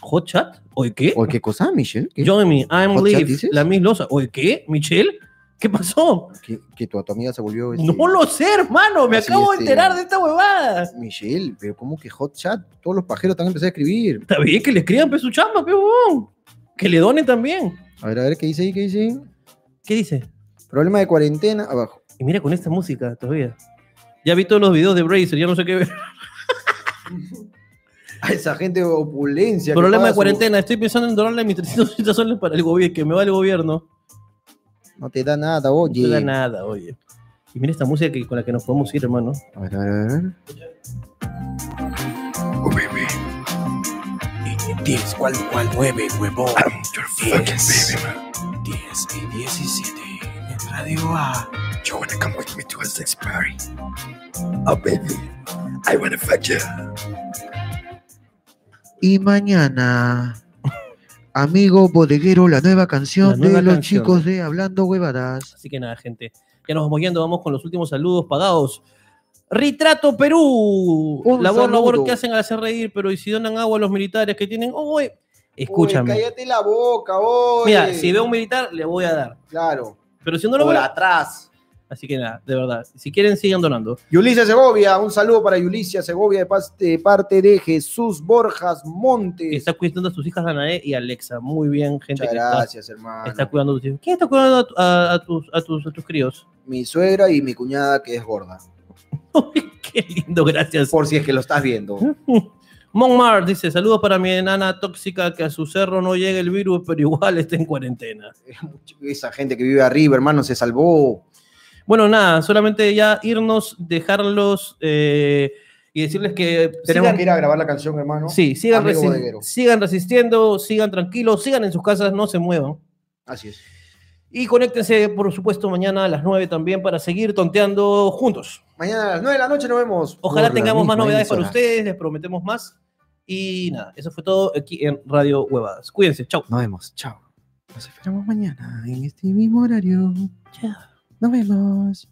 Speaker 3: ¿Hotchat? ¿Oye qué?
Speaker 2: ¿O qué cosa, Michelle? ¿Qué,
Speaker 3: Join me, I'm
Speaker 2: ¿Hotchat
Speaker 3: Leaf,
Speaker 2: dices?
Speaker 3: la Miss Loza. ¿Oye qué? ¿Michelle? ¿Qué pasó?
Speaker 2: que, que tu, tu amiga se volvió. este,
Speaker 3: No lo sé, hermano. Me
Speaker 2: Así,
Speaker 3: acabo de
Speaker 2: este-
Speaker 3: enterar de esta huevada.
Speaker 2: Michelle, pero ¿cómo que hot chat? Todos los pajeros están empezando a escribir.
Speaker 3: Está bien que le escriban pe, su chamba, pe, huevón. Que le donen también.
Speaker 2: A ver, a ver, ¿qué dice ahí? ¿Qué dice ahí?
Speaker 3: ¿Qué dice?
Speaker 2: Problema de cuarentena. Abajo.
Speaker 3: Y mira con esta música todavía. Ya vi todos los videos de Bracer, ya no sé qué ver.
Speaker 2: A esa gente de opulencia. que
Speaker 3: Problema
Speaker 2: paga
Speaker 3: de
Speaker 2: su-
Speaker 3: cuarentena. Estoy pensando en donarle mis 300 soles para el gobierno, que me va el gobierno.
Speaker 2: No te da nada, oye.
Speaker 3: No te da nada, oye. Y mira esta música que, con la que nos podemos ir, hermano.
Speaker 2: A ver, a ver, a ver.
Speaker 7: Oh, baby. Diez, cual, cual, nueve, huevón. Diez, diez y diecisiete. En Radio A. You wanna come with me to a sex party? Oh, baby. I wanna fuck you.
Speaker 8: Y mañana, amigo bodeguero, la nueva canción
Speaker 3: La nueva
Speaker 8: de los
Speaker 3: canción.
Speaker 8: chicos de Hablando Huevadas.
Speaker 3: Así que nada, gente. Ya nos vamos yendo, vamos con los últimos saludos pagados. Retrato Perú.
Speaker 2: Un
Speaker 3: labor,
Speaker 2: saludo.
Speaker 3: labor que hacen al hacer reír, pero y si donan agua a los militares que tienen. Oye, escúchame.
Speaker 2: Oye, cállate la boca, oye.
Speaker 3: Mira, si veo un militar, le voy a dar.
Speaker 2: Claro.
Speaker 3: Pero si no lo
Speaker 2: Por
Speaker 3: veo.
Speaker 2: atrás.
Speaker 3: Así que nada, de verdad, si quieren sigan donando.
Speaker 2: Yulicia Segovia, un saludo para Yulicia Segovia de pas- de parte de Jesús Borjas Montes.
Speaker 3: Está cuidando a sus hijas Danae y Alexa. Muy bien, gente.
Speaker 2: Muchas
Speaker 3: que está-
Speaker 2: gracias, hermano.
Speaker 3: Está cuidando a tus hijos. ¿Quién está cuidando a, tu- a- a tus, a, tus, a tus críos?
Speaker 2: Mi suegra y mi cuñada que es gorda.
Speaker 3: Qué lindo, gracias.
Speaker 2: Por si es que lo estás viendo.
Speaker 3: ¿Eh? Monmar dice, saludos para mi enana tóxica que a su cerro no llega el virus, pero igual está en cuarentena.
Speaker 2: Esa gente que vive arriba, hermano, se salvó.
Speaker 3: Bueno, nada, solamente ya irnos, dejarlos eh, y decirles que...
Speaker 2: Tenemos
Speaker 3: sigan-
Speaker 2: que ir a grabar la canción, hermano.
Speaker 3: Sí, sigan,
Speaker 2: Amigo
Speaker 3: resi-
Speaker 2: bodeguero.
Speaker 3: sigan resistiendo, sigan tranquilos, sigan en sus casas, no se muevan.
Speaker 2: Así es.
Speaker 3: Y conéctense, por supuesto, mañana a las 9 también para seguir tonteando juntos.
Speaker 2: Mañana a las 9 de la noche nos vemos.
Speaker 3: Ojalá
Speaker 2: por la
Speaker 3: tengamos más
Speaker 2: misma
Speaker 3: novedades para
Speaker 2: emisora.
Speaker 3: ustedes, les prometemos más. Y nada, eso fue todo aquí en Radio Huevadas. Cuídense, chau.
Speaker 8: Nos vemos, chao. Nos esperamos mañana en este mismo horario. Chao. Nos vemos.